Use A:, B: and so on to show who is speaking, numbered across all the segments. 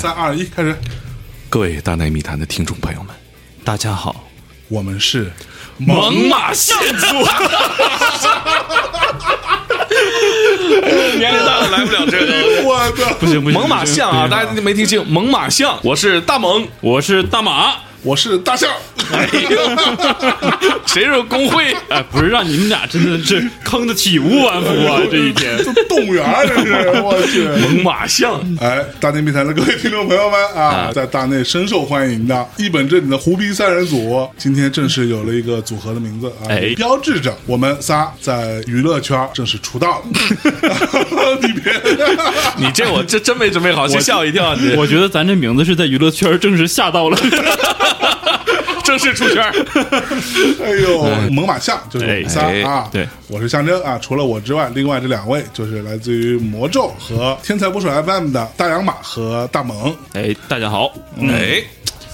A: 三二一，开始。
B: 各位大内密谈的听众朋友们，大家好，
A: 我们是
B: 猛犸象族。 年龄大了来不了这个，
A: 我的，
B: 不行不
C: 行
B: 猛犸象啊，大家没听清，猛犸象，我是大猛，
C: 我是大马，
A: 我是大象。
B: 谁是工会？
C: 哎，不是让你们俩真的是坑的体无完肤 啊！这一天，
A: 这动物园儿这是，我去。
B: 猛犸象，
A: 哎，大内密谈的各位听众朋友们啊，在大内深受欢迎的一本正经的胡逼三人组，今天正式有了一个组合的名字啊，
C: 哎
A: 标志着我们仨在娱乐圈正式出道了。 你别，
B: 你这我这真没准备好，先吓我一跳，啊你
C: 我觉得咱这名字是在娱乐圈正式吓到了。
B: 正式出圈儿。
A: 哎呦，猛犸象就是我们仨
B: 哎
A: 啊。
C: 对，
A: 我是象征啊。除了我之外，另外这两位就是来自于魔咒和天才捕手 FM 的大洋马和大猛。
C: 哎，大家好，
B: 哎，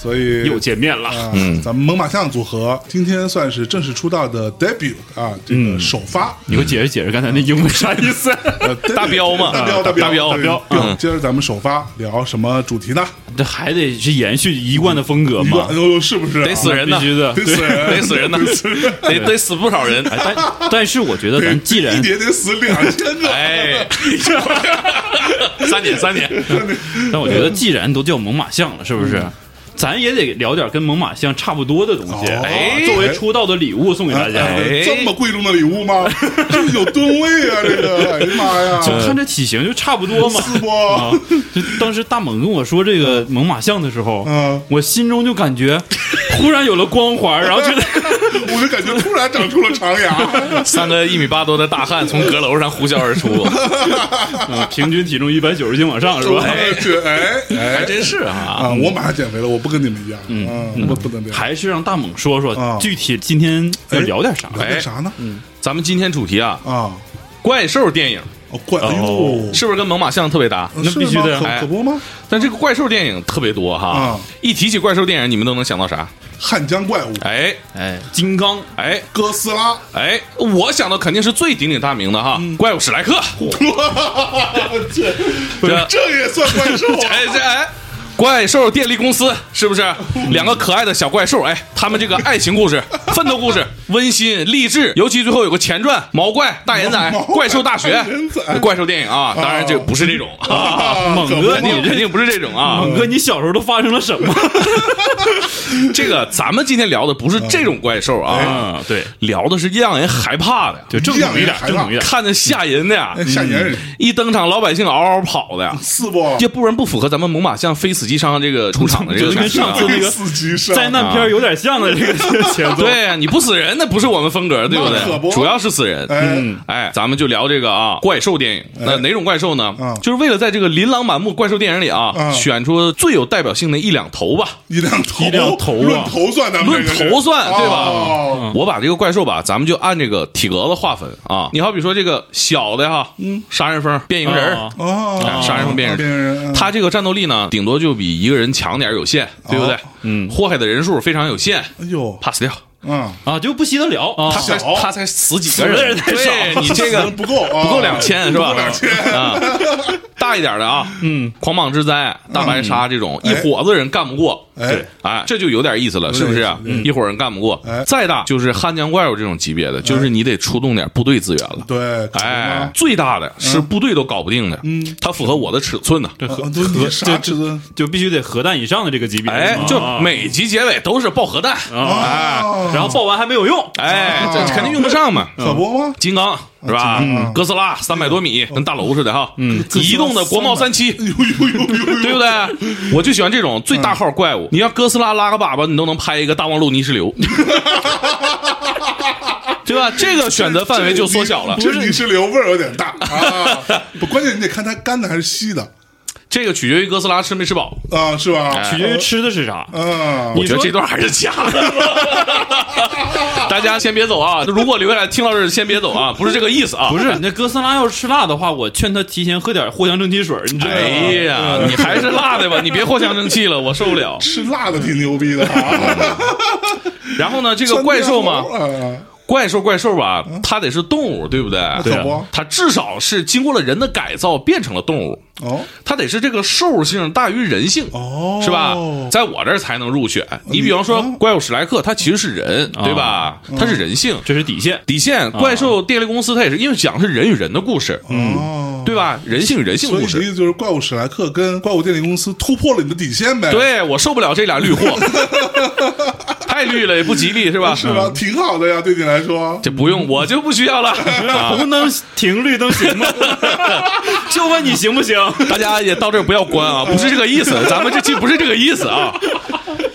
A: 所以
C: 又见面了。
A: 啊，
B: 嗯
A: 咱们猛犸象组合今天算是正式出道的 debut 啊，这
B: 嗯
A: 个首发。
C: 你给我解释解释刚才那英文啥意思？
A: 呃
B: 大彪嘛
A: 大彪，
B: 啊
A: 彪，
B: 大彪
A: 大
B: 彪啊
A: 对今儿咱们首发聊什么主题呢？
C: 这还得是延续一贯的风格
A: 一
C: 嘛
A: 万，呦，是不是啊
B: 得死人
C: 必
B: 呐，
C: 须的。
A: 得死人，
B: 得死人呐，得得死不少人。
C: 哎， 但但是我觉得
A: 对
C: 咱既然
A: 一年得死两千个，
B: 哎，三点三点，
C: 但我觉得既然都叫猛犸象了，是不是？咱也得聊点跟猛犸象差不多的东西，
A: 哦
C: 哎作为出道的礼物送给大家。
B: 哎
A: 这么贵重的礼物吗？ 这有吨位啊，这个，哎呀妈呀，
C: 就看这体型就差不多嘛。
A: 是不？
C: 啊！就当时大猛跟我说这
B: 嗯
C: 个猛犸象的时候，
A: 嗯
C: 我心中就感觉忽然有了光环，然后觉得
A: 我就感觉突然长出了长 牙，
B: 三个一米八多的大汉从阁楼上呼啸而出，嗯
C: 啊 平均体重一百九十斤往上是吧？
A: 我去，哎
B: 还
A: 哎。
B: 真是啊。
A: 啊！我马上减肥了，我不跟你们一样，嗯，我不能这样。
C: 还是让大猛说
A: 啊
B: 嗯
C: 说具体今天要聊点
B: 哎
C: 啥？
A: 哎
C: 哎
A: 聊点啥呢？
B: 咱们今天主题啊，
A: 啊，
B: 怪兽电影
A: 哦，怪，哎呦，
B: 是不是跟猛犸象特别搭？
A: 那
C: 必须的
A: 可
B: 哎
A: 可不吗？
B: 但这个怪兽电影特别多哈
A: 啊，
B: 一提起怪兽电影，你们都能想到啥？
A: 汉江怪物，
B: 哎
C: 哎，金刚，
B: 哎
A: 哥斯拉，
B: 哎，我想到肯定是最鼎鼎大名的哈，
A: 嗯
B: 怪物史莱克。
A: 这
B: 这
A: 这也算怪兽啊？
B: 哎这哎，怪兽电力公司是不是
A: 嗯
B: 两个可爱的小怪兽？哎，他们这个爱情 故事、奋斗故事，温馨励志，尤其最后有个前传《毛怪大眼仔
A: 毛》
B: 怪兽大学
A: 大眼仔、
B: 怪兽电影啊，当然这不是这种啊，
A: 啊
C: 哎猛
A: 可不
C: 哥
B: 肯定肯定不是这种啊。
C: 猛哥，你小时候都发生了 什么？
B: 这个咱们今天聊的不是
A: 嗯
B: 这种怪兽啊，
A: 哎
C: 啊，对，
B: 聊的是让人害怕的呀，
C: 就正统一点，正统一点。
B: 看着吓人的呀
A: 哎，吓人
C: 嗯
B: 一登场老百姓嗷嗷 跑的呀。
A: 是不？
B: 这不然不符合咱们猛犸象非死即伤这个出场的 这个
C: 就
B: 感
C: 跟
B: 觉啊
C: 上次那个
A: 四级上
C: 灾难片有点像的这个前 奏，啊
B: 对呀，你不死人那不是我们风格，对不
A: 那可不
B: 对？主要是死人。
A: 哎
B: 嗯，哎，咱们就聊这个啊，怪兽电影。那哪种怪兽呢
A: 嗯？
B: 就是为了在这个琳琅满目怪兽电影里啊，
A: 嗯
B: 选出最有代表性的一两头吧。
A: 一辆头，
C: 一辆头啊
A: 论头算咱们
B: 论
A: 这个是
B: 头算对吧
A: 哦
B: 我把这个怪兽吧，咱们就按这个体格子划分啊。你好比说这个小的哈，嗯，杀人蜂、变形人，
C: 啊
A: 哦
B: 哎，杀人
A: 哦
B: 蜂变
A: 变
B: 人。
A: 人，嗯
B: 他这个战斗力呢，顶多就比一个人强点儿有限，对不对
A: 哦？
B: 嗯，祸害的人数非常有限
A: 哎呦，
B: ，pass 掉。
A: 嗯，
C: 啊，就不惜得了啊
B: 他。才
A: 小
B: 他才死几
C: 死
B: 个
C: 的
B: 人
C: 人，太少
B: 对哎你 这个
A: 人不够，
B: 不
A: 不
B: 够两，千是吧？
A: 不够2000
B: 啊，大一点的啊，嗯，狂蟒之灾、大白鲨这种，一伙子人干不过，
A: 哎
B: 对，哎，这就有点意思了，是不是啊
A: 有？点
B: 一伙人干不过
A: 哎，
B: 再大就是汉江怪物这种级别的，就是你得出动点部队资源了。
A: 对，可不啊
B: 哎
A: 吗，，嗯
B: 最大的是部队都搞不定的，嗯，它符合我的尺寸呢。
C: 这核
A: 啊都你
C: 核
A: 啥
C: 这
A: 尺寸
C: 这就必须得核弹以上的这个级别，
B: 哎，就
C: 啊
B: 每啊集结尾都是爆核弹，
A: 哦
C: 然后爆完还没有用，
B: 哎，这
A: 啊
B: 肯定用得上嘛。
A: 可不吗？
B: 金刚是吧？
A: 嗯
B: 哥斯拉三百多米，跟大楼似的哈。嗯，移动的国贸三期，
A: 哎呦呦呦呦呦，嗯
B: 对不对？我就喜欢这种最大号怪物。你让哥斯拉拉个粑粑，你都能拍一个大望路泥石 流，对吧？这个选择范围就缩小了。
A: 这泥石流味儿有点大啊！不，关键你得看它干的还是稀的。
B: 这个取决于哥斯拉吃没吃饱。
A: 啊，是吧？
C: 取决于吃的是啥。
A: 啊，
B: 哎我觉得这段还是假的。大家先别走啊！如果留下来听到这儿，先别走啊！不是这个意思啊！
C: 不 是，那哥斯拉要是吃辣的话，我劝他提前喝点藿香正气水，你知道吗？
B: 哎呀，你还是辣的吧，你别藿香正气了，我受不了。
A: 吃辣的挺牛逼的 啊，
B: 然后呢，这个怪兽 嘛，
A: 啊
B: 怪兽怪兽吧，它得是动物，对不对？
A: 对啊可不
B: 它至少是经过了人的改造变成了动物，
A: 哦
B: 它得是这个兽性大于人性。
A: 哦，
B: 是吧？在我这儿才能入选。你比方说
A: 嗯
B: 怪物史莱克，它其实是人，对吧？它是人性
C: 这是底线。
B: 底线。怪兽电力公司它也是，因为讲的是人与人的故事，
A: 哦，
B: 对吧？人性与人性
A: 所以
B: 故
A: 你的意
B: 事。
A: 思就是怪物史莱克跟怪物电力公司突破了你的底线呗？，
B: 对我受不了这俩绿货，太绿了也不吉利，是吧？
A: 是吧？挺好的呀，对你来说，
B: 这不用，我就不需要了。啊
C: 红灯停，绿灯行 吗？就问你行不行？
B: 大家也到这儿不要关啊，不是这个意思，咱们这期不是这个意思啊。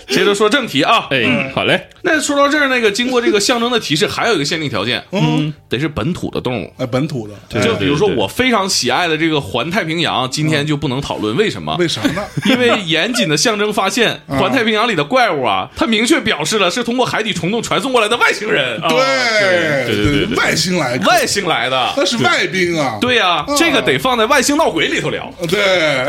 B: 接着说正题啊，
C: 哎，好嘞，
B: 那说到这儿，那个经过这个象征的提示，还有一个限定条件，嗯，得是本土的动物。
A: 哎，本土的，
C: 对
B: 就比如说
C: 对对
B: 我非常喜爱的这个环太平洋，今天就不能讨论为什么。
A: 为啥呢？
B: 因为严谨的象征发现，
A: 啊
B: 环太平洋里的怪物啊，它明确表示了是通过海底虫洞传送过来的外星 人，啊
A: 对
C: 哦对对对对
A: 外星来客，
B: 外星来的。
A: 那是外宾啊，
B: 对呀、
A: 啊
B: 这个得放在外星闹鬼里头 聊。
A: 对，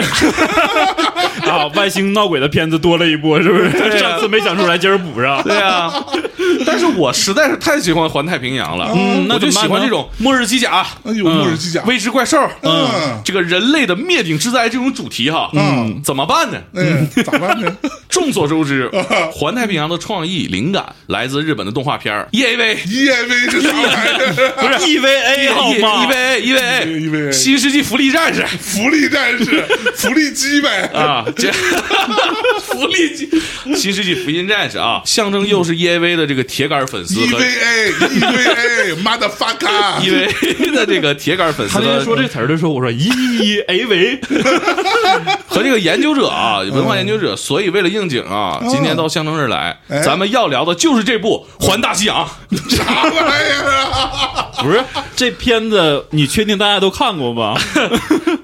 C: 啊，外星闹鬼的片子多了一波，是不是？
B: 啊
C: 上次没想出来，今儿补上。
B: 对呀、 但是我实在是太喜欢环太平洋了，
A: 嗯
B: 我就喜欢这种末日机甲、
A: 哎呦，末日机甲，
B: 未知怪兽，
A: 嗯
B: 这个人类的灭顶之灾这种主题哈，
A: 嗯，
B: 怎么办呢？
A: 哎，咋办呢？
B: 众所 周知，环太平洋的创意灵感来自日本的动画片儿 EAV。
A: EMV 这啥玩意 儿？
C: 不是 EVA 好吗
B: EVA EVA
A: EVA
B: 新世纪福利战士
A: 福利战士，福利机呗。
B: 啊，这福利机新世纪福音战士啊，象征又是 EAV 的这个铁杆粉丝
A: E
B: 和
A: EVA EVA，motherfucker，
B: EVA 的这个铁杆粉丝
C: 他那天说
B: 和
C: 这词儿的时候，我说咦，A 维，
B: 和这个研究者啊，文化研究者，所以为了应景啊，今天到象征这儿来
A: 哎，
B: 咱们要聊的就是这部《环大西洋》。
A: 啥玩意儿啊？
C: 不是这片子，你确定大家都看过 吗？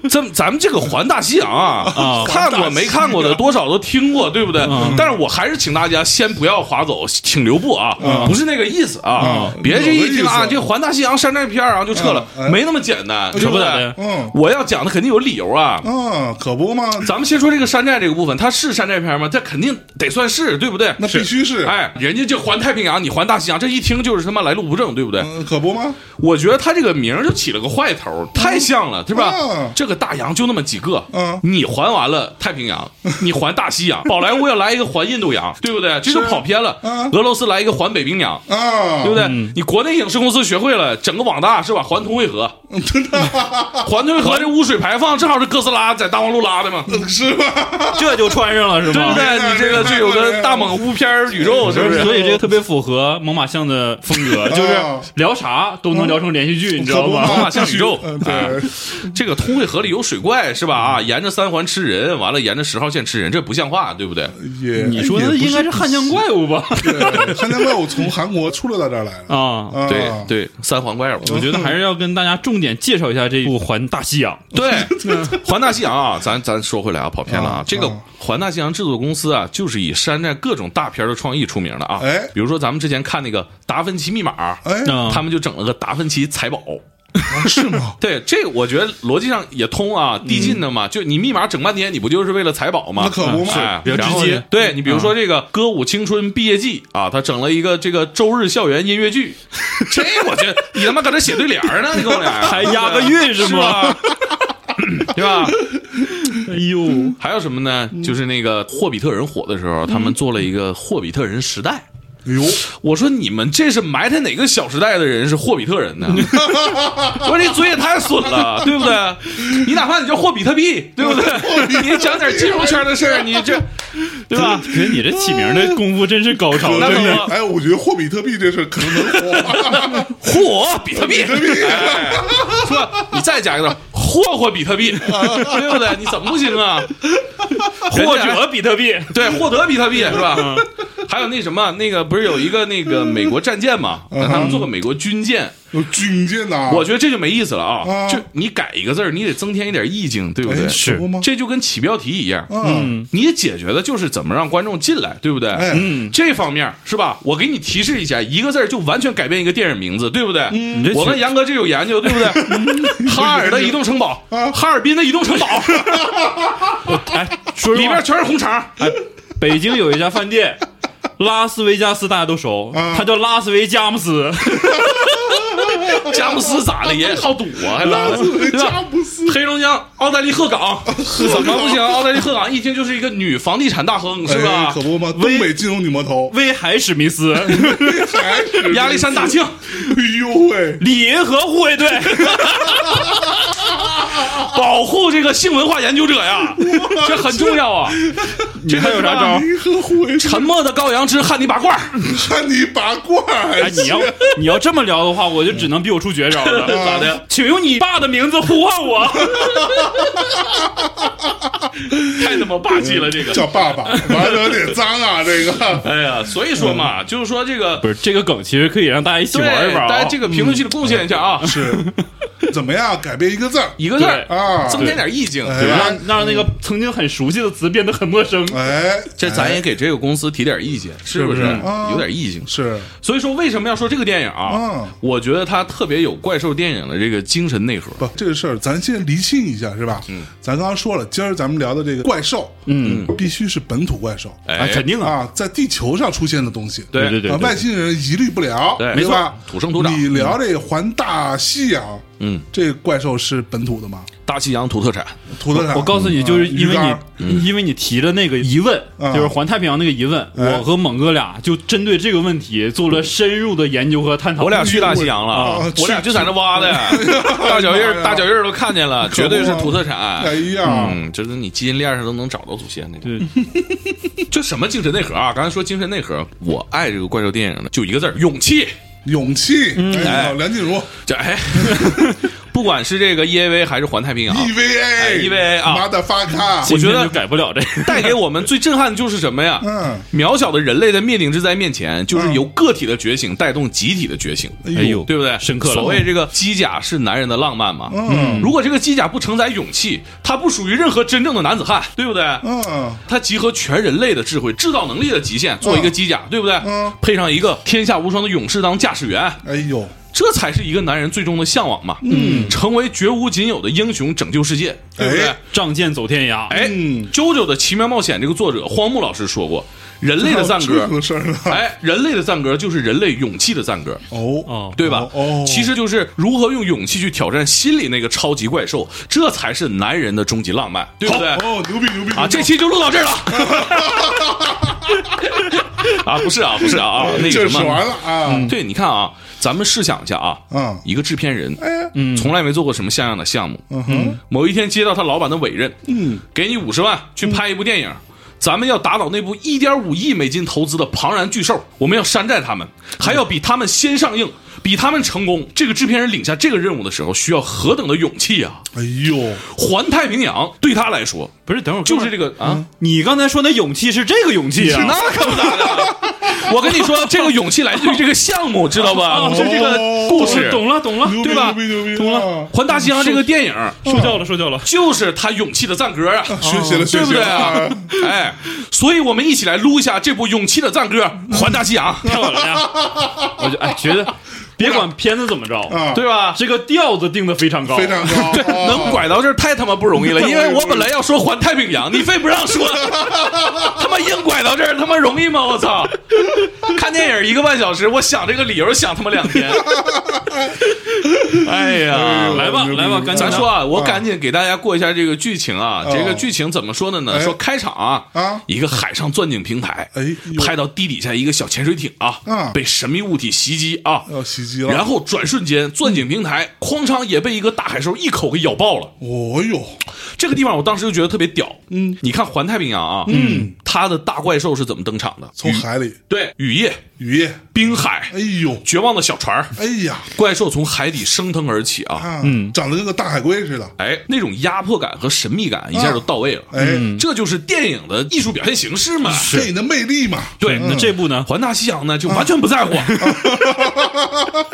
B: 这 咱们这个环大西洋啊， 看过没看过的多少都听过，对不对？
A: 嗯
B: 但是我还是请大家先不要划走，请留步啊，不是那个意思啊，
A: 嗯
B: 别这一听
A: 有
B: 啊，
A: 个意思
B: 这环大西洋山寨片啊就撤了，
A: 嗯哎
B: 没那么简单，对
C: 可
B: 不
C: 不
B: 对
C: 咋？
A: 嗯
B: 我要讲的肯定有理由啊。
A: 啊，可不嘛，
B: 咱们先说这个山寨这个部分，它是山寨片吗？这肯定得算是，对不对？
A: 那必须是，
B: 哎，人家这环太平洋，你环大西洋，这一听就是他妈来路不正，对不对？
A: 嗯，可不嘛。
B: 我觉得他这个名儿就起了个坏头儿，太像了，是吧？
A: 嗯
B: 这个大洋就那么几个，
A: 嗯
B: 你还完了太平洋，你还大西洋，宝莱坞要来一个还印度洋，对不对？这就跑偏了。
A: 嗯
B: 俄罗斯来一个还北冰洋。
A: 啊，
B: 对不对？你国内影视公司学会了，整个网大是吧？环通惠 河，环通惠河这污水排放正好是哥斯拉在大望路拉的嘛，对
A: 是吧？
C: 这就穿上了是吗？
B: 不对？你这个就有个大猛污片儿宇宙，是不是？
C: 所以这个特别符合猛犸象的风格，就是聊啥都能聊成连续剧， 你知
A: 可
C: 道
A: 不
C: 吗？
B: 猛
A: 嘛，
B: 犸象宇宙
A: 嗯
C: 啊
A: 对，
B: 这个通惠河里有水怪是吧？啊，沿着三环吃人，完了沿着十号线吃人，这不像话，对不对？
A: 也 呃
C: 你说的应该是汉江怪物吧？
A: 对，汉江怪物从韩国出溜到这儿来了。
C: 啊，
A: 啊
B: 对对，三环怪物，
C: 我觉得还是要跟大家重点介绍一下这部《环大西洋
B: 对环大西洋啊，咱咱说回来啊，跑偏了啊
A: 啊。
C: 嗯
B: 这个
A: 啊
B: 环大西洋制作公司啊，就是以山寨各种大片的创意出名的啊。
A: 哎
B: 比如说咱们之前看那个《达芬奇密码》，
A: 哎，》
C: 啊，
B: 他们就整了个达芬奇财宝。
A: 是吗？
B: 对，这个我觉得逻辑上也通啊，递进的
C: 嗯
B: 嘛。就你密码整半天，你不就是为了财宝吗？
A: 那可不嘛
B: 哎
C: 比较
B: 然后
C: 直接嗯
B: 呢对你比如说这个《歌舞青春毕业季》啊，他整了一个这个周日校园音乐 剧，这我觉得你他妈搁这写对联儿呢，你跟我俩
C: 还押个韵是
B: 是
C: 吗？
B: 吧？对吧？
C: 哎呦，
B: 还有什么呢？就是那个霍比特人火的时候，他们做了一个霍比特人时代。
A: 哎 呦，
B: 我说你们这是埋汰哪个小时代的人是霍比特 人呢？我说这嘴也太损了，对不对？你哪怕你叫霍比特币，对不对？你讲点金融圈的事儿，你这对吧？
C: 觉得你这起名的功夫真是高超，
B: 那
C: 真
B: 可不
C: 的。
A: 哎，我觉得货币特币这事儿可能 能火，
B: 霍比特币，
A: 比特币
B: 哎说你再加一个霍霍比特币，对不对？你怎么不行啊？
C: 或
B: 人家
C: 者比特币，
B: 对，获得比特币是
C: 嗯
B: 吧？
A: 嗯
B: 还有那什么，那个不是有一个那个美国战舰嘛？他们做个美国军舰，
A: 有军舰呐，
B: 我觉得这就没意思了啊！
A: 啊
B: 就你改一个字儿，你得增添一点意境，对不对
A: 哎？是不吗
B: 这就跟起标题一样，
A: 嗯，
B: 你解决的就是怎么让观众进来，对不对？
A: 哎
B: 嗯，这方面是吧？我给你提示一下，一个字儿就完全改变一个电影名字，对不对？
A: 嗯
C: 这
B: 我跟
C: 是
B: 杨哥这有研究，对不对？ 哈尔的移动城堡，
A: 啊
B: 哈尔滨的移动城堡，
C: 哎，说实
B: 里
C: 话
B: 边全是红肠。
C: 哎， 北京有一家饭店，拉斯维加斯大家都熟，
A: 啊
C: 它叫拉斯维加姆斯，
B: 佳木斯咋的也好赌啊，还拉
A: 拉斯维
B: 对
A: 加
B: 吧？
A: 不哎斯，
B: 黑龙江、奥黛丽鹤岗，怎么不行？奥黛丽鹤岗一听就是一个女房地产大亨， 是
A: 哎
B: 吧
A: 可？不嘛，东北金融女魔 头，
C: 威海史密斯，
A: 还是
B: 亚历山 大庆，
A: 哎呦喂，
C: 李银河护卫队，
B: 保护这个性文化研究者呀，这很重要啊。这还有啥招？
A: 你和护 卫
B: 沉默的羔羊之汉尼拔罐儿，
A: 看你拔罐儿，
C: 哎，你要你要这么聊的话，我就只能逼我出绝招了，
B: 嗯
C: 咋的？请用你爸的名字呼唤我，
B: 太他妈霸气了，这个。
A: 叫爸爸，玩的有点脏啊，这 个。
B: 哎呀，所以说嘛，
A: 嗯
B: 就是说这个
C: 不是这个梗，其实可以让大家一起
B: 对，
C: 玩一玩
B: 大家
C: 啊
B: 这。个评论区里贡献一下
A: 嗯
B: 啊，
A: 是，怎么样？改变一个字儿
B: 一个字儿
C: 对
A: 啊？
B: 增添点意境，
A: 哎
B: 对吧？
C: 让让那个曾经很熟悉的词变得很陌生。
A: 哎，
B: 这咱也给这个公司提点意见，是不是
A: 是不是啊
B: 有点意境？
A: 是
B: 所以说，为什么要说这个电影啊
A: 嗯？
B: 我觉得它特别有怪兽电影的这个精神内核。
A: 不这个事儿，咱先厘清一下，是吧？嗯，咱刚刚说了，今儿咱们聊的这个怪兽，嗯，必须是本土怪兽
C: 啊，
B: 哎，
C: 肯定啊，
A: 啊，在地球上出现的东西，
B: 对
C: 对对
A: 啊，外
C: 对，
A: 星人一律不聊，
B: 对
A: 对吧
B: 没？错土生土长
A: 你聊这环大西洋，
B: 嗯，
A: 这怪兽是本土的吗？
B: 大西洋土特产，
A: 土特产？
C: 我告诉
B: 嗯
C: 你，就是因为
A: 鱼竿
C: 你嗯
A: 儿，
C: 因为你提了那个疑问，
A: 嗯
C: 就是环太平洋那个疑问，
A: 哎
C: 我和猛哥俩就针对这个问题做了深入的研究和探讨。
B: 我俩去大西洋了
A: 啊，
B: 我俩就在那挖的， 大脚印儿大脚印儿都看见了，绝对是土特产
A: 哎。呀，
B: 嗯，就是你基因链上都能找到祖先那种。
C: 对，
B: 就什么精神内核啊？刚才说精神内核，我爱这个怪兽电影的就一个字儿：勇气。
A: 勇气，哎
C: 嗯
B: 哎
A: 呦，梁静茹
B: 这哎， 不管是这个 EAV 还是环太平
A: E
B: 洋，
A: ，EVA
B: EVA 啊
A: 妈的发卡，
B: 我觉得
C: 今天就改不了这个。
B: 带给我们最震撼的就是什么呀？
A: 嗯，
B: 渺小的人类在灭顶之灾面前，就是由个体的觉醒带动集体的觉醒，
A: 哎呦
B: 对不对？
C: 深刻了
B: 所谓这个机甲是男人的浪漫嘛，
A: 嗯
B: 如果这个机甲不承载勇气，它不属于任何真正的男子汉，对不对？
A: 嗯，
B: 它集合全人类的智慧、制造能力的极限，做一个机甲，对不对？
A: 嗯
B: 配上一个天下无双的勇士当驾驶员，
A: 哎呦，
B: 这才是一个男人最终的向往嘛。嗯，成为绝无仅有的英雄，拯救世界，对不对？
A: 哎
C: 仗剑走天涯，
B: 哎，
A: 嗯
B: j o j o 的奇妙冒险》这个作者荒木老师说过，人类的赞
A: 这
B: 歌，
A: 个事儿呢？
B: 哎，人类的赞歌就是人类勇气的赞歌。
A: 哦
C: 哦，
B: 对吧？
A: 哦，
B: 其实就是如何用勇气去挑战心里那个超级怪兽，这才是男人的终极浪漫，对不对？
A: 哦，牛逼牛逼
B: 啊，这期就录到这儿了。 啊，不是啊，不是啊，啊，那
A: 就
B: 个什
A: 是
B: 么，
A: 完了啊，
B: 对，你看啊，咱们试想一下啊，
A: 嗯
B: 一个制片人，
A: 哎，
B: 从来没做过什么像样的项目，
A: 嗯哼，
B: 某一天接到他老板的委任，嗯，给你五十万去拍一部电影，咱们要打倒那部一点五亿美金投资的庞然巨兽，我们要山寨他们，还要比他们先上映，比他们成功。这个制片人领下这个任务的时候，需要何等的勇气啊！
A: 哎呦，
B: 环太平洋对他来说
C: 不是，等会儿
B: 就是这个啊，
C: 你刚才说那勇气是这个勇气啊？
B: 那可不咋的。 我跟你说，这个勇气来自于这个项目，知道 吧？
C: 哦
B: 是这个故事，
C: 懂了懂了，
A: 牛逼
B: 啊对吧
A: 牛逼牛逼，
C: 懂了
A: 啊
B: 环大西洋》这个电影
C: 受教了受教了。
B: 就是他勇气的赞歌啊。
A: 学习了
B: 对
A: 学
B: 不
A: 习
B: 对
A: 了
B: 啊？哎，所以我们一起来撸一下这部《勇气的赞歌》《环大西洋》，
C: 太晚了呀！我就哎觉得，别管片子怎么着，
A: 啊，
B: 对吧？
C: 这个调子定的非常高，
A: 非常高，哦
B: 能拐到这儿太他妈不容易 了，
A: 太不容易
B: 因为我本来要说环太平洋，你非不 让说，他妈硬拐到这儿，他妈容易吗？我操！看电影一个半小时，我想这个理由想他妈两天。哎呀，
C: 来吧
A: 牛逼
C: 来吧
A: 牛逼
C: 赶紧
B: 咱
C: 来
B: 说
A: 嗯
B: 啊，我赶紧给大家过一下这个剧情啊。
A: 哦
B: 这个剧情怎么说的呢？
A: 哎
B: 说开场啊，
A: 啊
B: 一个海上钻井平台，
A: 哎呦
B: 拍到地底下一个小潜水艇啊，
A: 啊
B: 被神秘物体袭击啊，
A: 要袭击了，
B: 然后转瞬间钻井平台哐当也被一个大海兽一口给咬爆了。
A: 哦呦，
B: 这个地方我当时就觉得特别屌。
A: 嗯，
B: 你看环太平洋啊，嗯，它的大怪兽是怎么登场的？
A: 从海里
B: 对，雨夜、
A: 雨夜，
B: 冰海、
A: 哎呦，
B: 绝望的小船儿，
A: 哎呀，
B: 怪兽从海底升腾而起啊！
A: 啊，长得跟个大海龟似的，
B: 哎，那种压迫感和神秘感一下就到位了。
A: 哎，
B: 这就是电影的艺术表现形式嘛。
A: 电影的魅力嘛，啊
B: 对，
C: 那这部呢？
B: 环大西洋呢就完全不在乎，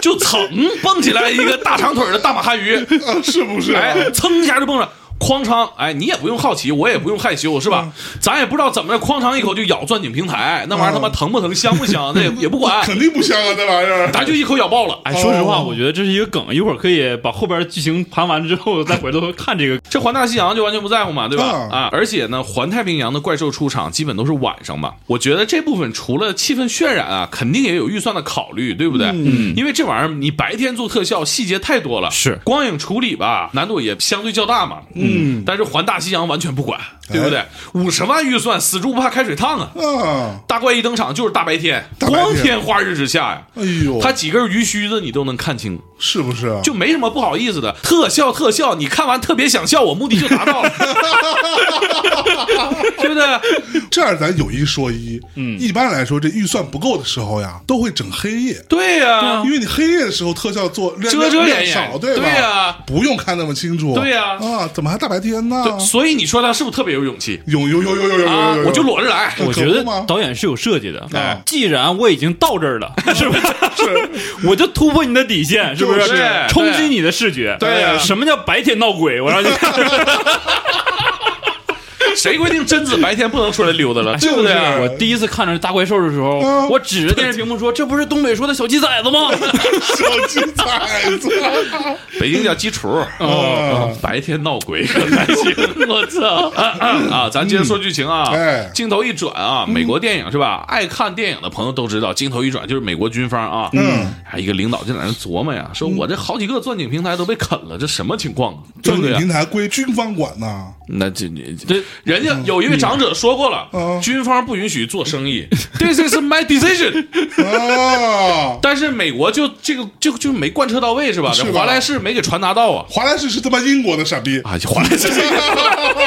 B: 就噌蹦起来一个大长腿的大马哈鱼，
A: 啊，是不是、啊？
B: 哎，噌一下就蹦上。哐嚓！哎，你也不用好奇，我也不用害羞，是吧？咱也不知道怎么着，哐嚓一口就咬钻井平台，那玩意儿
A: 啊
B: 他妈疼不疼，香不香，那也也 不管，
A: 肯定不香啊，那玩意儿。
B: 咱就一口咬爆了。
C: 哎，说实话，
A: 哦
C: 我觉得这是一个梗，一会儿可以把后边剧情盘完之后再回头看这个。
B: 这环大西洋就完全不在乎嘛，对吧？
A: 啊
B: 啊，而且呢，环太平洋的怪兽出场基本都是晚上嘛。我觉得这部分除了气氛渲染啊，肯定也有预算的考虑，对不对？嗯，因为这玩意儿你白天做特效细节太多了，
C: 是
B: 光影处理吧，难度也相对较大嘛。嗯，但是环大西洋完全不管，对不
A: 哎
B: 对？五十万预算，死猪不怕开水烫啊！
A: 啊，
B: 大怪一登场就是大白天，
A: 大白天
B: 光天化日之下呀、
A: 哎呦，
B: 它几根鱼须子你都能看清，
A: 是不是啊？
B: 就没什么不好意思的。特效特效，你看完特别想笑，我目的就达到了， 对不对？
A: 这样，咱有一说一，嗯，一般来说，这预算不够的时候呀，都会整黑夜，
B: 对呀、
A: 因为你黑夜的时候特效做
B: 啊遮遮掩掩
A: 少，对吧？
B: 对呀
A: 不用看那么清楚，
B: 对呀
A: 啊，怎么还大白天呢？
B: 所以你说他是不是特别有勇气
A: 有有有有有有
B: 啊
A: 有有，？
B: 我就裸着来，
A: 可
C: 我觉
A: 不
C: 得
A: 吗
C: 导演是有设计的。
A: 哎
C: 既然我已经到这儿了，是不是？我就突破你的底线，是不
A: 就是
B: 对
C: 冲击你的视觉。哎
B: 对呀
C: 什么叫白天闹鬼？我让你看。
B: 谁规定贞子白天不能出来溜达了？
A: 就是
B: 对不对？
C: 我第一次看着大怪兽的时候
A: 嗯，
C: 我指着电视屏幕说：“这不是东北说的小鸡崽子吗
A: 小鸡崽子
B: 北京叫鸡雏。
A: 啊，
B: 白天闹鬼 可还行，我操啊啊啊！咱接着说剧情啊，
A: 嗯哎嗯
B: 镜头一转啊，美国电影是吧？爱看电影的朋友都知道，镜头一转就是美国军方啊，
A: 嗯，
B: 哎，一个领导就在那琢磨呀，说我这好几个钻井平台都被啃了，这什么情况啊？对
A: 这
B: 不对
A: 个
B: 啊？
A: 平台归军方管呢，
B: 那这你这人家有一位长者说过了，
A: 嗯
B: 军方不允许做生意，This is my decision。，
A: 啊
B: 但是美国就这个就就没贯彻到位是吧？
A: 是吧
B: 华莱士没给传达到啊。
A: 华莱士是他妈英国的傻逼，
B: 啊，华莱士，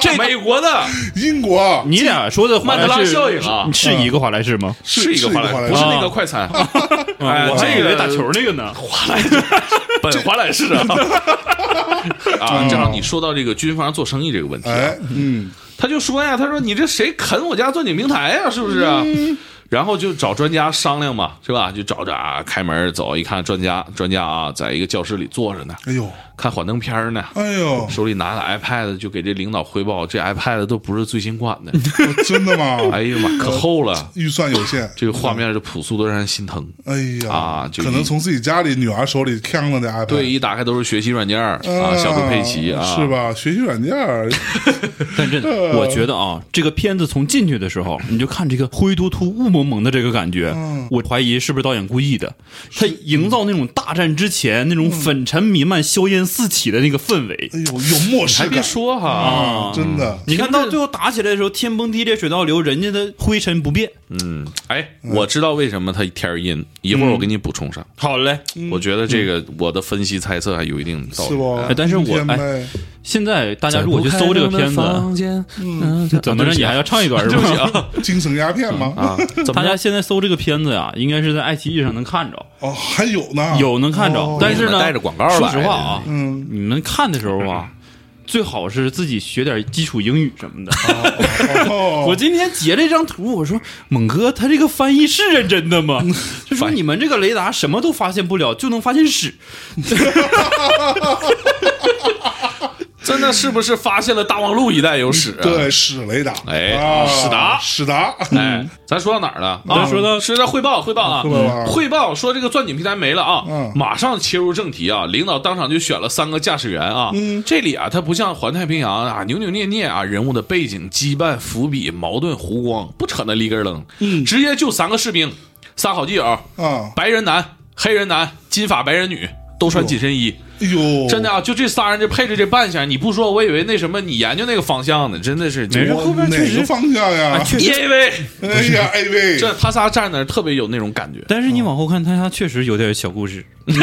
B: 这美国的
A: 英国？”
C: 你俩说的华莱士
B: 曼德拉效应啊
C: 是一个华莱士吗？
B: 是一个华莱士，
A: 莱
B: 不是
A: 士，
B: 那个快餐。啊哎，
C: 我还以
B: 这
C: 为
B: 个
C: 打球那个 呢。
B: 华莱士，本华莱士啊。啊，正好你说到这个军方做生意这个问题啊，
A: 哎，嗯，
B: 他就说呀，他说你这谁啃我家钻井平台呀，是不是啊？然后就找专家商量嘛，是吧？就找着啊，开门走一看，专家专家啊，在一个教室里坐着呢，
A: 哎呦，
B: 看幻灯片儿呢，
A: 哎呦，
B: 手里拿个 iPad，就给这领导汇报，这 iPad 都不是最新款的，
A: 真的吗？
B: 哎呀妈，可厚了，
A: 预算有限，
B: 这个画面是朴素的让人心疼。
A: 哎呀，
B: 啊就
A: 可能从自己家里女儿手里抢了的 iPad，
B: 对，一打开都是学习软件儿啊，小猪佩奇啊，
A: 嗯哦是？吧？学习软件儿，
C: 但真的，我觉得啊，这个片子从进去的时 候，你就看这个灰突突、雾蒙蒙的这个感觉，
A: 嗯
C: 我怀疑是不是导演故意的？他营造那种大战之前那
A: 嗯
C: 种粉尘弥漫、硝烟四起的那个氛围。
A: 哎呦，有漠视
B: 还
A: 感
B: 别，说哈，
A: 啊真的，
C: 你看到最后打起来的时候，天崩地裂、水倒流，人家的灰尘不变。
B: 嗯，哎，我知道为什么它天儿阴，一会儿我给你补充上。
C: 好嘞，
B: 我觉得这个我的分析猜测还有一定道
A: 是
B: 理。
A: 不
C: 哎？但是我
A: 天呗，
B: 哎
C: 现在大家如果去搜这个片子，
B: 子，
C: 怎么着你还要唱一段是
B: 对不起
C: 吧？
B: 啊
A: 精神鸦片吗？
B: 啊，怎么
C: 大
B: 着
C: 家现在搜这个片子呀，应该是在爱奇艺上能看着，
A: 哦，还有 呢，
C: 有能看着
A: 哦，
C: 但
B: 你
C: 是
B: 们
C: 呢，
B: 带着广告来
C: 说实话啊，
A: 嗯，
C: 你们看的时候啊，最好是自己学点基础英语什么的。
A: 哦
C: 我今天截了一张图，我说猛哥，他这个翻译是认真的
A: 嗯
C: 吗？就说你们这个雷达什么都发现不了，就能发现屎。
B: 真的是不是发现了大望路一带有屎啊？
A: 对，史雷达，
B: 哎
A: 啊
B: 史达
A: 史达，
B: 哎，咱说到哪儿了？啊，
C: 嗯咱说到
B: 说到汇报，汇报啊
A: 汇报啊，
B: 汇报说这个钻井平台没了啊
A: 嗯，
B: 马上切入正题啊，领导当场就选了三个驾驶员啊，
A: 嗯
B: 这里啊，它不像环太平洋啊，扭扭捏捏啊，人物的背景、羁绊、伏笔、矛盾、弧光，不扯那立根儿楞，
C: 嗯
B: 直接就三个士兵，仨好基友，
A: 啊，
B: 白人男、黑人男、金发白人女，都穿紧身衣，
A: 哎呦，
B: 真的啊，就这仨人就配置这扮相，你不说我以为那什么你研究那个方向呢，真的是
C: 没人
A: 我
C: 后边确
A: 哪个
C: 实
A: 方向呀
C: 啊？确实，
B: 因为
A: 哎呀，哎 喂，
B: 这他仨站那儿特别有那种感觉。
C: 但是你往后看，他他确实有点小故事。
A: 真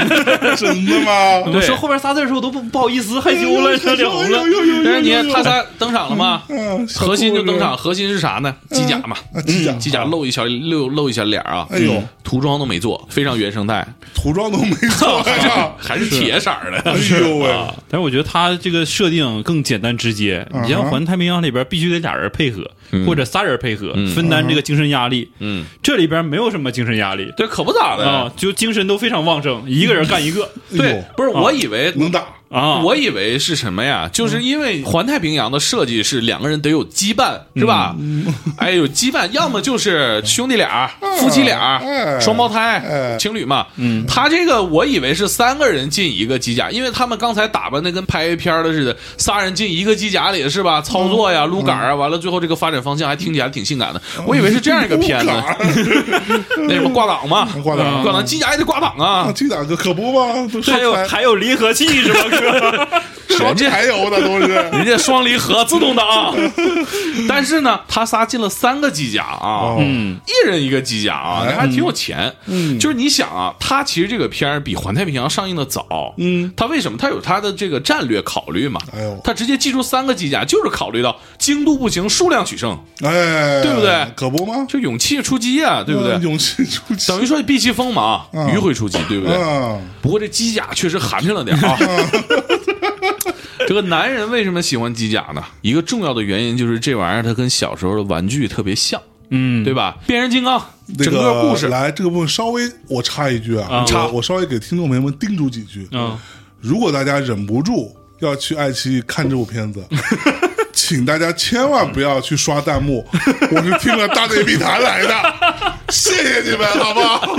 A: 的 吗？
C: 我说后边仨字的时候，我都不不好意思，害羞了，
A: 哎
C: 想
A: 呦
C: 聊
A: 哎呦
C: 了。
A: 呦呦呦
B: 但是你
A: 呦
B: 看
A: 呦
B: 他仨登场了吗？
A: 嗯，小
B: 核心就
A: 兔子
B: 登场，核心是啥呢？机甲嘛，
A: 啊机甲
B: 嗯机甲露一小露露一小脸啊，
A: 哎呦
B: 嗯，涂装都没做，非常原 生态，！
A: 涂装都没错哎呀
B: 还是铁色儿的
A: 哎，呦喂，
B: 啊
C: 但是我觉得他这个设定更简单直接。你像
A: 嗯
C: 《
A: 哼
C: 环太平洋》里边必须得俩人配合，或者仨人配合，分担这个精神压力。
B: 嗯，
C: 这里边没有什么精神压力
B: 对，可不咋的
C: 啊，就精神都非常旺盛，一个人干一个
A: 哎
B: 对
A: 呦，
B: 不是，我以为
A: 能打
C: 啊。
B: 我以为是什么呀？就是因为环太平洋的设计是两个人得有羁绊，是吧？哎，有羁绊，要么就是兄弟俩、
A: 嗯
B: 夫妻俩、
A: 哎
B: 双胞胎
A: 哎、
B: 情侣嘛。嗯，他这个我以为是三个人进一个机甲，因为他们刚才打扮的跟拍 A 片儿的似的，仨人进一个机甲里是吧？操作
A: 嗯
B: 呀、撸杆儿啊，完了最后这个发展方向还听起来挺性感的，我以为是这样一个片子
A: 不， 敢
B: 那什么挂档嘛，
A: 挂档
B: 挂档机甲也得挂档
A: 啊，
B: 啊。
A: 机甲哥可不嘛，都
C: 还有
A: 还
C: 还有离合器是吧，哥？
A: 什么柴油的都是。
B: 人家双离合自动 挡，但是呢，他仨进了三个机甲啊，
A: 哦
C: 嗯，
B: 一人一个机甲啊，
A: 哎
B: 那还挺有钱。
A: 嗯
B: 就是你想啊，他其实这个片儿比《环太平洋》上映的早，
A: 嗯，
B: 他为什么？他有他的这个战略考虑嘛。
A: 哎呦
B: 他直接寄出三个机甲，就是考虑到精度不行，数量取胜，
A: 哎，
B: 对不对
A: 可不吗？
B: 就勇气出击呀、对不对？
A: 嗯勇气出击，
B: 等于说避其锋芒，啊迂回出击，对不对？
A: 嗯，
B: 不过这机甲确实寒碜了点啊。这个男人为什么喜欢机甲呢？一个重要的原因就是这玩意儿它跟小时候的玩具特别像，
C: 嗯，
B: 对吧？变形金刚
A: 那
B: 整个故事，
A: 来这个部分稍微我插一句啊，
B: 插
A: 我我稍微给听众朋友们叮嘱几句。
C: 嗯，
A: 如果大家忍不住要去爱奇艺看这部片 子。请大家千万不要去刷弹 幕，我是听了大内密谈来的，谢谢你们，好不好？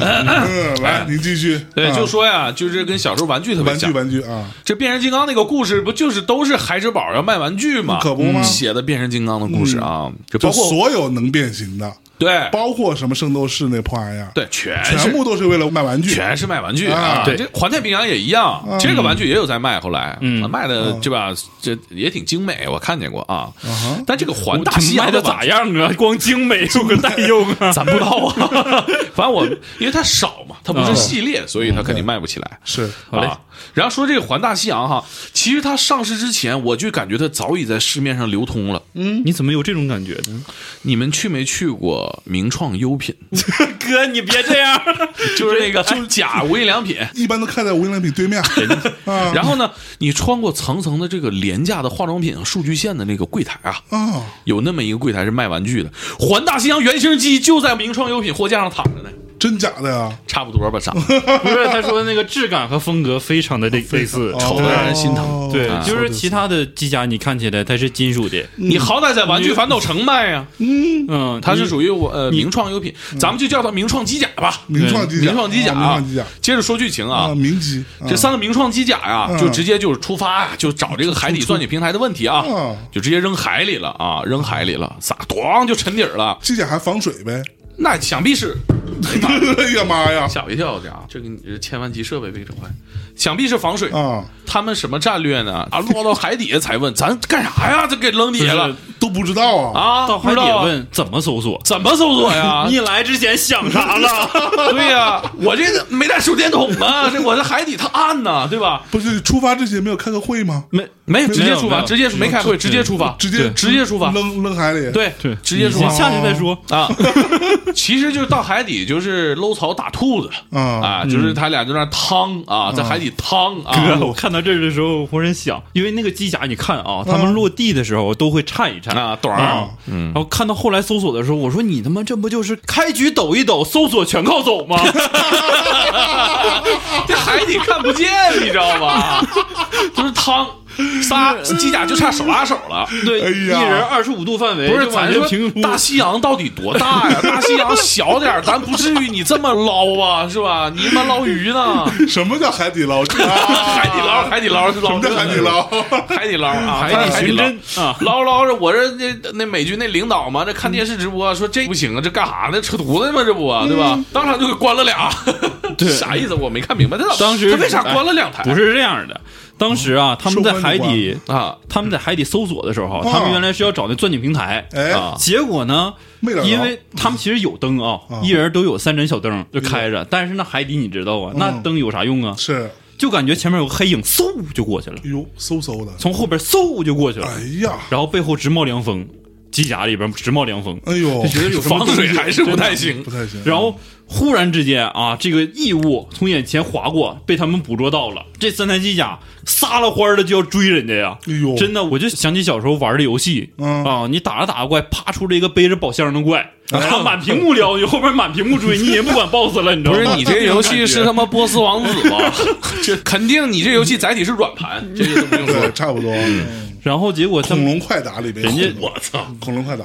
A: 嗯，来，您继续。
B: 哎对，
A: 啊
B: 就说呀，就是跟小时候玩具特别
A: 玩具
B: 像。
A: 玩具啊，
B: 这变形金刚那个故事不就是都是孩之宝要卖玩具吗？
A: 可不吗嗯
B: 嗯写的变形金刚的故事啊，就
A: 就
B: 包括
A: 所有能变形的，
B: 对
A: 包括什么圣斗士那破玩意儿，
B: 对，全
A: 全
B: 是
A: 部都是为了卖玩具。
B: 全是卖玩具
A: 啊
B: 这环太平洋也一样，这个玩具也有在卖，后来啊
C: 嗯嗯
B: 卖的对吧？这也挺精美，我看见过啊
A: 哈。
B: 但这个环大
C: 他
B: 西洋
C: 卖的
B: 玩具
C: 咋样啊？光精美有个代用 啊？
B: 咱不知道啊， 反正我因为它少嘛，它不是系列，所以它肯定卖不起来。
A: 是
C: 嗯好嘞
B: 啊，然后说这个环大西洋哈，其实它上市之前，我就感觉它早已在市面上流通了。
C: 你怎么有这种感觉呢？
B: 你们去没去过名创优品？
C: 哥，你别这样。
B: 就是那个就是假无印良品。
A: 一般都看在无印良品对面啊
B: 然后呢，你穿过层层的这个廉价的化妆品数据线的那个柜台啊，
A: 啊，
B: 有那么一个柜台是卖玩具的，环大西洋原型机就在名创优品货架上躺着呢，
A: 真假的呀？
B: 差不多吧， 啥？
C: 不是，他说的那个质感和风格非常的类类似，
B: 丑得让人心疼
A: 啊哦
C: 对，
B: 啊
C: 就是其他的机甲你看起来它是金属的，
B: 你好歹在玩具反斗城卖呀、
C: 嗯，
B: 它是
C: 你
B: 属于我呃名创优品，咱们就叫它名创机甲吧。
A: 名创机甲，
B: 名创机甲，
A: 嗯啊名创机甲
B: 接着说剧情啊
A: 啊，，名机
B: 这三个名创机甲呀，
A: 嗯
B: 就直接就是出发呀，就找这个海底钻井平台的问题啊
A: 嗯，
B: 就直接扔海里了啊，扔海里了，撒咣就沉底儿了，
A: 机甲还防水呗？
B: 那想必是。哎呀妈呀
A: 哎呀妈呀！
B: 吓我一跳！这啊，这个你这千万级设备被整坏，想必是防水。
A: 啊，
B: 他们什么战略呢？啊，落到海底下才问咱干啥呀？这给扔底下了
A: 都不知道啊！
B: 啊？
C: 到
B: 不
C: 海
B: 知
C: 底
B: 道啊
C: 问怎么搜索，
B: 怎么搜索呀？
C: 你来之前想啥了？
B: 对呀、我这 个没带手电筒啊，这我这海底它暗呐、对吧？
A: 不是出发之前没有开个会吗？
C: 没
B: 没有直接出
C: 没
B: 发，
C: 有
B: 直接没开会，直接出发，
A: 直接
B: 直接出发，
A: 扔扔海里。，
B: 对
C: 嗯对，
B: 直接出
C: 你
B: 发
C: 先下去再说。
B: 啊。 其实就是到海底就是搂草打兔子
A: 啊
B: 啊，就是他俩就那趟啊，在海底趟啊
C: 嗯 哥，我看到这儿的时候，忽然想，因为那个机甲，你看啊，他
A: 嗯
C: 们落地的时候都会颤一颤。
B: 啊，短
C: 啊
B: 儿，
C: 然后看到后来搜索的时候，我说你他妈这不就是开局抖一抖，搜索全 靠走吗？
B: 这海底看不见，你知道吧？ 就是趟仨机甲就差手拉手了。
C: 对，
A: 哎
C: 一
A: 呀
C: 人二十五度范围，
B: 不是，
C: 就往
B: 咱
C: 下
B: 说
C: 评估
B: 大西洋到底多大呀？大西洋小点儿，咱不至于你这么捞吧，是吧？你他妈捞鱼呢？
A: 什么叫海底捞针啊？
B: 海底捞，海底捞是
A: 什
B: 捞
A: 么叫海底，捞？
B: 海底捞啊，
C: 海底
B: 海底
C: 寻
B: 捞
C: 针啊，
B: 捞着捞着，我这那那美军那领导嘛，这看电视直播说这不行啊，这干啥呢？扯犊子嘛，这不啊对吧？当场就给关了俩，
C: 对
B: 啥意思？我没看明白。他
C: 当时
B: 他为啥关了两台？
C: 不是这样的，当时啊，他们在海底
B: 啊，
C: 他们在海底搜索的时候，他们原来是要找那钻井平台，
A: 嗯哎
C: 啊结果呢
A: 没找，着
C: 因为他们其实有灯啊，
A: 嗯
C: 一人都有三盏小灯就开着，但是那海底你知
A: 嗯
C: 道啊，那灯有啥用啊？
A: 是，
C: 就感觉前面有个黑影，嗖就过去了，
A: 哎呦，嗖嗖的，
C: 从后边嗖就过去了，
A: 哎呀，
C: 然后背后直冒凉风，机甲里边直冒凉风，
A: 哎呦
C: 就，觉得有什么
B: 防水
C: 东西
B: 还是不太行
A: 不。太行。
C: 然后忽然之间啊，这个异物从眼前划过，被他们捕捉到了。这三台机甲撒了欢儿的就要追人家呀！
A: 哎呦
C: 真的，我就想起小时候玩的游戏、
A: 嗯哎
C: 啊，你打着打着怪，啪出来一个背着宝箱的怪，然后满屏幕撩你，后边满屏幕追，你也不管 BOSS 了，你知道
B: 不
C: 吗？
B: 是你这个游戏是他妈波斯王子 吧？这肯定你这游戏载体是软盘，这个都不用说
A: 对，。差不多。嗯
C: 然后结果他
A: 恐
C: 们
A: 龙快打里边，
C: 人家
A: 我操，恐龙快打，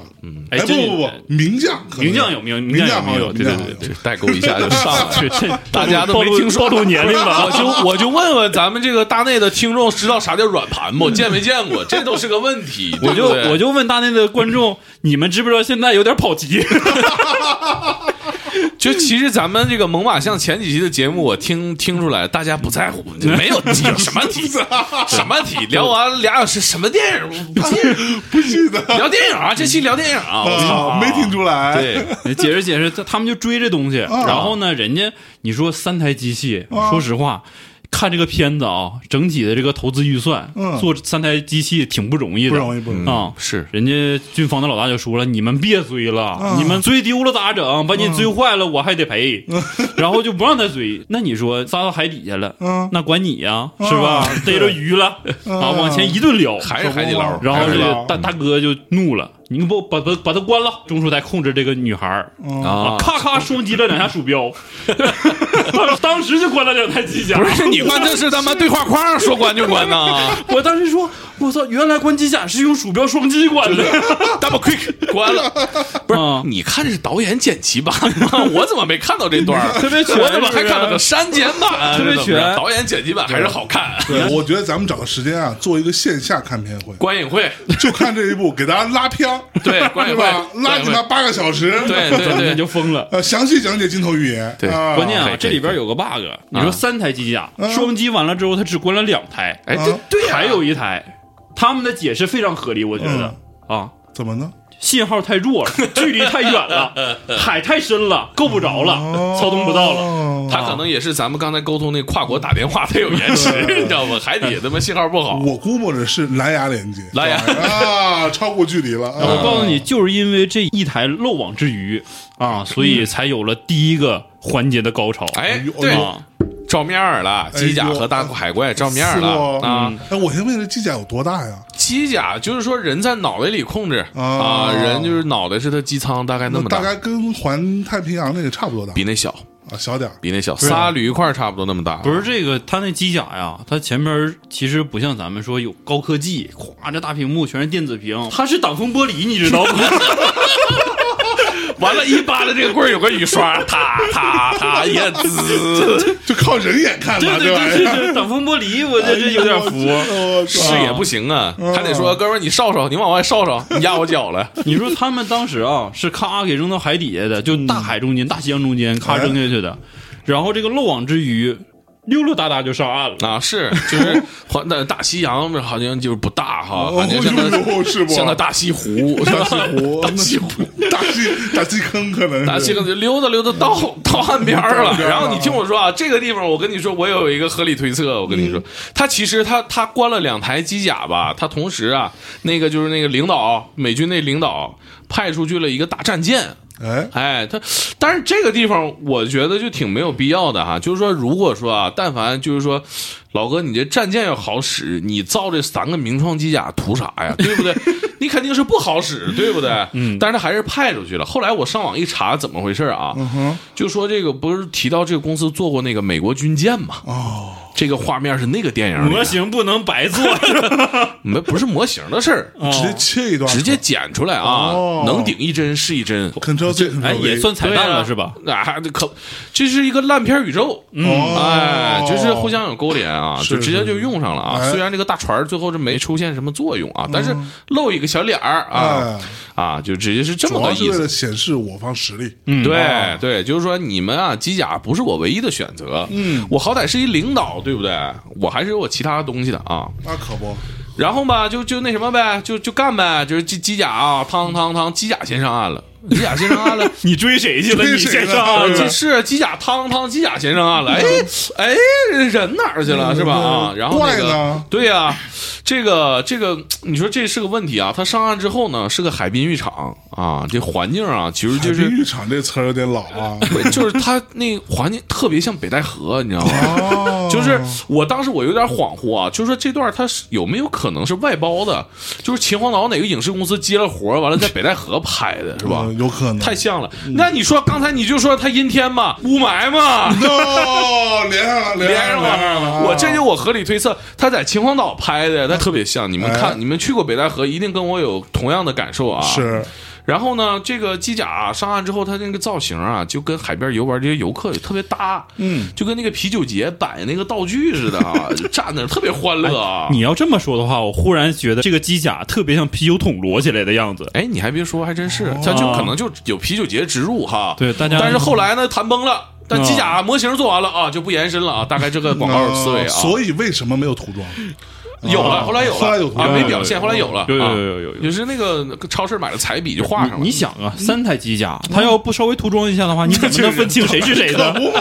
C: 哎
A: 哎，不
C: 真有
A: 不不不，名将可能，
C: 名将有名
A: 名
C: 将
A: 将好
C: 有
A: 名
C: 对对
A: 将
C: 对
A: 好
C: 对，
B: 代沟一下就上 来了。
C: 这这
B: 大家都没听说
C: 暴露暴露年龄了啊
B: 我就我就问问咱们这个大内的听众，知道啥叫软盘不？见没见过？这都是个问题。
C: 我就
B: 对不对
C: 我就问大内的观众， 你们知不知道现在有点跑题？
B: 就其实咱们这个猛犸象前几期的节目，我听听出来大家不在乎，没 有题有什么题，什么题聊完俩小时，什么电影？不记
A: 不记得
B: 聊电影啊，这期聊电影啊，我操！
C: 哦
A: 啊，没听出来。
B: 对，
C: 解释解释，他他们就追这东西，
A: 啊
C: 然后呢，人家你说三台机器，说实话。看这个片子啊，整体的这个投资预算，
A: 嗯
C: 做三台机器挺不容易的，
A: 不容易不容易
C: 啊、
B: 是
C: 人家军方的老大就说了：“你们别追了，
A: 嗯
C: 你们追丢了咋整？把你追坏了，我还得赔。
A: 嗯
C: 然后就不让他追。那你说扎到海底下了，
A: 嗯
C: 那管你呀、是吧？逮着鱼了啊，往前一顿撩，
B: 还是海底捞，
C: 然后
B: 还
C: 这
B: 是海底
C: 个大大哥就怒了，你给我把把把他关了。中树在控制这个女孩儿
B: 捞啊。
C: 咔 咔双击了两下鼠标，当时就关了两台机甲。
B: 不是你关，这是他妈对话框上说关就关 呐，
C: 我当时说，我操，原来关机甲是用鼠标双击关的。
B: double quick 关了。不是
C: 啊，
B: 你看这是导演剪辑版吗？ 我怎么没看到这段儿？
C: 特别 全
B: 我怎么还
C: 是不是啊
B: 看到个删减版？
C: 特别
B: 这怎么着
C: 全
B: 导演剪辑版还是好看。
A: 对，我觉得咱们找个时间啊，做一个线下看片 会，
B: 观影会，
A: 就看这一部，给大家拉片儿，
B: 对观
A: 是
B: 影会
A: 吧？，拉
B: 观
A: 你
B: 影
A: 妈
B: 会
A: 八个小时，
B: 对对
C: 那
B: 对，
C: 就疯了。
A: 呃，详细讲解镜头语言，
B: 对
A: 啊
C: 关键
B: 可以可
C: 啊，
B: 以
C: 这里边有个 bug，你
B: 啊
C: 说三台机甲双击完了之后，他只关了两台，
B: 哎，这
A: 啊
B: 对呀嗯
C: 还有一台，他们的解释非常合理，我觉得啊。
A: 怎么呢？
C: 信号太弱了，距离太远了，海太深了，够不着
A: 哦
C: 了，啊操纵不到了。
A: 了。
B: 他可能也是咱们刚才沟通那跨国打电话，它有 延迟，
A: 啊
B: 你知道吗？海底他妈信号不好，
A: 我估摸着是蓝牙连接，
B: 蓝牙
A: 啊，超过距离了。
C: 我
A: 啊
C: 告诉你，就是因为这一台漏网之鱼啊，所以才有了第一个环节的高潮。
B: 哎
A: 呦，
B: 对
A: 哎，
C: 啊，
B: 照面儿了，机甲
A: 哎呦
B: 和大海怪照面儿
A: 是
B: 了
A: 不
B: 啊。
A: 哎，我先问这机甲有多大呀？
B: 机甲就是说人在脑袋里控制
A: 啊
B: 啊，人就是脑袋是他机舱大概那么
A: 大
B: 大，
A: 概跟环太平洋那个差不多大
B: 比那小，
A: 啊，小点儿。
B: 比那小，仨铝一块儿差不多那么大。
C: 不是这个，它那机甲呀，它前面其实不像咱们说有高科技，咵这大屏幕全是电子屏，它是挡风玻璃，你知道吗？
B: 完了，一扒拉这个棍儿有个雨刷，啪啪啪，也滋，
A: 就靠人眼看
C: 对
A: 了，
C: 对
A: 吧？
C: 对对对，挡风玻璃，我这这有点 服。
A: 我操
B: 视野不行啊，
A: 嗯
B: 还得说哥们儿你烧烧，你往外烧烧，你压我脚了。
C: 你说他们当时啊，是咔给扔到海底下的，就大海中间、大西洋中间咔扔下去的，然后这个漏网之鱼溜溜达达就上岸了。
B: 啊，是，就是环那大西洋好像就是不大哈，感觉像
A: 哦呦呦是
B: 个
A: 不
B: 像个大西湖，
A: 大西湖，
B: 大西湖，
A: 大西大西坑可能是
B: 大西啊可能就溜达溜达到到岸边儿了。然后你听我说啊，这个地方我跟你说，我有一个合理推测，我跟你说，他其实他他关了两台机甲吧，他同时啊，那个就是那个领导，美军那领导派出去了一个大战舰。
A: 哎，
B: 哎，他，但是这个地方我觉得就挺没有必要的哈。就是说，如果说啊，但凡就是说，老哥，你这战舰要好使，你造这三个名创机甲图啥呀？对不对？你肯定是不好使，对不对？嗯。但是他还是派出去了。后来我上网一查，怎么回事啊？嗯
A: 哼，
B: 就说这个不是提到这个公司做过那个美国军舰嘛？哦，这个画面是那个电影里啊
C: 模型不能白做，
B: 没不是模型的事儿，
A: 直接切一段，
B: 哦直接剪出来啊，
A: 哦
B: 能顶一帧是一帧。
A: Ctrl C Ctrl
C: 哎，也
A: V
C: 算彩蛋
B: 对
C: 了、
B: 啊
C: 是吧？？嗯
B: 啊，这可这是一个烂片宇宙，
A: 哦
B: 哎，就是互相有勾连啊，
A: 是
B: 就直接就用上了啊
A: 是。是嗯
B: 虽然这个大船最后是没出现什么作用啊，但是露一个小脸儿啊
A: 哎
B: 啊，就直接是这
A: 主
B: 么
A: 要
B: 个
A: 是
B: 意
A: 为了
B: 思。嗯
A: 显示我方实力。
C: 嗯哦
B: 对对，就是说你们啊，机甲不是我唯一的选择。嗯，我好歹是一领导，对不对？我还是有我其他东西的啊。
A: 那可不，
B: 然后吧，就就那什么呗，就就干呗，就是机机甲啊，汤汤汤，机甲先上岸了，机甲先上岸了。
C: 你追谁 去了？
A: 追
C: 你
A: 谁
C: 先
A: 了
C: 上岸
A: 对
B: 这
A: 吧
C: 了。嗯
B: 是啊机甲汤汤机甲先上岸了，哎哎，人哪儿去了是吧？啊，然后那
A: 怪
B: 个
A: 呢
B: 对呀、这个这个，你说这是个问题啊。他上岸之后呢，是个海滨浴场啊，这环境啊，其实就
A: 海滨
B: 是
A: 浴场这词儿有点老 啊。
B: 就是他那环境特别像北戴河，你知道吗？
A: 哦，
B: 就是我当时我有点恍惚啊，就是说这段它是有没有可能是外包的？就是秦皇岛哪个影视公司接了活儿，完了在北戴河拍的是吧
A: 嗯？有可能
B: 太像了。那你说刚才你就说它阴天嘛，雾霾嘛，
A: 哦，连上了，啊上
B: 连上
A: 了，连上
B: 了。
A: 了。
B: 我这就我合理推测，他在秦皇岛拍的，他特别像。你们
A: 哎
B: 看，你们去过北戴河，一定跟我有同样的感受啊。。
A: 是
B: 然后呢，这个机甲、上岸之后，它那个造型啊，就跟海边游玩这些游客也特别搭，嗯，就跟那个啤酒节摆那个道具似的 啊，就站那儿特别欢乐
A: 哎
B: 啊。
C: 你要这么说的话，我忽然觉得这个机甲特别像啤酒桶摞起来的样子。
B: 哎，你还别说，还真是，
A: 哦
B: 它就可能就有啤酒节植入哈。
C: 对大家
B: 但是后来呢，谈崩了。但机甲模型做完了啊，就不延伸了啊，大概这个广告思维啊，
A: 那所以为什么没有涂装？
B: 有了，后来有了，
A: 哦后来有涂嗯
B: 啊，
A: 装
B: 没表现，后来有了，
C: 有有
B: 啊
C: 有有有有
B: 就是那个超市买了彩笔就画上了。
C: 你想啊，三台机甲，它要不稍微涂装一下的话，你怎么能分清谁是 谁
A: 可
C: 呢？
A: 不嘛，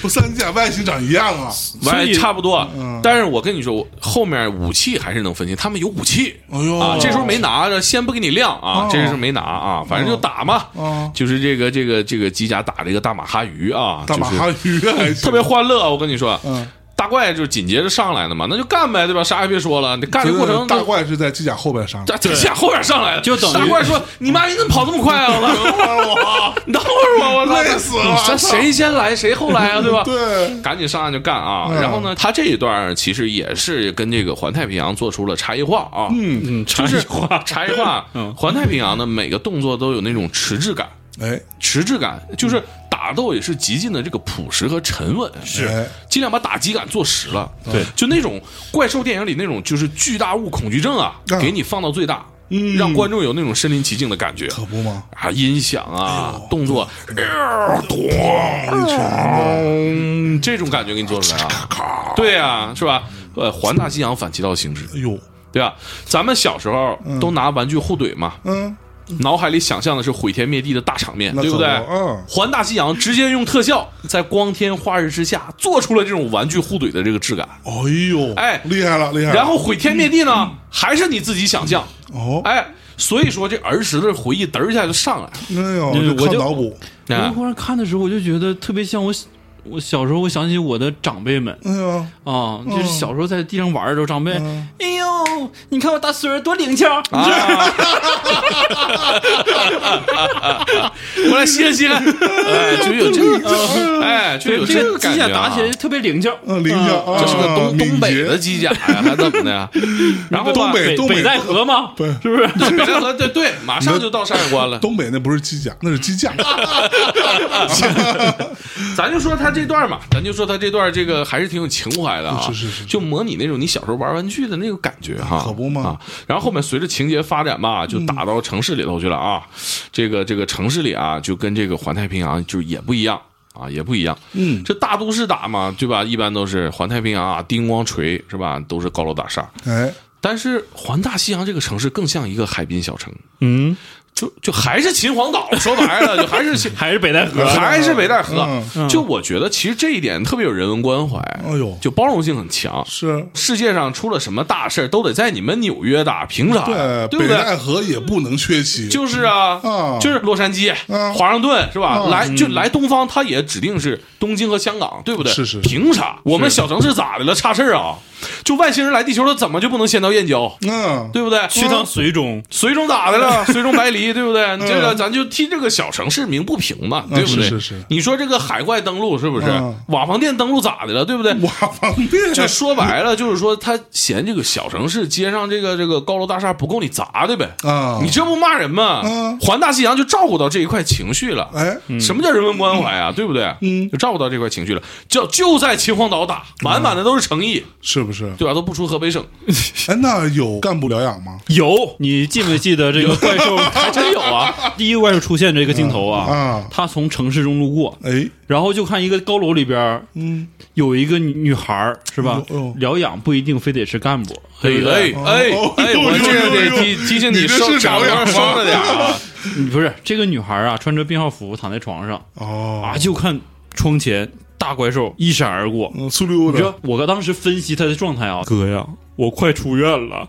A: 不三甲外形长一样啊。
B: 完
C: 所以
B: 哎差不多，
A: 嗯
B: 但是我跟你说，我后面武器还是能分清，他们有武器
A: 哎呦
B: 啊，这时候没拿着，先不给你亮啊
A: 哦，
B: 这是没拿啊，反正就打嘛
A: 哦，
B: 就是这个这个这个机甲打这个大马哈鱼啊，
A: 大马
B: 就是
A: 哈鱼还行
B: 特别欢乐，我跟你说
A: 嗯，
B: 大怪就是紧接着上来的嘛，那就干呗，对吧？啥也别说了，你干这过程
A: 大。怪是在机甲后边上的。
B: 大大家后边上来的，
C: 就等于
B: 大怪说：“你妈，你怎么跑这么快啊？”我操
A: 我
B: 你等会儿我，我操，
A: 累死了
B: 你说谁先来谁后来啊，对吧？
A: 对
B: 赶紧上岸就干啊！
A: 嗯
B: 然后呢，他这一段儿其实也是跟这个环太平洋做出了差异化啊，嗯，
C: 嗯，差
B: 就是
C: 异化，
B: 差异化。环太平洋的每个动作都有那种迟滞感，
A: 哎，
B: 迟滞感就是打斗也是极尽的这个朴实和沉稳，
A: 哎
B: 尽量把打击感做实了。
C: 对
B: 就那种怪兽电影里那种就是巨大物恐惧症啊
A: 啊，嗯
B: 给你放到最大，让观众有那种身临其境的感觉。
A: 可不哎嗯嘛，
B: 啊，音响啊，动作，
A: 一拳
B: 嗯，这种感觉给你做出来啊，对啊，是吧？呃，环大西洋反其道行之，
A: 哎呦，
B: 对吧？咱们小时候都拿玩具互怼嘛，
A: 嗯，
B: 脑海里想象的是毁天灭地的大场面，
A: 那
B: 对不对？
A: 可不嗯
B: 环大西洋直接用特效，在光天化日之下做出了这种玩具互怼的这个质感，
A: 哎呦，
B: 哎
A: 厉害了，厉害了。
B: 然后毁天灭地呢，还是你自己想象，
A: 哦，
B: 哎，所以说这儿时的回忆嘚儿一下就上来了。
A: 哎呦，
C: 嗯
A: 这
C: 我
A: 靠
C: 就
A: 脑补，
C: 我
B: 哎
C: 忽然看的时候，我就觉得特别像我小我小时候，我想起我的长辈们
A: 哎呦，
C: 啊，就是小时候在地上玩的时候，长辈，
A: 嗯
C: 哎呦，你看我大孙儿多灵巧，
B: 啊！过来 歇歇，哎，就有这个，哎，就有
C: 这
B: 个
C: 个
B: 感
C: 机
B: 觉啊
C: 甲打起来特别灵巧。
A: 嗯，灵巧，啊
B: 这是个东东北的，机甲呀，还怎么的 呀？然后吧
A: 东北
C: 北
A: 东北
C: 北戴河嘛，
A: 对
C: 是不是？
B: 对北戴河，对对，马上就到山海关了
A: 敏捷。东北那不是机甲，那是机架。
B: 啊 咱就说他这段嘛，咱就说他这段这个还是挺有情怀的啊，
A: 是是是
B: 就模拟那种你小时候玩玩具的那个感觉哈，
A: 可不嗯嘛
B: 啊，然后后面随着情节发展吧，就打到城市里头去了啊，这个这个城市里啊，就跟这个环太平洋就也不一样。啊，也不一样，
A: 嗯，
B: 这大都市打嘛，对吧？一般都是环太平洋啊，叮咣锤是吧？都是高楼大厦，
A: 哎，
B: 但是环大西洋这个城市更像一个海滨小城，
C: 嗯，
B: 就就还是秦皇岛，说白了就还是秦
C: 还是北戴河。
B: 还是北戴河
A: 嗯。
B: 就我觉得，其实这一点特别有人文关怀，
A: 哎呦
B: 就包容性很强。
A: 是。
B: 世界上出了什么大事儿都得在你们纽约打，凭啥？
A: 对，
B: 对不
A: 哎北
B: 对？
A: 戴河也不能缺席。
B: 就是啊，
A: 啊
B: 就是洛杉矶、
A: 啊
B: 华盛顿是吧？
A: 啊
B: 来
C: 嗯
B: 就来东方，它也指定是东京和香港，对不对？
A: 是是
B: 凭啥？我们小城市咋的了？差事儿啊？就外星人来地球了，怎么就不能先到燕郊？
A: 嗯，
B: 对不对？
C: 去趟绥中，
B: 绥中咋 的了？绥中白梨，对不对？这个咱就替这个小城市鸣不平嘛，对不对？
A: 嗯是是是
B: 你说这个海怪登陆是不是
A: 嗯？
B: 瓦房店登陆咋的了？对不对？
A: 哇，方便，
B: 就说白了，就是说他嫌这个小城市街上这个这个高楼大厦不够你砸的呗。
A: 啊
B: 你这不骂人吗
A: 嗯？
B: 环大西洋就照顾到这一块情绪了。
A: 哎，
B: 什么叫人文关怀啊？对不对？嗯，就照顾到这块情绪了。就就在秦皇岛打，满满的都是诚意，
A: 是不 是？
B: 对吧？都不出河北省。
A: 哎，那有干部疗养吗？
C: 有你记没记得这个怪兽开真 有啊！第一个怪兽出现这个镜头啊，
A: 啊
C: 他从城市中路过，
A: 哎，
C: 然后就看一个高楼里边儿
A: 嗯，
C: 有一个女女孩儿是吧
A: 哎呦哎呦？
C: 疗养不一定非得是干部，对不
B: 哎
C: 对？
B: 哎
A: 哦
B: 哎！我这
A: 呦呦
B: 个
A: 呦
B: 得提提醒
A: 你这
B: 收
A: 是
B: 掌
A: 疗养
B: 声收着点儿啊！
C: 你 不是这个女孩儿啊，穿着病号服躺在床上
A: 哦
C: 啊，，就看窗前大怪兽一闪而过。
A: 嗯，速溜
C: 你
A: 的
C: 说，我当时分析她的状态啊，哥呀，我快出院 了，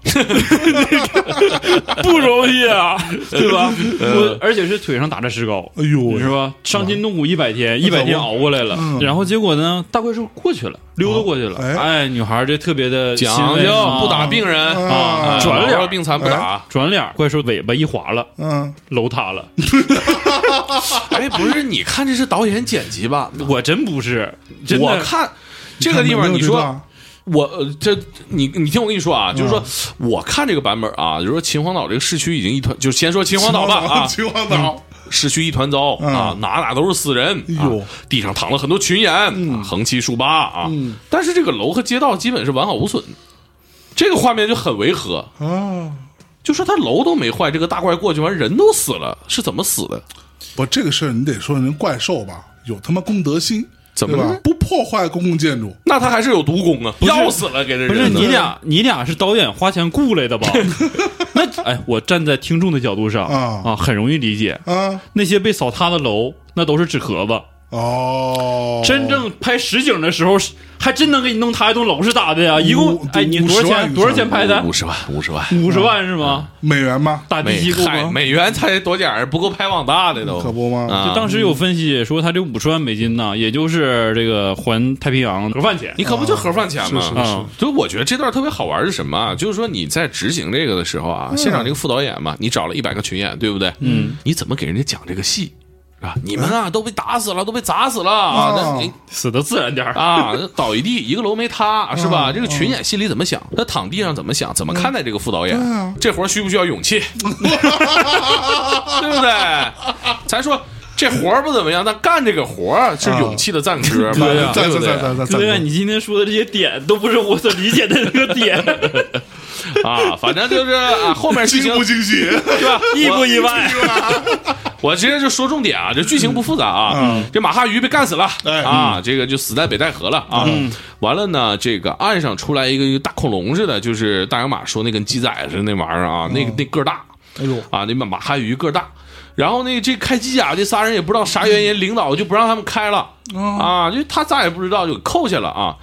C: 不容易 啊，对吧？
B: 嗯
C: 我而且是腿上打着石膏，
A: 哎呦，
C: 是吧？伤筋动骨一百天，一百天熬过来了
A: 嗯，
C: 然后结果呢，大怪兽过去了，溜达过去了。
A: 哎
C: 哎，女孩这特别的
B: 哦讲
C: 欣慰
B: 究
C: 啊
B: 不打病人
A: 啊
B: 啊，
C: 转脸
B: 老弱病残不打。
C: 转脸，怪兽尾巴一划了，
A: 嗯，
C: 楼塌了。
B: 哎，不是，你看这是导演剪辑吧？
C: 我真不是，真的
B: 我看这个地
A: 你看没
B: 方，
A: 有
B: 你
A: 这
B: 说
A: 段
B: 我呃这你你听我跟你说啊，就是说我看这个版本啊，就是说秦皇岛这个市区已经一团，就先说秦皇岛吧啊，
A: 秦皇岛，
B: 市区一团糟
A: 嗯
B: 啊，哪哪都是死人，
A: 哎呦嗯
B: 啊，地上躺了很多群演，啊横七竖八啊，但是这个楼和街道基本是完好无损，这个画面就很违和。嗯
A: 啊，
B: 就说他楼都没坏，这个大怪过去完人都死了，是怎么死的？
A: 不，这个事儿你得说人怪兽吧，有他妈公德心，
B: 怎么
A: 对吧
B: 了？
A: 不破坏公共建筑，
B: 那他还是有毒功啊，
C: 是
B: 要死了给这人
C: 不是
B: 呢
C: 你俩，你俩是导演花钱雇来的 吧？那哎，我站在听众的角度上
A: 啊
C: 啊，很容易理解。
A: 啊，
C: 那些被扫塌的楼，那都是纸盒子。
A: 哦，
C: 真正拍实景的时候，是还真能给你弄塌一栋楼是咋的呀？一
A: 五
C: 共
A: 五
C: 哎，你多少
A: 50万
C: 钱？多少钱拍的
B: 五？十万，五十万，
C: 五十万是吗？
A: 美元吗？
C: 打地
B: 美
C: 基构
B: 嗨
C: 吗？
B: 美元才多点儿，不够拍网大的都，
A: 可不吗
B: 啊
C: 就当时有分析说，他这五十万美金呢，也就是这个还太平洋盒饭钱
B: 你可不就盒饭钱吗？嗯
A: 是是
C: 啊。
B: 所以我觉得这段特别好玩是什么啊？就是说你在执行这个的时候啊，现场这个副导演嘛，你找了一百个群演，对不对？嗯，你怎么给人家讲这个戏？啊！你们啊，都被打死了，都被砸死了啊！那你
C: 死的自然点儿。
B: 啊，那倒一地，一个楼没塌，是吧？
A: 嗯
B: 这个群演心里怎么想？他躺地上怎么想？怎么看待这个副导演
A: 对啊？
B: 这活儿需不需要勇气？ 对不对？咱说这活儿不怎么样，但干这个活儿是勇气的赞歌吧，
C: 对啊
A: 赞
B: 对 不
A: 赞赞
B: 对？
A: 赞赞
C: 哥呀，
A: 赞！
C: 你今天说的这些点都不是我所理解的那个点，
B: 啊，反正就是啊，后面 剧情
A: 惊不惊喜？
B: 对 吧？
C: 意不意外？啊
B: 我直接就说重点啊，这剧情不复杂啊
A: 嗯。
B: 这马哈鱼被干死了
A: 哎
C: 嗯
B: 啊，这个就死在北戴河了啊。完了呢，这个岸上出来一个大恐龙似的，就是大洋马说那跟鸡仔似的那玩意儿啊，那个
C: 嗯
B: 那个儿大
A: 哎呦，
B: 啊，那马马哈鱼个儿大。然后呢，这开机甲这仨人也不知道啥原因，领导就不让他们开了
A: 嗯
B: 啊，因为他咋也不知道就给扣下了啊。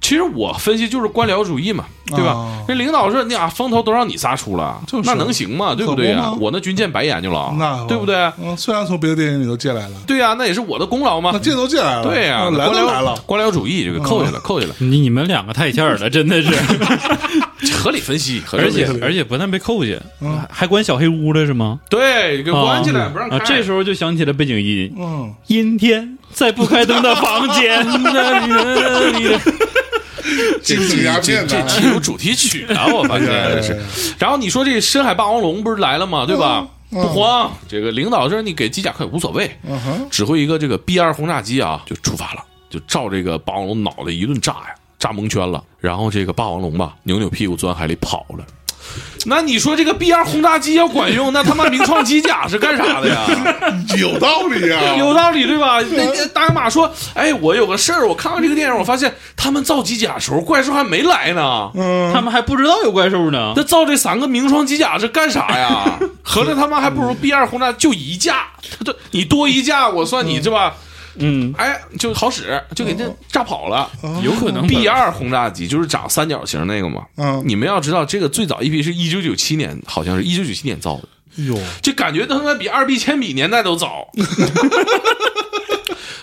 B: 其实我分析就是官僚主义嘛，对吧
A: 啊？
B: 这领导说你啊，风头都让你仨出了，
A: 就是
B: 那能行吗？对不对
A: 可
B: 呀
A: 不？吗
B: 我那军舰白研究了，
A: 那
B: 对不对？
A: 嗯，虽然从别的电影里头借来了，
B: 对呀、那也是我的功劳
A: 那
B: 嘛。
A: 借都借来了，
B: 啊对呀、
A: 啊来都
B: 官僚
A: 来了，嗯
B: 官僚主义这个扣下了，扣下了，
C: 你你们两个太欠儿了，真的是，
B: 合理分析，合理
C: 而
B: 分析
C: 且而且 不但被扣下，还还关小黑屋了是吗？
B: 对给关起来、
C: 啊
B: 不让开。
C: 啊！这时候就想起了背景音，
A: 嗯，
C: 阴天在不开灯的房 间。
A: 惊喜鸦片
B: 这
A: 呢？
B: 这有主题曲啊，我发现
A: 哎
B: 这是。然后你说这深海霸王龙不是来了吗？对吧？
A: 嗯嗯
B: 不慌，这个领导说你给机甲快也无所谓，
A: 嗯哼，
B: 指挥一个这个 B 二轰炸机啊，就出发了，就照这个霸王龙脑袋一顿炸呀，炸蒙圈了。然后这个霸王龙吧，扭扭屁股钻海里跑了。那你说这个 B 二轰炸机要管用，那他妈名创机甲是干啥 的呀？
A: 嗯有道理啊呀，
B: 有道理对吧？那那大洋马说，哎，我有个事儿，我看完这个电影，我发现他们造机甲的时候，怪兽还没来呢。
A: 嗯，
C: 他们还不知道有怪兽呢。
B: 那造这三个名创机甲是干啥呀？合着他妈还不如 B 二轰炸就一架，这你多一架，我算你这吧？
C: 嗯，
B: 哎，就好使，就给这炸跑了。
C: 有可能
B: B 二轰炸机就是长三角形那个嘛。
A: 嗯
B: 你们要知道，这个最早一批是一九九七年，好像是一九九七年造的，
A: 有
B: 就感觉他妈比二 B 铅笔年代都早。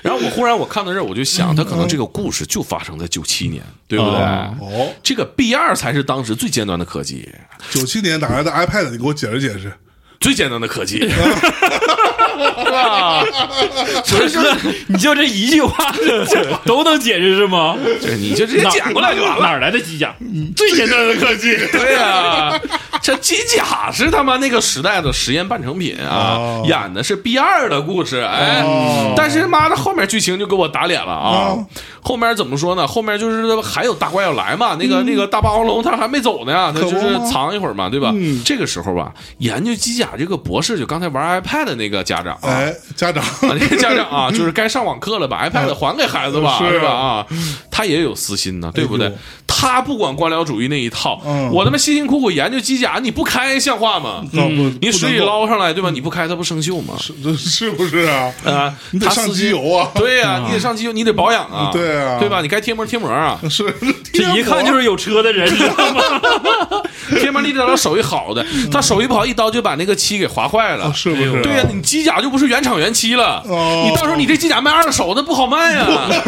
B: 然后我忽然我看到这儿，我就想，他可能这个故事就发生在九七年，对不对？
C: 哦
A: 哦，
B: 这个 B 二才是当时最尖端的科技，
A: 九七年打来的 iPad，你给我解释解释。
B: 最尖端的科技， 是吧？所以说，
C: 你就这一句话 都能解释是吗？
B: 这你就直接捡过来就完了。
C: 哪儿来的机甲？最简单的科技。
B: 对啊呀、 这机甲是他妈那个时代的实验半成品啊，
A: 哦
B: 演的是 B 二的故事，哎，
A: 哦
B: 但是妈的后面剧情就给我打脸了啊！
A: 哦
B: 后面怎么说呢？后面就是还有大怪要来嘛，那个、那个大霸王龙他还没走呢呀，他
A: 嗯可
B: 就
A: 不
B: 是
A: 嘛
B: 藏一会儿嘛，对吧？
A: 嗯
B: 这个时候吧，研究机甲这个博士，就刚才玩 iPad 的那个家长啊，
A: 哎，家 长，
B: 啊，这个 家长啊，就是该上网课了，把 iPad 还给孩子吧，
A: 是啊
B: 是吧？啊，他也有私心呢，对不
A: 哎
B: 对
A: 呦？
B: 他不管官僚主义那一套
A: 嗯，
B: 我他妈辛辛苦苦研究机甲，你不开像话吗？
A: 那不
C: 嗯
B: 你
A: 不
B: 水
A: 能
B: 里
A: 够
B: 捞上来，对吧？你不开它不生锈吗？
A: 是 这是不是啊？
C: 呃
B: 啊，
A: 你得
B: 他
A: 上
B: 私
A: 机
B: 心。
A: 油啊，
B: 对呀、你得上机油，你得保养啊，
A: 对啊
B: 对吧？你该贴膜贴膜啊，
A: 是
C: 这一看就是有车的人， 你知道吗？
B: 贴膜你得找手艺好的，他手艺不好，一刀就把那个漆给划坏了。
A: 嗯是不是啊？
B: 对呀、你机甲就不是原厂原漆了，
A: 哦
B: 你到时候你这机甲卖二手，那不好卖啊呀、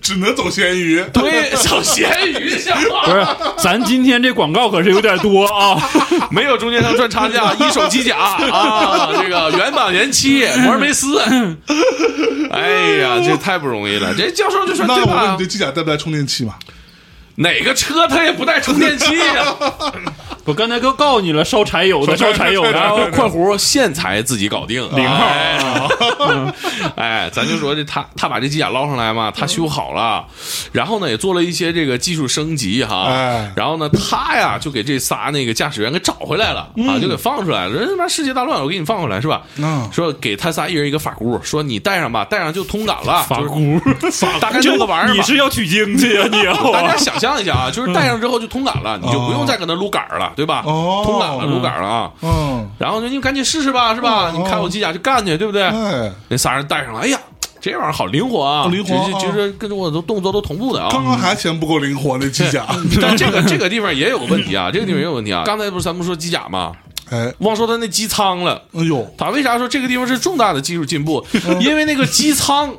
A: 只能走咸鱼。
C: 啊
B: 对，小咸鱼，像话
C: 不是，咱今天这广告可是有点多啊。
B: 没有中间商赚差 价，一手机甲啊，这个原版原漆，摩尔梅 斯。哎呀，这太不容易了。这教授就说
A: 那
B: 对
A: 我问
B: 吧
A: 你，这？机甲带不带充电器嘛？
B: 哪个车它也不带充电器啊呀？
C: 我刚才都告诉你了，烧柴 油的，烧柴油
B: 然后
C: 的。
B: 快活线材自己搞定，零号。 哎，咱就说这他他把这机甲捞上来嘛，他修好了，然后呢也做了一些这个技术升级哈
A: 哎，
B: 然后呢他呀就给这仨那个驾驶员给找回来了啊，就给放出来了，人他妈世界大乱，我给你放回来是吧？
A: 嗯
B: 说给他仨一人一个法箍，说你戴上吧，戴上就通感 了，
C: 法
B: 就是
C: 箍，
B: 大概这个玩意儿
C: 你
B: 吧。
C: 是要取经去呀？你
B: 大家
C: 要
B: 想象一下啊，就是戴上之后就通感了，你就不用再跟他撸杆儿了，对吧？
A: 哦
B: 通感了，撸杆儿了啊。
A: 嗯，
B: 然后就你赶紧试试吧，是吧？
A: 哦
B: 你看我机甲去干去，对
C: 啊
B: 不对？
A: 哎，
B: 那仨人戴上了，哎呀，这玩意儿好灵活啊，
A: 哦灵活
B: 就是就是跟着我的动作都同步的
A: 刚
B: 啊。
A: 刚还嫌不够灵活那机甲，
C: 嗯
B: 但这个这个地方也有个问题啊，这个地方也有问题啊。刚才不是咱们说机甲吗？
A: 哎，
B: 忘说他那机舱了。
A: 哎呦，
B: 他为啥说这个地方是重大的技术进步？
A: 嗯
B: 因为那个机舱，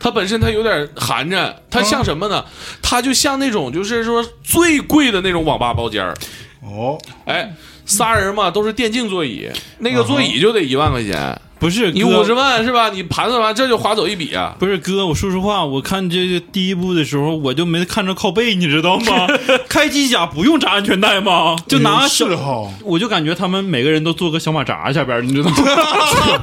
B: 它本身它有点寒碜，它
A: 嗯
B: 像什么呢？它就像那种就是说最贵的那种网吧包间儿。
A: 哦，
B: 哎，仨人嘛都是电竞座椅，那个座椅就得一万块钱，
C: 不是
B: 你
C: 哥
B: 五十万是吧？你盘算完这就划走一笔 啊。
C: 不是哥，我说实话，我看这个第一部的时候，我就没看着靠背，你知道 吗？开机甲不用扎安全带吗？就拿手，
A: 哎是哈，
C: 我就感觉他们每个人都做个小马扎下边儿，你知道 吗？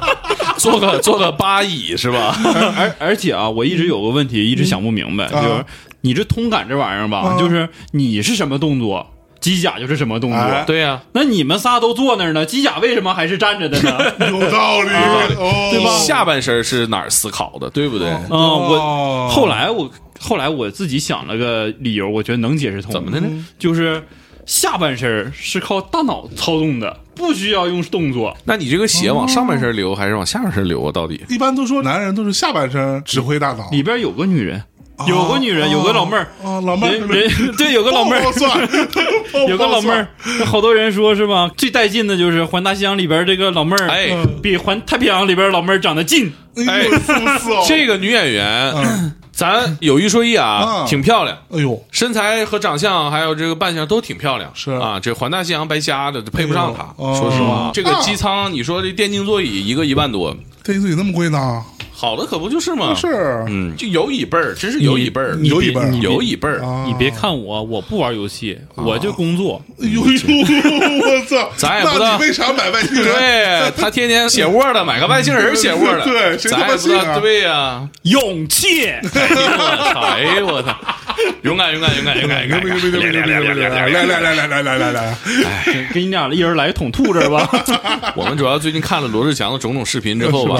B: 做个做个八椅是吧？
C: 而而且啊，我一直有个问题，一直想不明白，
A: 啊
C: 就是你这通感这玩意儿吧，
A: 啊
C: 就是你是什么动作，机甲就是什么动作。
A: 哎
B: 对呀、
C: 那你们仨都坐那儿呢，机甲为什么还是站着的呢？
A: 有 道理，哦，
C: 啊对吧
B: 下半身是哪儿思考的，对不对？
C: 嗯，我
A: 哦
C: 后来我后来我自己想了个理由，我觉得能解释通。
B: 怎么的呢？
C: 就是下半身儿是靠大脑操纵的，不需要用动作。
B: 那你这个血往上半身流还是往下半身流啊？到底？
A: 一般都说男人都是下半身指挥大脑，
C: 里边有个女人，有个女人，有个老妹儿，
A: 啊，哦老妹
C: 人
A: 儿，
C: 人 对，有个老妹
A: 包包。
C: 儿
A: 蒜
C: 有个老妹儿，好多人说是吧？最带劲的就是环大西洋里边这个老妹儿，
B: 哎，
C: 比环太平洋里边老妹儿长得近。
A: 包蒜哎呦，肤色哦，
B: 这个女演员，
A: 嗯
B: 咱有一说一啊，
A: 嗯
B: 挺漂亮。
A: 哎呦，
B: 身材和长相，还有这个扮相都挺漂亮，
A: 是
B: 啊，这环大西洋白瞎的配不上她。
A: 哎呦哦
B: 说实话，这个
A: 啊
B: 机舱，你说这电竞座椅一个一万多，
A: 电影怎么那么贵呢？
B: 好的可不就是吗？
A: 是，
B: 嗯，就有椅背儿，真是有椅背儿，
A: 你有椅背儿
B: 有椅背儿。
A: 啊
C: 你别看我，我不玩游戏，我就工作。
A: 哎呦呦，我操！
B: 咱也不知道
A: 那你为啥买外星人？
B: 对他天天写 Word 的，买个外星人写 Word 的，
A: 对谁他
B: 咱
A: 妈
B: 也不知
A: 信啊
B: 道，对呀，
C: 勇 气，
B: 我操！哎呦我操！勇敢，勇敢，勇敢，勇敢，
A: 牛逼牛逼牛逼牛逼牛逼牛逼！来来来来来来来来，
C: 给你俩一人来一桶吐这儿 吧。
B: 我们主要最近看了罗志祥的种种视频之后吧，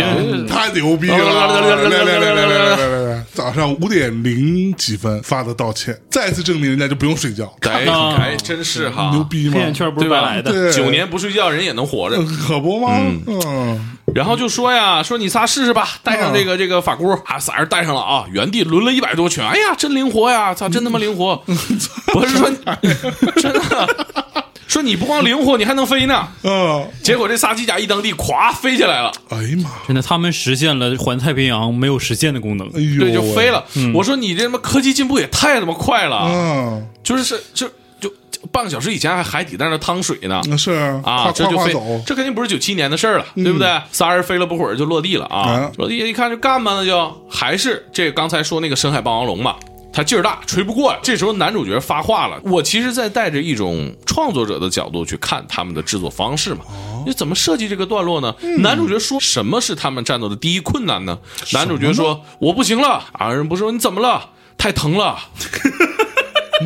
A: 太牛逼了！来来来来来来来！早上五点零几分发的道歉，再次证明人家就不用睡觉，
B: 哎，哎，真是哈，
A: 牛！逼
C: 黑
A: 吗？
C: 眼圈不是白来的。
A: 对
B: 九年不睡觉，人也能活着。
A: 可不吗？嗯，
B: 然后就说呀，说你仨试试吧，带上这个这个法箍啊，仨人带上了啊，原地抡了一百多拳，哎呀，真灵活呀，操，真他妈灵活！不是说真的，说你不光灵活，你还能飞呢。
A: 嗯，
B: 结果这仨机甲一蹬地，咵飞起来了，
A: 哎呀妈，
C: 真的，他们实现了环太平洋没有实现的功能。
A: 哎呦，
B: 对，就飞。了。我说你这他妈科技进步也太他妈快了，
A: 嗯，
B: 就是是就就就半个小时以前还海底在那趟水呢。
A: 那是
B: 啊，
A: 夸
B: 这就
A: 夸
B: 飞
A: 走，，
B: 这肯定不是九七年的事儿了，对不对？仨人飞了不会儿就落地了啊
A: 嗯，
B: 落地一看就干吧，那就还是这刚才说那个深海霸王龙嘛，他劲儿大，吹不过呀。这时候男主角发话了，我其实在带着一种创作者的角度去看他们的制作方式嘛。你怎么设计这个段落呢？男主角说什么是他们战斗的第一困难呢？男主角说我不行了，二人不说你怎么了？太疼了，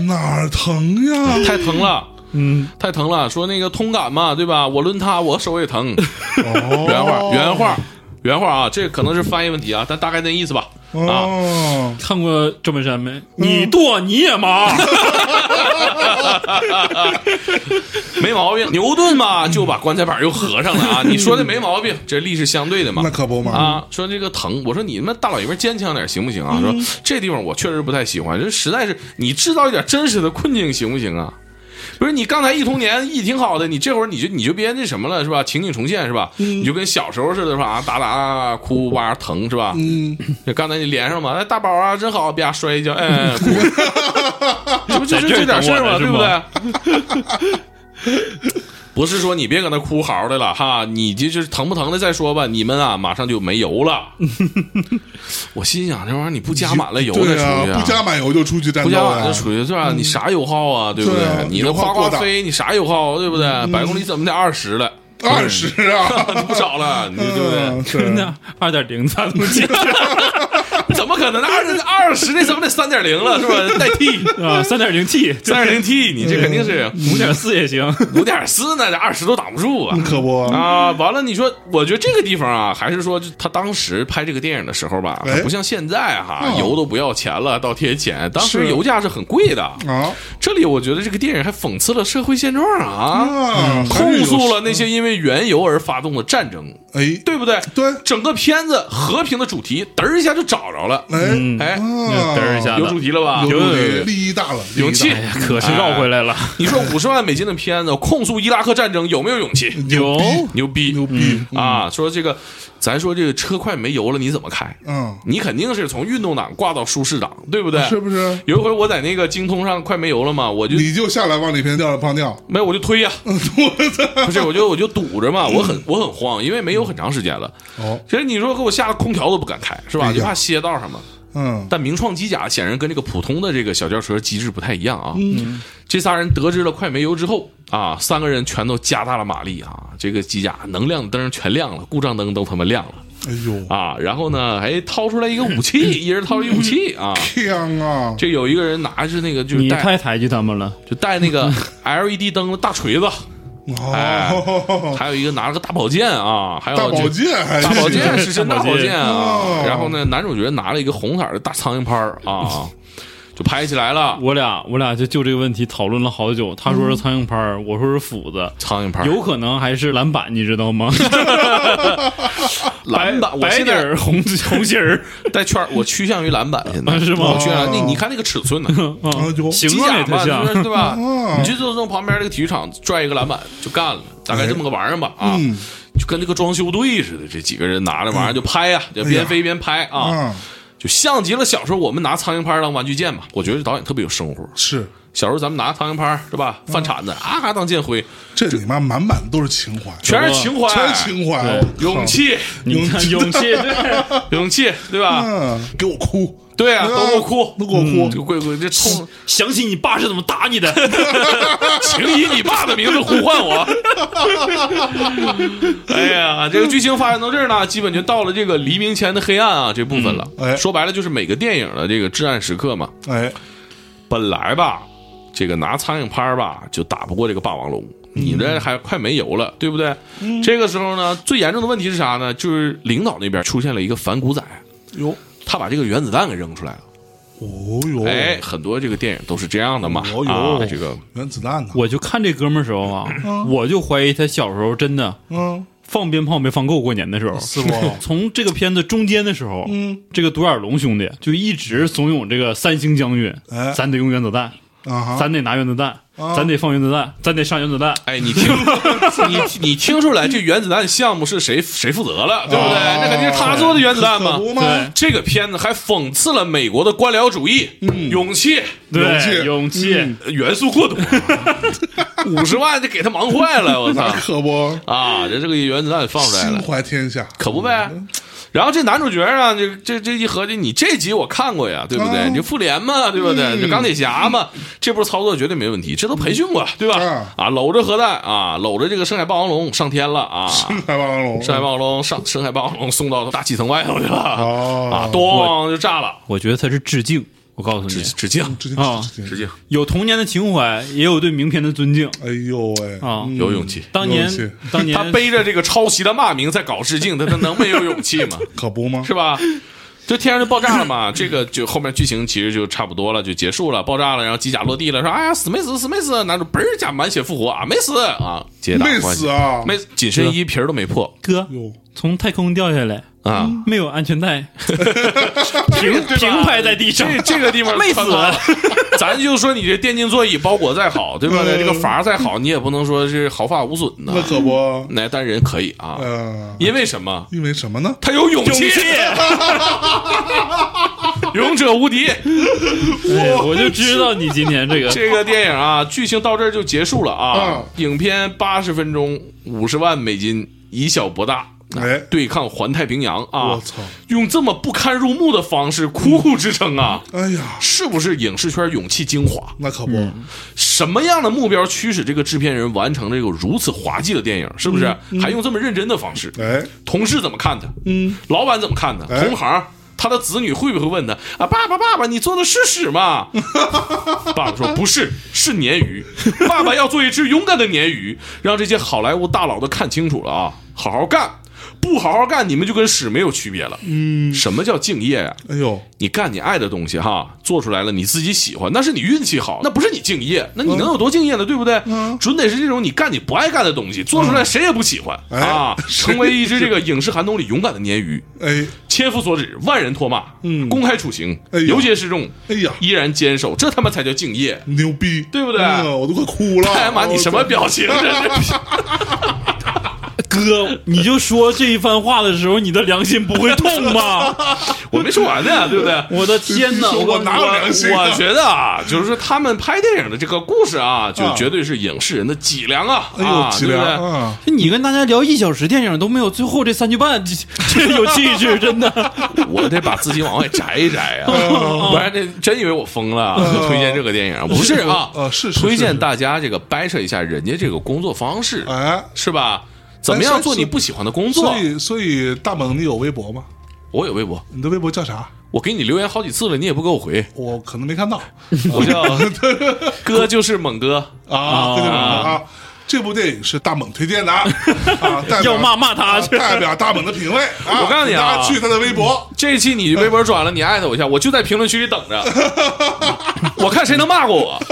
A: 哪儿疼呀？
B: 太疼了。嗯，太疼了。说那个通感嘛，对吧？我抡他，我手也疼。
A: 哦
B: 原话，原话，原话啊！这可能是翻译问题啊，但大概那意思吧。啊，
A: 哦，
C: 看过赵本山没？你剁你也麻，
B: 没毛病。牛顿嘛，就把棺材板又合上了 啊！你说的没毛病，这力是相对的嘛
A: 那。可不嘛，
B: 啊，说这个疼，我说你他妈大老爷们儿坚强点行不行啊？
A: 嗯
B: 说这地方我确实不太喜欢，这实在是你制造一点真实的困境行不行啊？不是你刚才忆童年忆挺好的，你这会儿你就你就别那什么了是吧？情景重现是吧？
A: 嗯
B: 你就跟小时候似的是吧？啊打打啊哭哇疼是吧？
A: 嗯，
B: 就刚才你连上嘛，哎，大宝啊，真好，啪摔一 跤，哎，哭这不就是这点事儿吗？对
C: 在这儿等
B: 不
C: 我呢
B: 对？ 不是说你别搁那哭嚎的了哈，你这就是疼不疼的再说吧。你们啊，马上就没 油了。我心想这玩意儿你不加满了油再出
A: 对
B: 去、
A: 啊，不加满油就出去战
B: 不
A: 斗
B: 加
A: 啊
B: 满就属于是吧？你啥油耗啊？对不
A: 对啊
B: 你那
A: 油耗
B: 夸
A: 过
B: 夸
A: 大嗯
B: 飞，你啥油耗？对不对？百公里怎么得二 十了？
A: 二十啊，
B: 不少了， 你对不对？
A: 嗯是
C: 真的二点零发动机
B: 怎么可能？那二二十那怎么得三点零了是吧？代替
C: 啊，三点零 T，
B: 三点零 T，你这肯定是
C: 五点四也行。
B: 五点四呢，这二十都挡不住啊。
A: 可不，
B: 啊，完了！你说，我觉得这个地方啊，还是说就他当时拍这个电影的时候吧，
A: 哎
B: 还不像现在哈，
A: 嗯
B: 油都不要钱了，倒贴钱。当时
A: 是
B: 油价是很贵的。
A: 啊
B: 这里我觉得这个电影还讽刺了社会现状啊，
A: 啊，还是
B: 控
A: 有
B: 诉了那些因为原油而发动的战争，
A: 哎，
B: 对不对？
A: 对
B: 整个片子和平的主题，嘚儿一下就找着了。
A: 哎，
B: 哎，
A: 嘚
C: 嘚儿一下
B: 有主题了吧？
A: 有
C: 有
A: 有
C: 有有
A: 利益大了，利益
B: 勇气
A: 大
C: 哎呀，可是绕回来了，
B: 你说五十万美金的片子控诉伊拉克战争有没有勇气？
A: 牛逼
B: 牛逼
A: 牛逼，
B: 啊！说这个，咱说这个车快没油了，你怎么开？
A: 嗯，
B: 你肯定是从运动档挂到舒适档，对不对？
A: 啊是不是？嗯
B: 有一回我在那个精通上快没油了嘛，我就
A: 你就下来往里边尿了泡尿，
B: 没有我就 推呀、不是我就我就堵着嘛，我很我很慌，因为没有很长时间了。
A: 哦，
B: 其实你说给我下了空调都不敢开，是
A: 哎
B: 吧？
A: 呀
B: 就怕歇道上嘛。
A: 嗯，
B: 但名创机甲显然跟这个普通的这个小轿车机制不太一样啊。这仨人得知了快没油之后啊，三个人全都加大了马力啊，这个机甲能亮的灯全亮了，故障灯都他妈亮了
A: 哎呦，
B: 啊。然后呢，还掏出来一个武器，一人掏出一武器啊。
A: 天啊，
B: 这有一个人拿着那个就是
C: 你
B: 带
C: 太抬举他们了。
B: 就带那个 LED 灯的大锤子，
A: 哦，
B: 还有一个拿了个大宝剑啊，还有
A: 大
B: 这
A: 保健还
B: 哎大宝剑
A: 是
B: 是真大宝剑啊
A: 哦。
B: 然后呢，男主角拿了一个红色的大苍蝇拍儿啊，就拍起来了。
C: 我俩我俩就就这个问题讨论了好久。他说是苍蝇拍儿，我说是斧子，
B: 苍蝇拍儿
C: 有可能还是篮板，你知道吗？
B: 篮板，我
C: 白
B: 现
C: 底
B: 在
C: 儿红红心儿，
B: 带圈儿，我趋向于篮板，现在
C: 啊是吗
B: 我趋向你你看那个尺寸呢，
A: 哎呦
C: 嗯，形
B: 机
C: 状
B: 甲
C: 也特
B: 嘛，
C: 像
B: 就。是对吧？
A: 哦
B: 你就就从旁边这个体育场拽一个篮板就干了，大概这么个玩意儿吧啊，
A: 嗯
B: 就跟这个装修队似的，这几个人拿着玩意儿就拍呀，
A: 哎
B: 就边飞边拍啊，
A: 啊，
B: 就像极了小时候我们拿苍蝇拍当玩具剑嘛。我觉得导演特别有生活，
A: 是
B: 小时候咱们拿苍蝇拍是吧，翻铲子啊啊当剑挥，
A: 这里面满满都是情怀，
B: 全是情怀，
A: 全是情怀，
B: 勇，气，
C: 你看勇气， 对
B: 勇气，对吧？
A: 嗯，给我哭，
B: 对啊，都给我哭，
A: 都给我
B: 嗯这
A: 哭，
B: 贵贵这 冲
C: 想起你爸是怎么打你的，
B: 请以你爸的名字呼唤我。 哎呀，这个剧情发展到这儿呢，基本就到了这个黎明前的黑暗啊这部分了。
A: 嗯哎
B: 说白了就是每个电影的这个至暗时刻嘛。
A: 哎，
B: 本来吧，这个拿苍蝇拍儿吧就打不过这个霸王龙。你
A: 嗯
B: 这还快没油了，对不对？这个时候呢，最严重的问题是啥呢？就是领导那边出现了一个反骨仔，
A: 哟，
B: 他把这个原子弹给扔出来了。
A: 哦哟，
B: 哎，很多这个电影都是这样的嘛。
A: 哦
B: 啊
A: 哟，，
B: 这个
A: 原子弹呢？
C: 我就看这哥们儿时候啊，我就怀疑他小时候真的
A: 嗯，
C: 放鞭炮没放够，过年的时候
A: 是不？
C: 从这个片子中间的时候，
A: 嗯，
C: 这个独眼龙兄弟就一直怂恿这个三星将军，
A: 哎
C: 咱得用原子弹，
A: 啊哈，
C: 咱得拿原子弹，咱得放原子弹，咱得上原子弹。
B: 哎，你听，你你听出来这原子弹项目是谁谁负责了，对不对？
A: 啊
B: 那肯定是他做的原子弹嘛
A: 可。不吗？
C: 对
B: 这个片子还讽刺了美国的官僚主义、
A: 嗯
B: 勇气、
C: 对，勇气，
B: 呃元素 过多，五十万就给他忙坏了，我操
A: 那可不，
B: 啊！这这个原子弹放出来
A: 心
B: 了，
A: 怀天下，
B: 可不呗。然后这男主角啊，这这这一合计，你这集我看过呀，对不
A: 啊
B: 对？你复联嘛，对不对？
A: 嗯
B: 你钢铁侠嘛，这波操作绝对没问题，这都培训过，对吧
A: 啊？
B: 啊，搂着核弹啊，搂着这个深海霸王龙上天了 啊，
A: 海霸王龙，
B: 深海霸王龙上深海霸王龙送到大气层外头去了
A: 哦
B: 啊，咚就炸了，
C: 我觉得他是致敬，我告诉你
B: 直，直径
A: 直接
C: 啊
A: 直接
B: 直径
C: 有童年的情怀，也有对名片的尊敬
A: 哎呦喂，
C: 啊。
B: 有勇气。
C: 当
A: 有勇气
C: 年，当年
B: 他背着这个抄袭的骂名在搞致敬，他他能没有勇气吗？
A: 可不吗？
B: 是吧？就天上就爆炸了嘛，这个就后面剧情其实就差不多了，就结束了，爆炸了，然后机甲落地了，说哎呀死没死死没死，男主嘣儿一下满血复活啊没死啊，皆大
A: 没
B: 欢
A: 死
B: 喜，
A: 啊，
B: 没死紧身衣皮儿都没破
C: 哥
A: 哟，
C: 从太空掉下来，
B: 啊，
C: 没有安 全带，平平拍在地上，
B: 这这个地方
C: 累死
B: 穿帮了。 咱就说你这电竞座椅包裹再好，对吧？
A: 嗯
B: 这个阀再好，你也不能说是毫发无损呐
A: 那。可不，
B: 那但人可以啊，
A: 呃，
B: 因为什么？
A: 因为什么呢？
B: 他有勇气， 勇者无敌。
C: 哎我就知道你今 年这个
B: 这个电影啊，剧情到这儿就结束了啊。
A: 嗯
B: 影片八十分钟，五十万美金，以小博大。
A: 哎
B: 对抗环太平洋啊！
A: 我操！
B: 用这么不堪入目的方式苦苦支撑啊，
A: 哎呀，
B: 是不是影视圈勇气精华？
A: 那可不，
B: 嗯什么样的目标驱使这个制片人完成这个如此滑稽的电影？是不是
A: 嗯
B: 还用这么认真的方式？
A: 哎，
B: 同事怎么看他？嗯，老板怎么看他？
A: 哎
B: 同行，他的子女会不会问他啊？爸爸，爸爸，你做的是屎 吗？爸爸说不是，是鲶鱼。 爸爸要做一只勇敢的鲶鱼，让这些好莱坞大佬都看清楚了啊！好好干，不好好干，你们就跟屎没有区别了。嗯，什么叫敬业呀、
A: 哎呦，
B: 你干你爱的东西哈，做出来了你自己喜欢，那是你运气好，那不是你敬业，那你能有多敬业呢？对不对？
A: 嗯
B: 准得是这种你干你不爱干的东西，做出来谁也不喜欢、
A: 哎
B: 啊，
A: 是
B: 成为一只这个影视寒冬里勇敢的鲶鱼，
A: 哎，
B: 切肤所指，万人唾骂，嗯，公开处刑，
A: 哎呦
B: 游街示众，
A: 哎呀，
B: 依然坚守，这他妈才叫敬业！
A: 牛逼，
B: 对不对
A: 哎呀我都快哭了。
B: 太他妈你什么
A: 我操？
B: 表情？这是
C: 哥，你就说这一番话的时候，你的良心不会痛吗？
B: 我没说完 呢，对不对？
C: 我的天哪！
A: 你说
C: 我
A: 我哪有良心啊
B: 我觉得啊，就是说他们拍电影的这个故事啊，就
A: 啊
B: 绝对是影视人的脊梁啊，
A: 哎
B: 啊
A: 呦，脊
B: 对不
A: 梁
B: 对
A: 啊！
C: 就你跟大家聊一小时电影都没有最后这三句半，这这有气质，真的。
B: 我得把自己往外摘一摘啊，
A: 哦
B: 不然这真以为我疯了啊。就推荐这个电影，不是啊，
A: 呃哦是是
B: 推荐
A: 是
B: 大家这个掰扯一下人家这个工作方式，
A: 哎，
B: 是吧？怎么样做你不喜欢的工作啊
A: 所？以所以大猛，你有微博吗？
B: 我有微博，
A: 你的微博叫啥？
B: 我给你留言好几次了，你也不给 我回，
A: 我可能没看到
B: 我叫哥就是猛哥，
A: 啊，对对对啊。这部电影是大猛推荐 的啊，啊代表
C: 要骂骂他去
A: 代表大猛的品味啊！
B: 我告诉你
A: 大
B: 啊
A: 家去他的微博，
B: 这一期你微博转了，你艾特我一下，我就在评论区里等 着，我看谁能骂过我。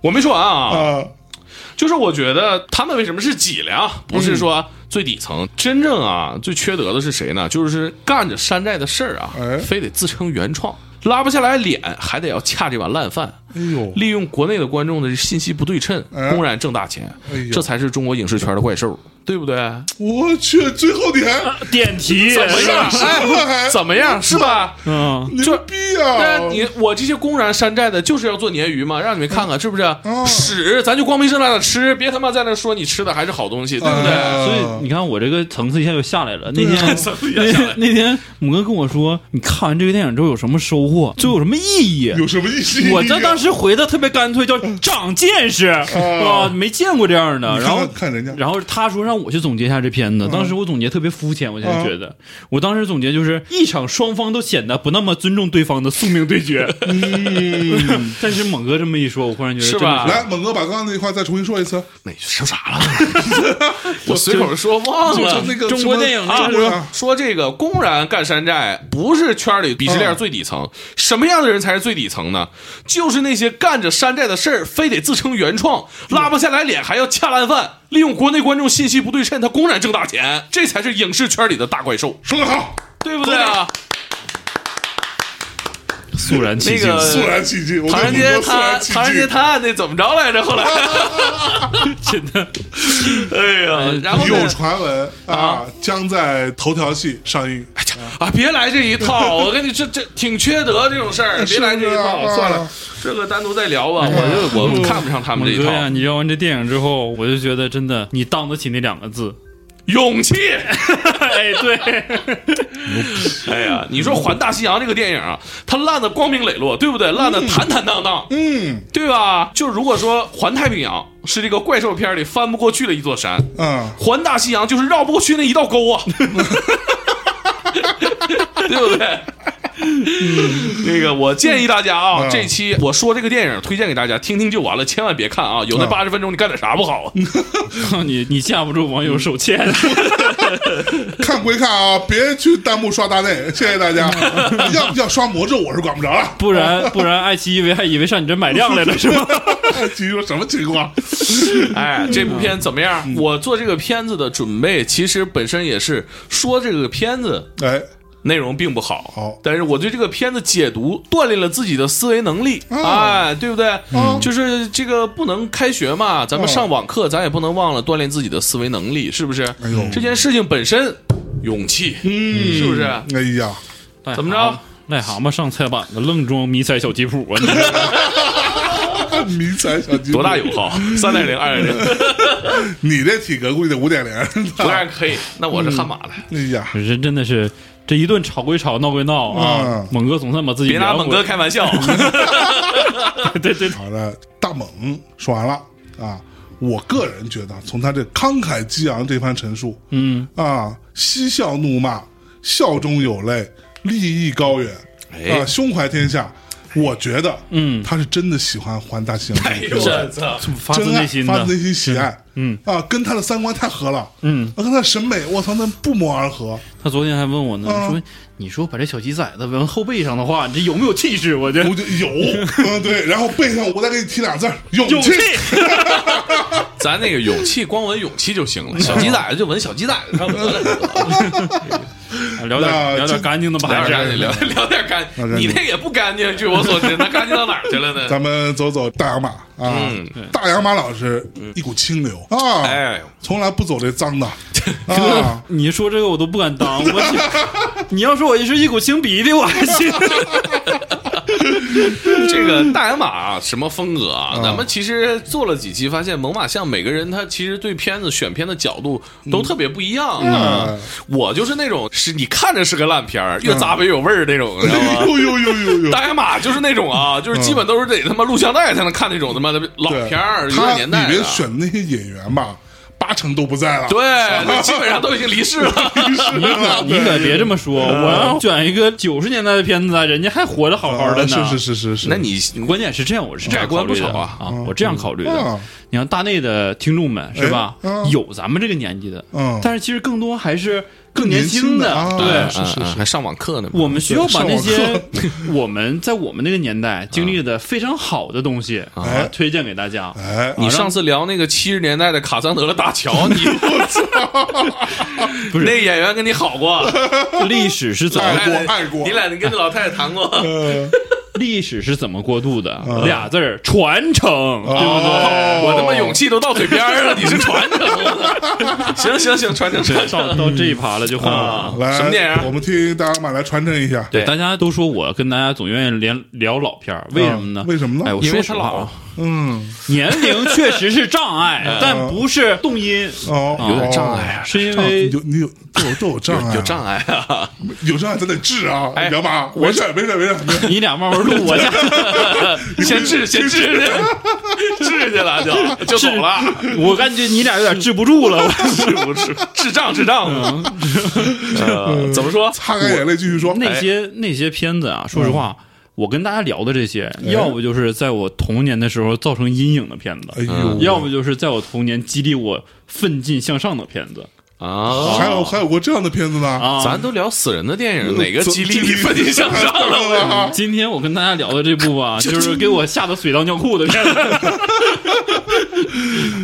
B: 我没说完啊，
A: 啊，
B: 就是我觉得他们为什么是脊梁，
A: 嗯
B: 不是说最底层。真正啊，最缺德的是谁呢？就是干着山寨的事儿啊
A: 哎，
B: 非得自称原创，拉不下来脸，还得要恰这碗烂饭。
A: 哎呦，
B: 利用国内的观众的信息不对称，
A: 哎
B: 公然挣大钱
A: 哎呦，
B: 这才是中国影视圈的怪兽，对不对？
A: 我去，最后你还
C: 点题，
B: 怎么样？
A: 啊
B: 哎 怎么样？是吧？
A: 哦
C: 嗯，
A: 牛逼啊！
B: 那你我这些公然山寨的，就是要做鲶鱼嘛，让你们看看是不是
A: 嗯？
B: 屎，咱就光明正大的吃，别他妈在那说你吃的还是好东西，对不对？
A: 啊
C: 所以你看我这个层次一下就下来了。那天
B: 层次一下
C: 那
B: 下
C: 天那天母哥跟我说，你看完这个电影之后有什么收获，就有什么意义？
A: 有什么意 义？啊
C: 我这当时回的特别干脆，叫长见识啊，没见过这样的。
A: 嗯哦你看看
C: 然后
A: 看人家嗯
C: 然后他说让我去总结一下这片子，当时我总结特别肤浅，我现在觉得，我当时总结就是一场双方都显得不那么尊重对方的宿命对决。 但是猛哥这么一说，我忽然觉得
B: 是
C: 真的
B: 吧
A: 嗯来，猛哥把刚刚那句话再重新说一次。
B: 那你说啥了？ 我随口说忘
A: 就
B: 了
A: 就。那个
C: 中国电影
A: 啊，
B: 啊
A: 中国啊，
B: 说这个公然干山寨，不是圈里鄙视
C: 嗯
B: 链最底层。什么样的人才是最底层呢？就是那些干着山寨的事儿，非得自称原创，拉不下来脸还要恰烂饭，利用国内观众信息不对称，他公然挣大钱，这才是影视圈里的大怪兽，
A: 说得好，
B: 对不对啊？
C: 肃然起
B: 那
C: 敬。
B: 个
A: 肃然起敬。我
B: 《
A: 跟
B: 呃唐人
A: 猛
B: 街
A: 哥肃然
B: 探
A: 起敬
B: 唐人街探案》那怎么着来着？后来
C: 真的，
B: 哎呀，然后呢
A: 有传闻啊，将在头条系上映。
B: 哎呀啊，别来这一套！我跟你这这挺缺德这种事儿，别来这一
A: 是不
B: 套，
A: 是啊
B: 算了，这个单独再聊吧。我就我看不上他们
C: 猛
B: 这一
C: 哥呀，
B: 套，
C: 你聊完这电影之后，我就觉得真的，你当得起那两个字，
B: 勇气。
C: 哎，对，
B: 哎呀，你说《环大西洋》这个电影啊，它烂的光明磊落，对不对？烂的坦坦荡荡，
A: 嗯
B: 对吧？就如果说《环太平洋》是这个怪兽片里翻不过去的一座山，
A: 啊，
B: 环大西洋就是绕不过去那一道 沟啊，对不对？那个，我建议大家啊，
A: 嗯
B: 这期我说这个电影推荐给大家，听听就完了，千万别看啊！有那
A: 嗯
B: 八十分钟，你干点啥 不好啊？
C: 你你架不住网友手 欠。
A: 看归看啊， 别去弹幕刷大内，谢谢大 家。要要刷魔咒，我是管不着了。
C: 不然不然，爱奇艺以为还以为上你这买量来了是吗？
A: 你说什么情况？
B: 哎，这部片怎么
A: 嗯
B: 样？我做这个片子的准备，其实本身也是说这个片子
A: 哎，
B: 内容并不好，
A: 好
B: 但是我对这个片子解读锻炼了自己的思维能力，
A: 哦
B: 哎，对不对？就是这个不能开学嘛，咱们
A: 哦
B: 上网课，咱也不能忘了锻炼自己的思维能力，是不是？
A: 哎呦
B: 这件事情本身，勇气，嗯，是不是？
A: 哎呀，
B: 怎么着？
C: 癞蛤蟆上菜板子，愣装迷彩小吉普啊！
A: 迷彩小鸡
B: 多大有 号？三点零、二点零，
A: 你这体格估计得五点零。
B: 不然可以。那我是悍马的，
A: 哎呀，
C: 你 人真的是这一顿吵归吵，闹归闹啊
A: 嗯！
C: 猛哥总算把自己
B: 别拿
C: 聊
B: 猛
C: 回
B: 哥开玩笑。
C: 对对，
A: 好了，大猛说完了啊。我个人觉得，从他这慷慨激昂这番陈述
C: 嗯，
A: 啊，嬉笑怒骂，笑中有泪，立意高远啊，
B: 哎，
A: 胸怀天下。我觉得，
C: 哎嗯
A: 他是真的喜欢环大西洋这
B: 哎
A: 个
B: 呦
A: 片子，
B: 我操！
C: 啊发自
A: 真
C: 内
A: 爱，
C: 心
A: 发
C: 的
A: 自，内心喜爱，
C: 嗯
A: 啊，跟他的三观太合了，
C: 嗯，
A: 啊，跟他的审美，我操，那不谋而 合。
C: 他昨天还问我呢，
A: 嗯
C: 说你说把这小鸡崽子纹后背上的话，你这有没有气势？我这
A: 我就有，嗯，对，然后背上我再给你提俩字儿，勇
C: 勇气
A: 气。
B: 咱那个勇气，光纹勇气就行了。小
A: 嗯
B: 鸡崽子就纹小鸡崽子上得了，
C: 哎聊
A: 那
C: 点聊点
A: 这
C: 干净的吧，
B: 聊
C: 还
B: 点干
C: 是
B: 净，聊聊点干
A: 那真
B: 净。你那个也不干净，据我所知，那干净到哪儿去 了呢？
A: 咱们走走大洋马啊
B: 嗯，
A: 大洋马老师一股清流啊，
B: 哎，
A: 从来不走这脏 的
C: 哥
A: 啊，，
C: 你说这个我都不敢当，我你要说我是一股清鼻涕，我 还信。
B: 这个大野马啊，什么风格啊？
A: 嗯
B: 咱们其实做了几期，发现猛犸象每个人他其实对片子选片的角度都特别不一样啊
A: 嗯。
B: 我就是那种是你看着是个烂片儿，越咂巴越有味儿那种，你知道吗？
A: 哎呦呦呦呦呦，
B: 大野马就是那种啊，就是基本都是得他妈录像带才能看那种他妈的老
A: 对
B: 片儿，有
A: 他
B: 点
A: 里
B: 年代的
A: 面。选的那些演员吧，八成都不在了，
B: 对，就基本上都已经离 世了。
A: 是吧，
C: 你可别这么说，
A: 嗯
C: 我要选一个九十年代的片子，啊，人家还活着好好的
A: 啊
C: 呢。
A: 是是是是是，
B: 那你
C: 关键是这样，我是这样考虑的
B: 改观不少啊
C: 我这样考虑
A: 嗯
C: 的。你看大内的听众们是吧
A: 哎嗯？
C: 有咱们这个年纪的
A: 嗯，
C: 但是其实更多还是更
A: 年
C: 年轻
A: 的啊，
C: 对。
A: 是是是，
B: 还上网课呢嘛。
C: 我们需要把
A: 上
C: 那
A: 网
C: 些 我们在我们那个年
B: 啊
C: 代经历的非常好的东西
A: 哎
C: 啊，推荐给大家。
A: 哎，
B: 你上次聊那个七十年代的卡桑德拉大 桥，你我操，
C: 是
B: 那演员跟你好过，
A: 哎
C: 历史是怎么
A: 爱过
B: 哎
A: 爱过
B: 你俩你跟那老太太谈过，
A: 呃，
C: 历史是怎么过渡的？
A: 啊
C: 俩字儿传承，对不
A: 哦
C: 对？
B: 我他妈勇气都到嘴边儿了，你是传承了，行行行，传承传承，
C: 到到这一趴了，就换我了。
A: 来，
B: 什么电影
A: 我们听大洋马来传承一下，
B: 对
C: 大家都说我跟大家总愿意连聊老片儿，为什么呢？
A: 嗯为什么呢
C: 哎，我
B: 因为
C: 说
B: 他
C: 实
B: 老
C: 话
B: 啊
C: 啊，
A: 嗯，
C: 年 龄确实是障碍，但不是动因，
A: 哦，
B: 嗯有点障
A: 哦。
B: 碍啊，
C: 是因
A: 障
C: 为
A: 有你有都有都有障碍，
B: 有障碍啊，
A: 有障碍咱得治啊，
B: 哎
A: 杨马，没事儿没事儿没事儿，没事儿
C: 你俩慢慢 录我啊去。
B: 先治先治去， 治去了就就走了，
C: 我感觉你俩有点治不住 了。
B: 是不是？智障智障，呃怎么 说？
A: 擦干眼泪继续说，
C: 那些那些片子啊，说实话，我跟大家聊的这些，
B: 哎
C: 要不就是在我童年的时候造成阴影的片
A: 哎
C: 子，
A: 呦，
B: 嗯
C: 要不就是在我童年激励我奋进向上的片子
B: 啊
A: 还有还有过这样的片子呢，
C: 啊。
B: 咱都聊死人的电影，哪个嗯激励你奋进向上了？
A: 了？
C: 今天我跟大家聊的这部 啊，就是给我吓得水到尿裤的片子。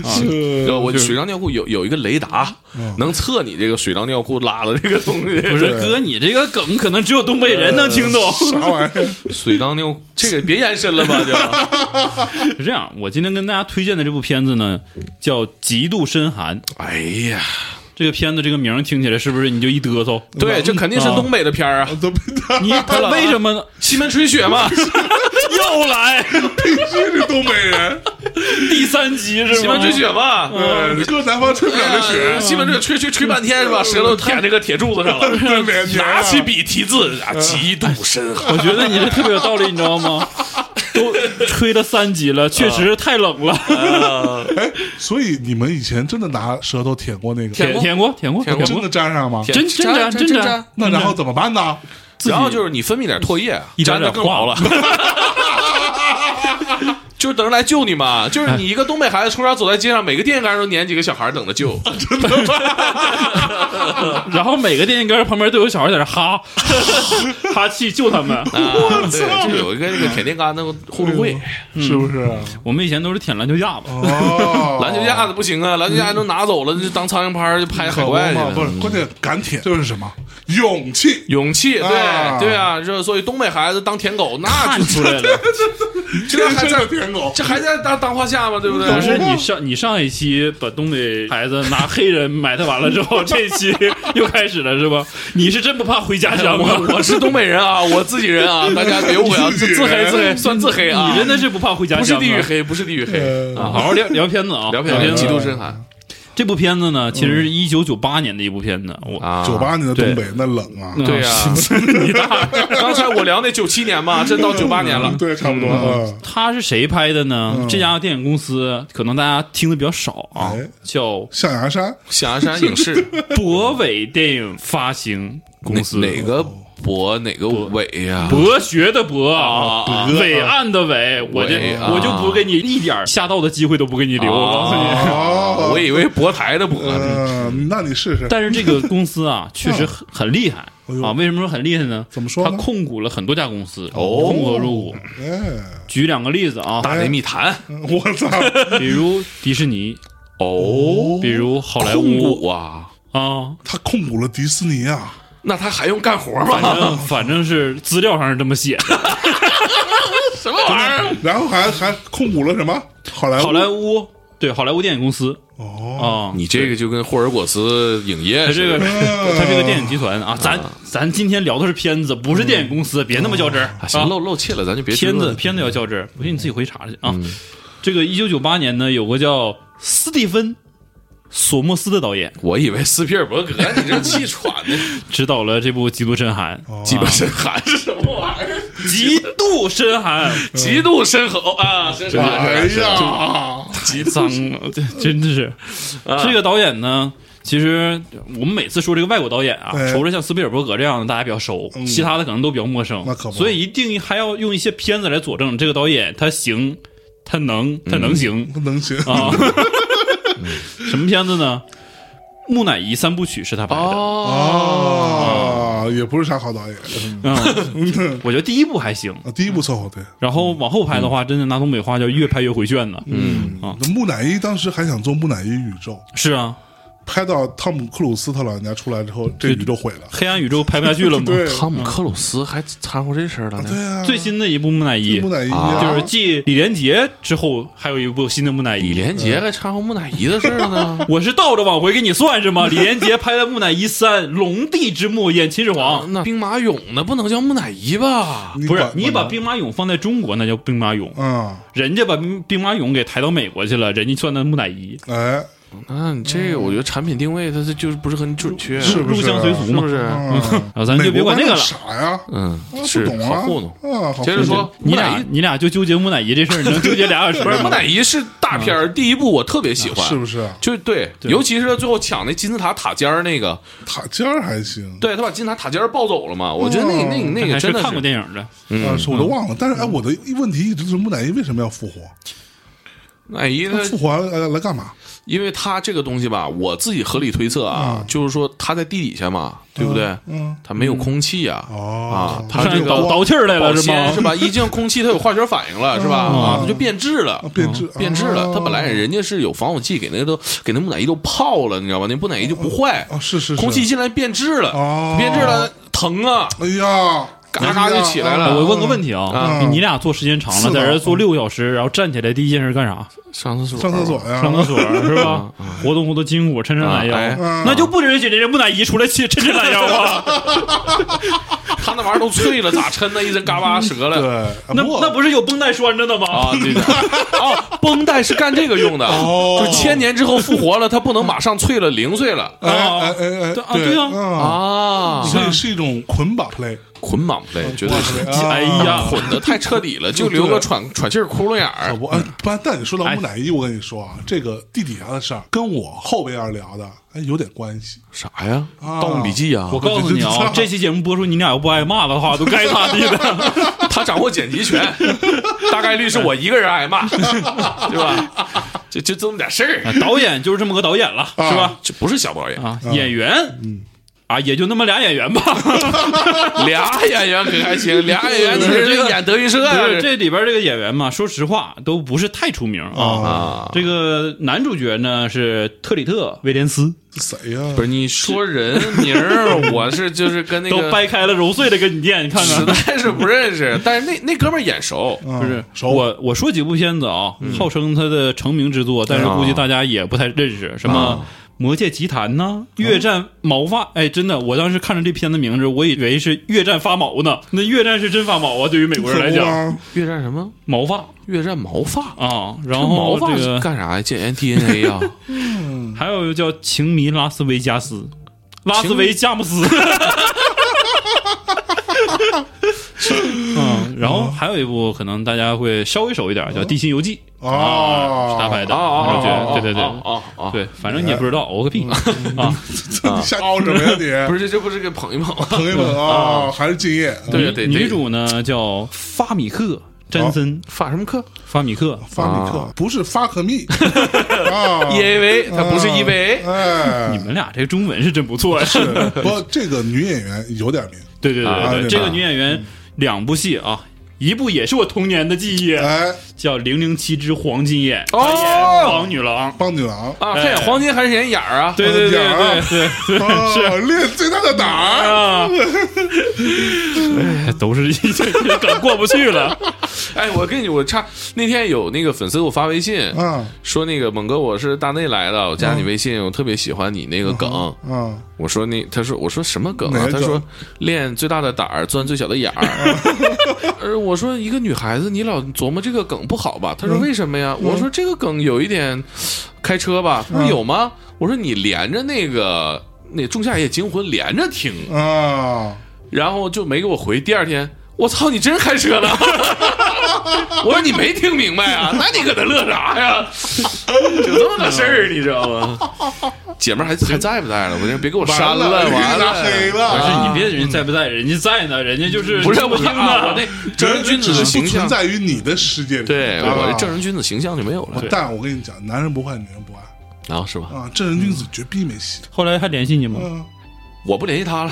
A: 是
B: 我水上尿裤有有一个雷达，能测你这个水上尿裤拉的这个东西。
C: 不是哥，你这个梗可能只有东北人能听懂。
A: 啥玩意儿？
B: 水上尿，这个别延伸了吧？就是
C: 这样，我今天跟大家推荐的这部片子呢，叫《极度深寒》。
B: 哎呀，
C: 这个片子这个名儿听起来是不是你就一嘚 瑟？
B: 对，
A: 嗯
B: 这肯定是东北的片儿啊，
A: 都被他
C: 你他为什么呢？
B: 西门吹雪嘛，
C: 又又来
A: 必须是东北人，
C: 第三集是
B: 西
C: 吗
B: 门？吹雪嘛，
A: 嗯，搁南方吹不 了这雪，
B: 西门吹吹吹吹半天是吧？舌头舔这个铁柱子上了，
A: 对脸颊啊
B: 拿起笔提字啊，极度深厚。
C: 我觉得你这特别有道理，你知道吗？啊都吹了三集了，确实是太冷了。
A: 哎，所以你们以前真的拿舌头舔过那个，
B: 舔过
C: 舔过，舔过，
B: 舔
C: 哎舔
B: 过嗯
A: 真的沾上吗？
C: 真真
B: 粘
C: 粘
B: 真
C: 真
B: 粘
C: 粘。
A: 那然后怎么办呢？
B: 然后就是你分泌点唾液，
C: 一点
B: 粘的
C: 点
B: 更好了。 就是等人来救 你嘛，就是你一个东北孩子，从小走在街上，每个电线杆都粘几个小孩等 着救，
C: 然后每个电线杆旁边都有小孩在那哈 哈气救他们。
B: 啊，对，就有一个那个铁电杆的互
A: 哎
B: 助会，嗯
A: 是不是？
C: 我们以前都是舔篮球架子，
A: 哦，嗯
B: 篮球架子不行啊，篮球架子都拿走了，就当苍蝇拍儿就拍海
A: 可不
B: 外去
A: 嘛，不
B: 了。
A: 是，关键敢舔就是什么勇气。
B: 勇气，
A: 啊
B: 对对啊，这所以东北孩子当舔狗，那
C: 看出来了。
B: 这这还在
A: 舔狗，
B: 这还在当当花下吗？对不 对？
C: 不是你上你上一期把东北孩子拿黑人埋汰完了之后， 这一期又开始了是吧？你是真不怕回家乡吗？
B: 我我是东北人 啊，我自己人啊，大家别误会啊，
A: 自己
B: 自
A: 人
B: 自黑自 黑，算自黑啊，
C: 你真的是不怕回家
B: 不是
C: 乡吗？
B: 地域黑，不是地域黑
A: 呃
B: 啊，
C: 好好聊聊片子啊，
B: 聊
A: 嗯
B: 片
C: 聊
B: 子
C: 片
B: 极
C: 子。
B: 度深寒
C: 这部片子呢，其实是一九九八年的一部片子，我
B: 啊
A: 九八年的东北那冷啊，
B: 对嗯呀、
C: 你大。
B: 刚才我聊那九七 年嘛，这到九八年了
A: 嗯，对，差不多。嗯
C: 他是谁拍的呢？这家电影公司可能大家听的比较少啊
A: 哎，
C: 叫
A: 象牙山
B: 象牙山影视
C: 博伟电影发行公司。
B: 哪哪个博哪个伟呀、
C: 博学的博啊
B: 啊，
C: 伟岸的伟，我这
B: 伟啊
C: 我就不给你一点儿啊下道的机会都不给你留，我告诉你。
A: 哦，
B: 我以为博台的博呢，
A: 嗯，那你试试。
C: 但是这个公司啊，确实很很厉害
A: 呦
C: 啊！为什么说很厉害呢？
A: 怎么说呢
C: 他控股了很多家公司，控股入股。
A: 哎，
C: 举两个例子啊，
B: 大内密谈
A: 我操，
C: 比如迪士尼，
A: 呃
B: 哦，
C: 比如好莱
B: 控
C: 坞
B: 股啊，
C: 啊，
A: 他控股了迪士尼啊！
B: 那他还用干活
C: 反
B: 吗？
C: 正反正是资料上是这么写。
B: 什么玩意儿？
A: 然后还还控股了什么好莱坞？
C: 好莱坞对好莱坞电影公司
A: 哦，
C: 啊，
B: 你这个就跟霍尔果斯影业
C: 他呃这
B: 似
C: 个
B: 的。
C: 他这个电影集团啊，咱咱今天聊的是片子，不是电影公司，别那么较真儿
B: 啊，行，
C: 啊
B: 漏漏气了，咱就别
C: 片
B: 追
C: 子
B: 了
C: 片子要较真儿，不信你自己回去查去啊。
B: 嗯
C: 这个一九九八年呢，有个叫斯蒂芬·索莫斯的导演
B: 我以为斯皮尔伯格，你这气喘 的，
C: 指导了这部《极度深寒》，
A: 啊
B: 鸡巴深寒是什么玩意儿？
C: 极度深寒，
B: 极度深喉啊，深
C: 真的
B: 寒。
A: 哎呀，
C: 极 脏，啊这真的 是这个导演呢。其实我们每次说这个外国导演啊，
A: 哎嗯
C: 除了像斯皮尔伯格这样的大家比较熟，其他的可能都比较陌生。
A: 那可不
C: 所以一定还要用一些片子来佐证这个导演他行，他能，他能行、
A: 能行
C: 啊。 什么片子呢？《木乃伊三部曲》是他拍的。
B: 啊
A: 哦，也不是啥好导演。
C: 嗯，我觉得第一部还行，
A: 啊，第一部凑合对。
C: 然后往后拍的话，真的拿东北话叫越拍越回旋呢。嗯，
A: 那木乃伊当时还想做木乃伊宇宙，
C: 是啊，
A: 拍到汤姆克鲁斯他老人家出来之后，这宇宙毁了。
C: 黑暗宇宙拍不下去了嘛。
A: 对
B: 汤姆克鲁斯还掺和这事儿了
A: 对
B: 呢，
A: 啊，
C: 最新的一部《木乃伊》
A: 木乃伊
B: 啊
C: 就是继李连杰之后，还有一部新的《木乃
B: 李
C: 伊》。。
B: 连杰还掺和木乃伊的事儿了 呢
C: 我是倒着往回给你算是吗？李 连杰拍的《木乃伊三》，龙帝之墓演秦始皇，
B: 啊那兵马俑呢？不能叫木乃伊吧？
A: 你
C: 不是
A: 管
C: 你把
A: 管
C: 兵马俑放在中国，那叫兵马俑，
A: 嗯，
C: 人家把兵兵马俑给抬到美国去了，人家算那木乃伊，
A: 哎，
B: 那你这个，我觉得产品定位它是就是不是很准确，啊
A: 是不
C: 入
A: 是
C: 乡随俗
B: 是不
C: 嘛。
B: 是？
A: 嗯
C: 啊， 咱就别管这
A: 美国观众
C: 个了。
A: 傻呀，
B: 嗯
A: 啊，不
B: 是
A: 懂
B: 好
A: 啊，
B: 糊弄。
A: 啊，好糊弄
B: 接着说，
C: 你
B: 木乃
C: 俩
B: 伊
C: 你俩就纠结木乃伊这事儿，你能纠结俩小时
B: 不是木
C: 吗？
B: 乃伊是大片儿第一部，我特别喜欢，
A: 嗯啊是不是？
B: 就对，尤其是最后抢那金字塔塔尖儿那个，
A: 塔尖儿还行，
B: 对他把金字塔塔尖儿抱走了嘛？我觉得那
A: 哦
B: 那那
C: 还
B: 个
C: 是
B: 真的
C: 看过
B: 是
C: 电影的，
B: 嗯
A: 啊，是我都忘了。但是哎，我的问题一直是木乃伊为什么要复活？
B: 木乃伊，它
A: 复活来来干嘛？
B: 因为它这个东西吧，我自己合理推测啊，就是说它在地底下嘛，对不对？
A: 嗯，
B: 它没有空气啊，
A: 哦
B: 啊，它这
C: 上
B: 个
C: 倒倒气儿来
B: 保
C: 了是
B: 鲜
C: 吗
B: 是？吧？一进空气，它有化学反应 了是吧？
A: 嗯
B: 啊，它就变质了
A: 啊，。变质，
B: 嗯变质了，它本来人家是有防腐剂，给那个都给那木乃伊都泡了，你知道吧？那木乃伊就不坏，
A: 啊，是是是
B: 空气，进来变质了，
A: 哦
B: 变质了疼啊，
A: 哎呀，
B: 嘎嘎就起来
C: 哎
B: 了。
C: 我问个问题啊，
B: 嗯
C: 你俩坐时间长
A: 是
C: 了，
A: 的
C: 在这儿坐六个小时，然后站起来第一件事干啥？
B: 嗯上厕所，
A: 上厕所呀，
C: 上厕所是吧？活动活动筋骨，抻抻懒腰
B: 啊哎，
A: 嗯
C: 那就不允许人家木乃伊出来抻抻抻懒腰啊！
B: 他那玩意儿都脆了，咋抻呢？一阵嘎巴折
A: 对，
B: 了。
A: 啊
C: 那
A: 不过
C: 那不是有绷带拴着呢吗？
B: 啊，对的，哦，绷带是干这个用的，
A: 哦
B: 就千年之后复活了，它不能马上脆了，零碎了
A: 哎哎哎哎，
C: 对啊对啊
A: 啊，
B: 啊
A: 所以是一种捆绑 play，
B: 捆绑类，绝对是，
A: 啊
B: 哎呀，捆的太彻 底了，就留个喘喘气儿窟窿眼
A: 可
B: 儿。
A: 不，哎，不然但你说到木乃伊，我跟你说啊，这个地底下的事儿跟我后边要聊的哎有点关系。
B: 啥呀？《盗墓笔记》啊
C: 我，告诉
A: 对
C: 你
A: 对
C: 啊
A: 对，
C: 这期节目播出，你俩要不挨骂的话，都该咋地 的。
B: 他掌握剪辑 权，大概率是我一个人挨骂， 对吧？就就这么点事儿，
C: 导演就是这么个导演了，是吧？
B: 这不是小导演，
C: 啊，演员，啊，也就那么俩演 员吧。
B: 俩演员可还行， 俩演员你
C: 这
B: 这
C: 个
B: 演德云社
C: 不是
B: 啊？
C: 这里边这个演员嘛，说实话都不是太出名啊。
B: 啊，
C: 这个男主角呢是特里特·威廉斯，
A: 这谁呀？
B: 不是你说人名儿，我是就是跟那
C: 都
B: 个
C: 掰开了揉碎了跟你念，你看
B: 实
C: 看。
B: 在是不认 识，但是那那哥们儿眼熟，
A: 啊
C: 就是
B: 哦
A: 熟
C: 我我说几部片子啊，
B: 嗯
C: 号称他的成名之作，但是估计大家也不太认识，什么
B: 啊
C: 《魔界奇谭》呐，《越战毛发》。哎，真的，我当时看着这片子名字，我以为是越战发毛呢。那越战是真发毛啊，对于美国人来讲，
A: 可不啊
B: 越战什么？
C: 毛发
B: 越战毛发。
C: 啊。然
B: 哦这
C: 后
B: 毛发
C: 这
B: 是
C: 个
B: 干啥呀？检验 DNA 啊？
C: 还有叫《情迷拉斯维加斯》，拉斯维加姆斯。 嗯，然后还有一部可能大家会稍微熟
B: 嗯
C: 一点，叫《地心游记》
A: 哦
C: 是他 拍的，
B: 啊啊
C: 然后觉
B: 啊！
C: 得对对对。
B: 啊啊！嗯
C: 对，反正你也不知道，熬个屁啊！
A: 你瞎凹什么呀你？
B: 不是，这这不是给捧一捧吗？
A: 朋友们啊，还是敬业。
B: 对对对，
C: 女主呢叫发米克·詹森，
B: 发什么课
C: 发米克，
A: 发米克不是发可 密啊，
B: ？EAV，它 E 不是 E EVA
A: 哎
B: 啊
C: 你，们俩这个中文是真不错呀！
A: 是不过这个女演员有点名，
C: 对对
B: 啊
A: 对
C: 对对，这个女演员两部戏啊，一部也是我童年的记忆，
A: 哎，
C: 叫《零零七之黄金眼》，
B: 啊哦
C: 黄女郎。
A: 帮女郎
B: 啊，他演黄金还是演眼儿啊？
C: 对对对对对对
A: 哦，练最大的胆儿
C: 啊！哎，都是一些梗过不去了。
B: 哎，我跟你我差那天有那个粉丝给我发微信
A: 啊
B: 说那个猛哥我是大内来的，我加你微信，我特别喜欢你那个梗。
A: 啊！
B: 我说那他说我说什么梗
A: 哪
B: 啊？
A: 个
B: 他
A: 梗
B: 说练最大的胆儿钻最小的眼 儿。呃，我说一个女孩子你老琢磨这个梗不好吧？他
A: 嗯
B: 说为什么呀？我说这个梗有一点开车吧。他
A: 嗯
B: 说有吗？我说你连着那个那《仲夏夜惊魂》连着听，
A: 啊，
B: 然后就没给我回。第二天，我操，你真开车了！我说你没听明白啊？那你搁那乐啥呀？就这么个事儿，你知道吗？姐们儿还还在不在了？我这别给我删
A: 完
B: 了，完
A: 完
B: 了
A: 了，黑
C: 不是
A: 了。
C: 你别人家在不在，人家在呢，人家就是
B: 不是我
C: 不听
B: 啊我
C: 呢。
B: 那正人君子的
A: 只是
B: 形
A: 不存
B: 象，
A: 在于你的世界里，
B: 对
A: 啊
B: 我这正人君子形象就没有了，对
A: 但我跟你讲，男人不坏，女人不爱
B: 然后是吧？
A: 啊！正人君子绝逼没戏。
C: 后来还联系你吗？
A: 嗯
B: 我不联系他了。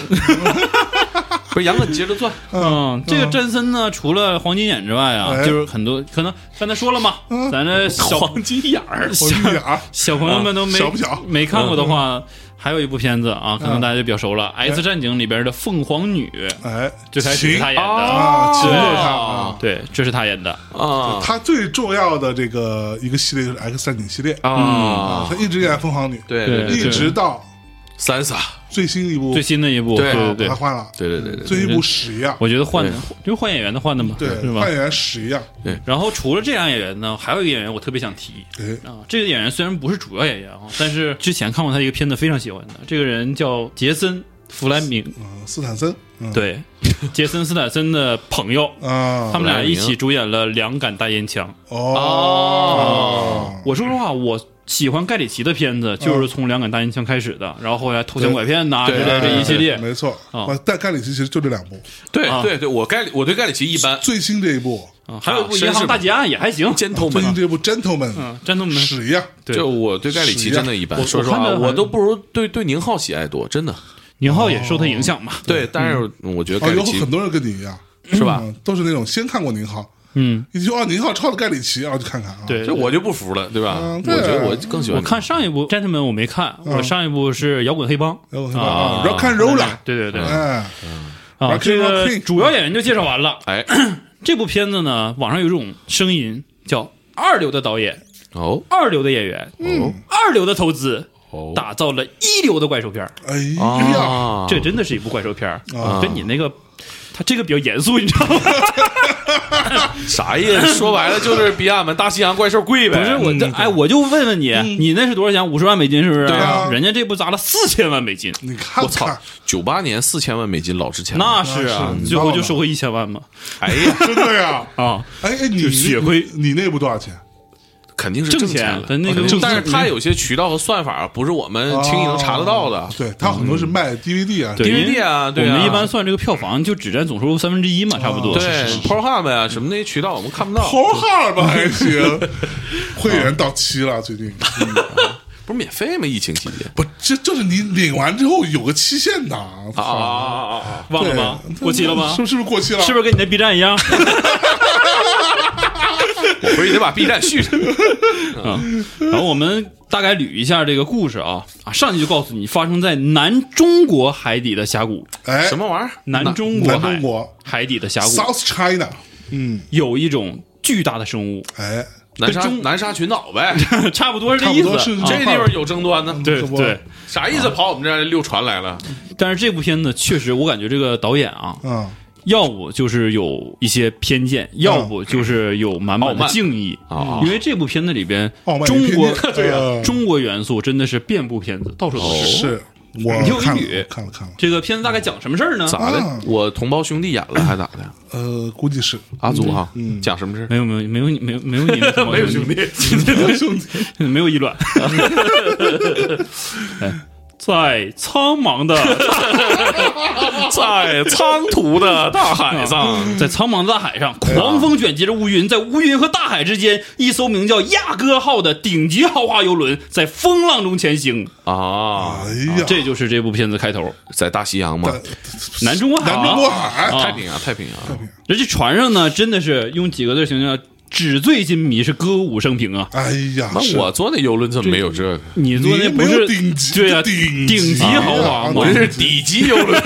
B: 不是杨哥，你接着转。
C: 嗯，这个詹森呢，除了黄金眼之外啊，
A: 哎
C: 就是很多可能刚才说了嘛，咱这小
B: 金眼儿
A: 我跟你讲啊，
C: 小朋友们都
A: 啊
C: 没、
A: 小不小
C: 没看过的话，还有一部片子啊，可能大家就比较熟了，X 战警》里边的凤凰女，
A: 哎，
C: 最开始是
A: 行
C: 她演的，
A: 啊，
B: 哦
A: 秦
C: 对
A: 就是他啊。
C: 对，这是她演的。
B: 啊
A: 他最重要的这个一个系列就是 X 战警系列
B: 啊！
A: 他一直演凤凰女，
B: 对对对，
A: 一直到
B: 三傻，
A: 最新一部
C: 最新的一部，
B: 对
C: 对
A: 啊
C: 对
A: 他，换了，
B: 对对对对对
A: 最新一部屎一样，
C: 我觉得换
B: 对
C: 就换演员的换的嘛，
A: 对，
C: 是吧
A: 扮？演屎一样，
C: 然后除了这样演员呢，还有一个演员我特别想提
A: 哎，
C: 啊，这个演员虽然不是主要演员啊，但是之前看过他一个片子非常喜欢的，这个人叫杰森·弗莱明，
A: 嗯，斯坦森，嗯，
C: 对，杰森·斯坦森的朋友，
A: 啊，
C: 他们啊
B: 弗莱
C: 俩
B: 明
C: 一起主演了《两杆大烟枪》。
A: 哦，
C: 我说实话，我喜欢盖里奇的片子就是从《两杆大烟枪》开始的，然后后来《偷抢拐骗》呐之
B: 对
C: 类的这一系列
A: 哎。没错。
C: 啊
A: 啊，但盖里奇其实就这两部，
B: 对
C: 啊
B: 对对，我盖里我对盖里奇一般。
A: 最新这一部，
C: 啊还有一部
B: 啊
C: 《
B: 绅士
C: 银行大劫案》也还行，
A: 最新
B: gentleman，
A: 这一部《Gentleman》
C: 嗯，战斗们
A: 屎一样，
C: 对
B: 就我对盖里奇真的一般。
C: 我
B: 说实话，
C: 我看着
B: 我都不如对对宁浩喜爱多，真的。
C: 宁浩也受他影响嘛。
B: 对，但是我觉得
A: 哦，
B: 盖里
A: 有
B: 奇
A: 很多人跟你一样，
B: 是
C: 啊
B: 吧？
A: 嗯，都是那种先看过宁浩，
C: 嗯，
A: 一说哦，宁浩抄的盖里奇，然后就看看啊，，
C: 对，
B: 这我就不服了，对吧？
A: 嗯
B: 我
A: 对
B: 觉得我更喜欢
C: 啊我看上一部《gentleman》我没看，
A: 嗯
C: 我上一部是《摇滚黑帮》。
A: 然后看啊，然后看 Rola，
C: 对对对
A: 哎，
C: 啊，
A: Rock
C: 这
A: and
C: 个
A: Roll Queen
C: 主要演员就介绍完了。
B: 哎
C: 这部片子呢，网上有一种声音叫二流的导演、
B: 哦
C: 二流的演员、
B: 哦
C: 二流的投资、
B: 哦啊
C: 打造了一流的怪兽片儿。
A: 哎呀，
C: 啊这真的是一部怪兽片儿
A: 啊
C: 跟你那个，他这个比较严肃，你知道吗？
B: 啥意思？说白了就是比俺们大西洋怪兽贵呗。嗯
C: 不是我这，哎，我就问问你，你那是多少钱？五十万美金是不是？对
A: 啊
C: 人家这部砸了四千万美金，
A: 你看
B: 我操
A: 看，，
B: 九八年四千万美金老值钱了。
C: 那是啊
A: 那，是
C: 最后就收回一千万嘛。
B: 哎呀，
A: 真的呀！
C: 啊，
A: 哎哎，你
C: 就血亏
A: 你你那部多少钱？
B: 肯定是
C: 挣
B: 钱
C: 钱
B: 了。
C: 但那个
B: 肯定
C: 挣钱
B: 但是它有些渠道和算法不是我们轻易能查得到的
A: 哦。对，它很多是卖 DVD 啊，
C: 对
B: DVD 啊
C: 因为
B: 对啊
C: 我们一般算这个票房就只占总收入三分之一嘛，差不多。
B: 对 p o r h u b 呀什么那些渠道我们看不到，
A: 头号吧还行。会员到期了，最近
B: 不是免费吗？疫情期间
A: 不，这就是你领完之后有个期限的啊
B: 啊啊
A: 操
B: 啊啊啊！
C: 忘了
A: 对
C: 吗？过期了吗
A: 是？不是不是过期了？
C: 是不是跟你那 B 站一样？
B: 我回去得把 B 站续上。
C: 然后我们大概捋一下这个故事啊啊，上去就告诉你，发生在南中国海底的峡谷，
A: 哎，
B: 什么玩意儿？
C: 南中国
A: 南
C: 海
A: 中国
C: 海底的峡谷
A: South China，嗯，
C: 有一种巨大的生物，
A: 哎，
B: 南沙
C: 跟中
B: 南沙群岛呗，
C: 差不多是这
A: 差
C: 意
A: 不
C: 思
A: 多是
C: 啊。
B: 这地方有争端呢。
C: 对
A: 这不
C: 对，
B: 啥意思？跑我们这儿溜船来了？
C: 但是这部片子确实，我感觉这个导演啊，
A: 嗯，
C: 要不就是有一些偏见，要不就是有满满
B: 傲
C: 的
B: 慢
C: 敬意
B: 啊
C: 因为这部片子里边
A: 嗯哦傲，慢
C: 中
A: 与
C: 国
A: 偏见对啊
C: 中国元素真的是遍布片子，到处都是。
A: 是我
C: 有一
A: 看
C: 女
A: 了看了看了，
C: 这个片子大概讲什么事儿呢？
B: 咋的
A: 啊？
B: 我同胞兄弟演了还咋的？
A: 呃，估计是
B: 阿祖哈，讲什么事儿？
C: 没有没有没有没有没有你们
B: 没有兄弟，
C: 兄弟 没有异卵。哎在苍茫的
B: 嗯在苍途的大海上，
C: 啊在苍茫的大海上，
A: 哎
C: 狂风卷集着乌云，在乌云和大海之间，一艘名叫“亚哥号”的顶级豪华游轮在风浪中前行。
B: 啊
A: 哎，呀，
C: 这就是这部片子开头。
B: 在大西洋嘛，
C: 南中国海、啊，
A: 南中国海
C: 啊
B: 太平洋，太平洋，
C: 人家船上呢，真的是用几个字形容，纸醉金迷，是歌舞升平啊！
A: 哎呀，是
B: 那我坐那游轮怎么没有这个？
C: 你坐
A: 你
C: 那
A: 没
C: 不
A: 有
C: 是
A: 顶级
C: 对啊，
A: 顶
C: 顶级
A: 级
C: 豪
A: 啊
C: 华嘛
B: 我？这是底级游 轮，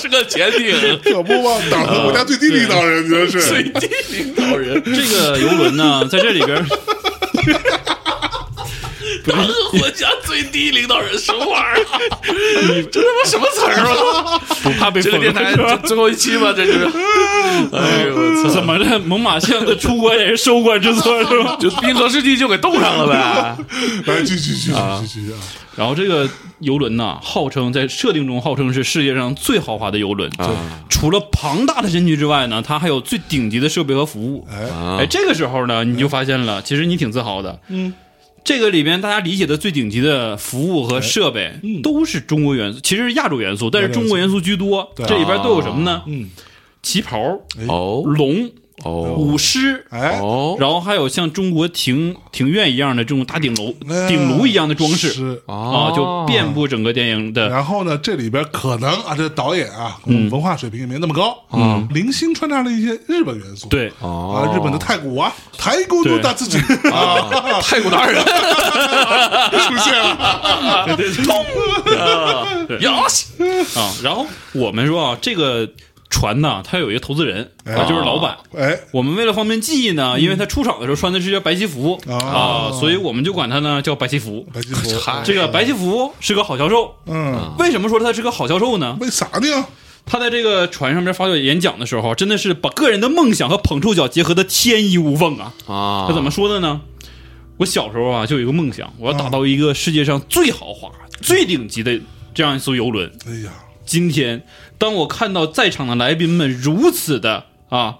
B: 是个潜艇，
A: 可不嘛，党和国家最低领导人，真
B: 最
A: 是
B: 低领导人，
C: 这个游轮呢，在这里边儿，
B: 党和国家最低领导人什么玩意儿啊？你这他妈什么词儿啊？
C: 不怕被
B: 这个
C: 封
B: 电台这最后一期吧，这就是，哎呦我操！
C: 怎么着？猛犸象的出国也是收官之作是吧？
B: 就冰河世纪就给冻上了
C: 啊
B: 呗，
A: 来继续继续继续啊，
C: 然后这个游轮呐，号称在设定中号称是世界上最豪华的游轮。
B: 啊
C: 除了庞大的身躯之外呢，它还有最顶级的设备和服务。
A: 哎
B: 啊哎
C: 哎，这个时候呢，你就发现了，其实你挺自豪的。嗯，这个里边大家理解的最顶级的服务和设
B: 哎
C: 备，
B: 嗯
C: 都是中国元素，其实是亚洲元素，但是中国元素居多。
A: 对
C: 这里边都有什么
B: 啊
C: 呢？
A: 嗯，
C: 旗袍、
B: 哦
C: 龙、
B: 哦
C: 舞狮。
A: 哎，
B: 哦
C: 然后还有像中国庭庭院一样的这种大顶楼、
A: 哎呀
C: 顶炉一样的装饰
A: 是。
C: 啊，
B: 哦
C: 就
B: 变
C: 遍布整个电影的
A: 然后呢，这里边可能啊，这导演啊，文化水平也没那么高，嗯，零星穿插了一些日本元素，
C: 对
B: 哦
C: 哦
A: 啊，日本的太鼓啊，太鼓都大自己啊，
C: 哦
B: 太古达人，
A: 出现 了，
B: 哟西，
C: 啊。然后我们说啊，这个船呢，它有一个投资人，啊，就是老板。
A: 哎，
C: 我们为了方便记忆呢，因为他出场的时候穿的是件白西服
A: 哦
C: 啊，所以我们就管他呢叫白西服。
A: 白吉 福，
B: 嗨
C: 这个白西服是个好销售。
A: 嗯，
C: 为什么说他是个好销售呢？
A: 为啥呢？
C: 他在这个船上面发表演讲的时候，真的是把个人的梦想和捧臭脚结合的天衣无缝啊！
B: 啊
C: 他怎么说的呢？我小时候啊，就有一个梦想，我要打造一个世界上最豪华、最顶级的这样一艘游轮。
A: 哎呀，
C: 今天，当我看到在场的来宾们如此的啊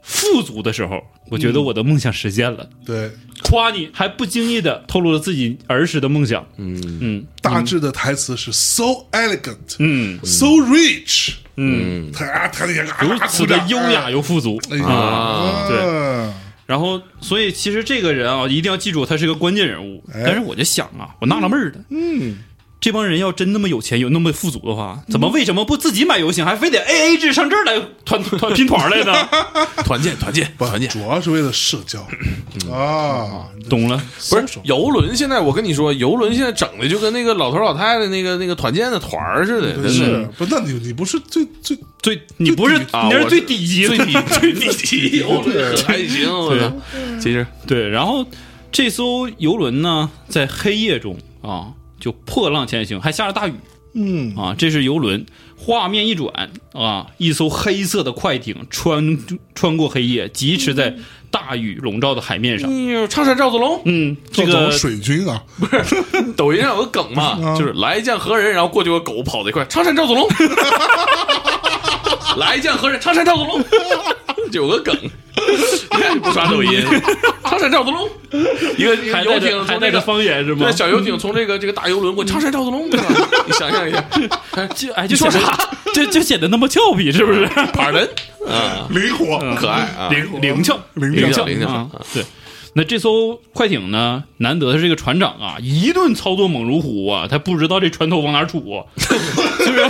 C: 富足的时候，我觉得我的梦想实现了。
A: 对，
C: 夸你还不经意的透露了自己儿时的梦想。
B: 嗯
C: 嗯
A: 大致的台词是 so elegant，
C: 嗯
A: so rich，
C: 嗯，
A: 他啊，他也
C: 如此的优雅，又富足。
A: 哎呀，
B: 啊
A: 对，
C: 然后，所以其实这个人啊，一定要记住，他是个关键人物。
A: 哎
C: 但是我就想啊，我纳了闷儿的，嗯，这帮人要真那么有钱，有那么富足的话，怎么为什么不自己买游行，还非得 A A 制上这儿来团团拼团来呢？
B: 团建团建
A: 不
B: 团建？
A: 主要是为了社交
C: 嗯
A: 啊，
C: 懂了，
A: 不
B: 不是游轮，现在我跟你说，游轮现在整的就跟那个老头老太太那个那个团建的团儿似的，真的
A: 是不？那你你不是最最
C: 最你不是
A: 最底
B: 啊
C: 你这
B: 我
C: 是最底级的，
B: 最低最低级游轮还哎行，我操！其实
C: 对，然后这艘游轮呢，在黑夜中啊，就破浪前行，还下着大雨
A: 嗯，
C: 啊。这是游轮，画面一转啊，一艘黑色的快艇穿穿过黑夜，疾驰在大雨笼罩的海面上。
B: 你唱山赵子龙，
C: 嗯，这
A: 赵总
C: 个
A: 水军啊，
B: 抖音上有个梗嘛，
C: 嗯
B: 就是来一将何人，然后过去有个狗跑得快，常山赵子龙。 来一将何人，常山赵子龙， 有个梗。你看你不刷抖音，常山赵子龙，
C: 嗯
B: 一个一个
C: 还
B: 游
C: 带着
B: 艇
C: 还
B: 从
C: 带
B: 那
C: 着
B: 个
C: 方言是吗
B: 对？小游艇从这个这个大游轮过，常山赵子龙，对吧你想象一下，
C: 就哎，就显得？就就显得那么俏皮，是不是？
B: 板人
C: 嗯
B: 啊，
A: 灵活，
B: 可爱啊，
C: 灵灵巧，
A: 灵
B: 灵
A: 巧
B: 巧，灵巧
C: 啊，对。那这艘快艇呢？难得的这个船长啊，一顿操作猛如虎啊，他不知道这船头往哪儿杵、啊， 就是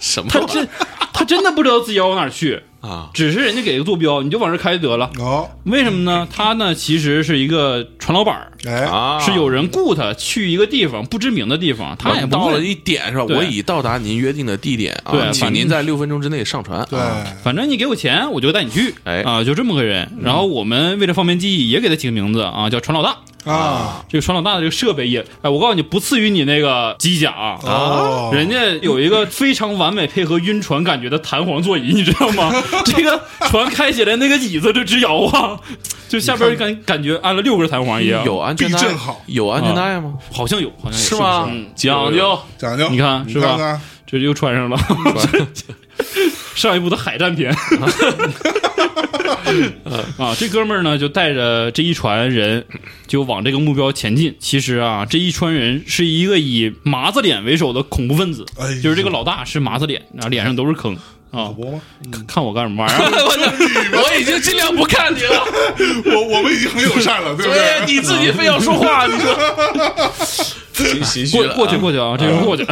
B: 什么
C: 他真他真的不知道自己要往哪儿去，
B: 啊？
C: 只是人家给个坐标，你就往这儿开就得了。
A: 哦，
C: 为什么呢？他呢其实是一个船老板儿，
A: 哎，
B: 啊，
C: 是有人雇他去一个地方不知名的地方，他也不
B: 到了
C: 会。
B: 一点是吧？
C: 对
B: 我已到达您约定的地点
C: 对
B: 啊，请
C: 反正
B: 您在六分钟之内上传。
A: 对，
B: 啊
C: 反正你给我钱，我就带你去，
B: 哎
C: 啊，就这么个人。然后我们为了方便记忆，也给他起个名字啊，叫船老大。
A: 啊，
C: 这个船老大的这个设备也，哎，我告诉你，不次于你那个机甲啊，
A: 哦
C: 人家有一个非常完美配合晕船感觉的弹簧座椅， 你知道吗？这个船开起来那个椅子就直摇啊，就下边感感觉安了六根弹簧一样，
B: 有安全带
A: 避震好，
B: 有安全带吗？
C: 好像有，好像有
B: 是吗
C: 嗯？
B: 讲究
A: 讲究，
C: 你看是吧
A: 看看
C: 这又穿上了，上一部的海战片。啊，这哥们儿呢，就带着这一船人，就往这个目标前进。其实啊，这一船人是一个以麻子脸为首的恐怖分子，
A: 哎呦
C: 就是这个老大是麻子脸，啊，脸上都是坑啊
A: 可。不吗？
C: 看看我干什么玩意儿？啊
B: 我已经尽量不看你了，
A: 我我们已经很友善 了，对不
B: 对
A: 对？
B: 你自己非要说话， 你说心心虚
C: 过
B: 了啊
C: 过去过去啊，这人 过去。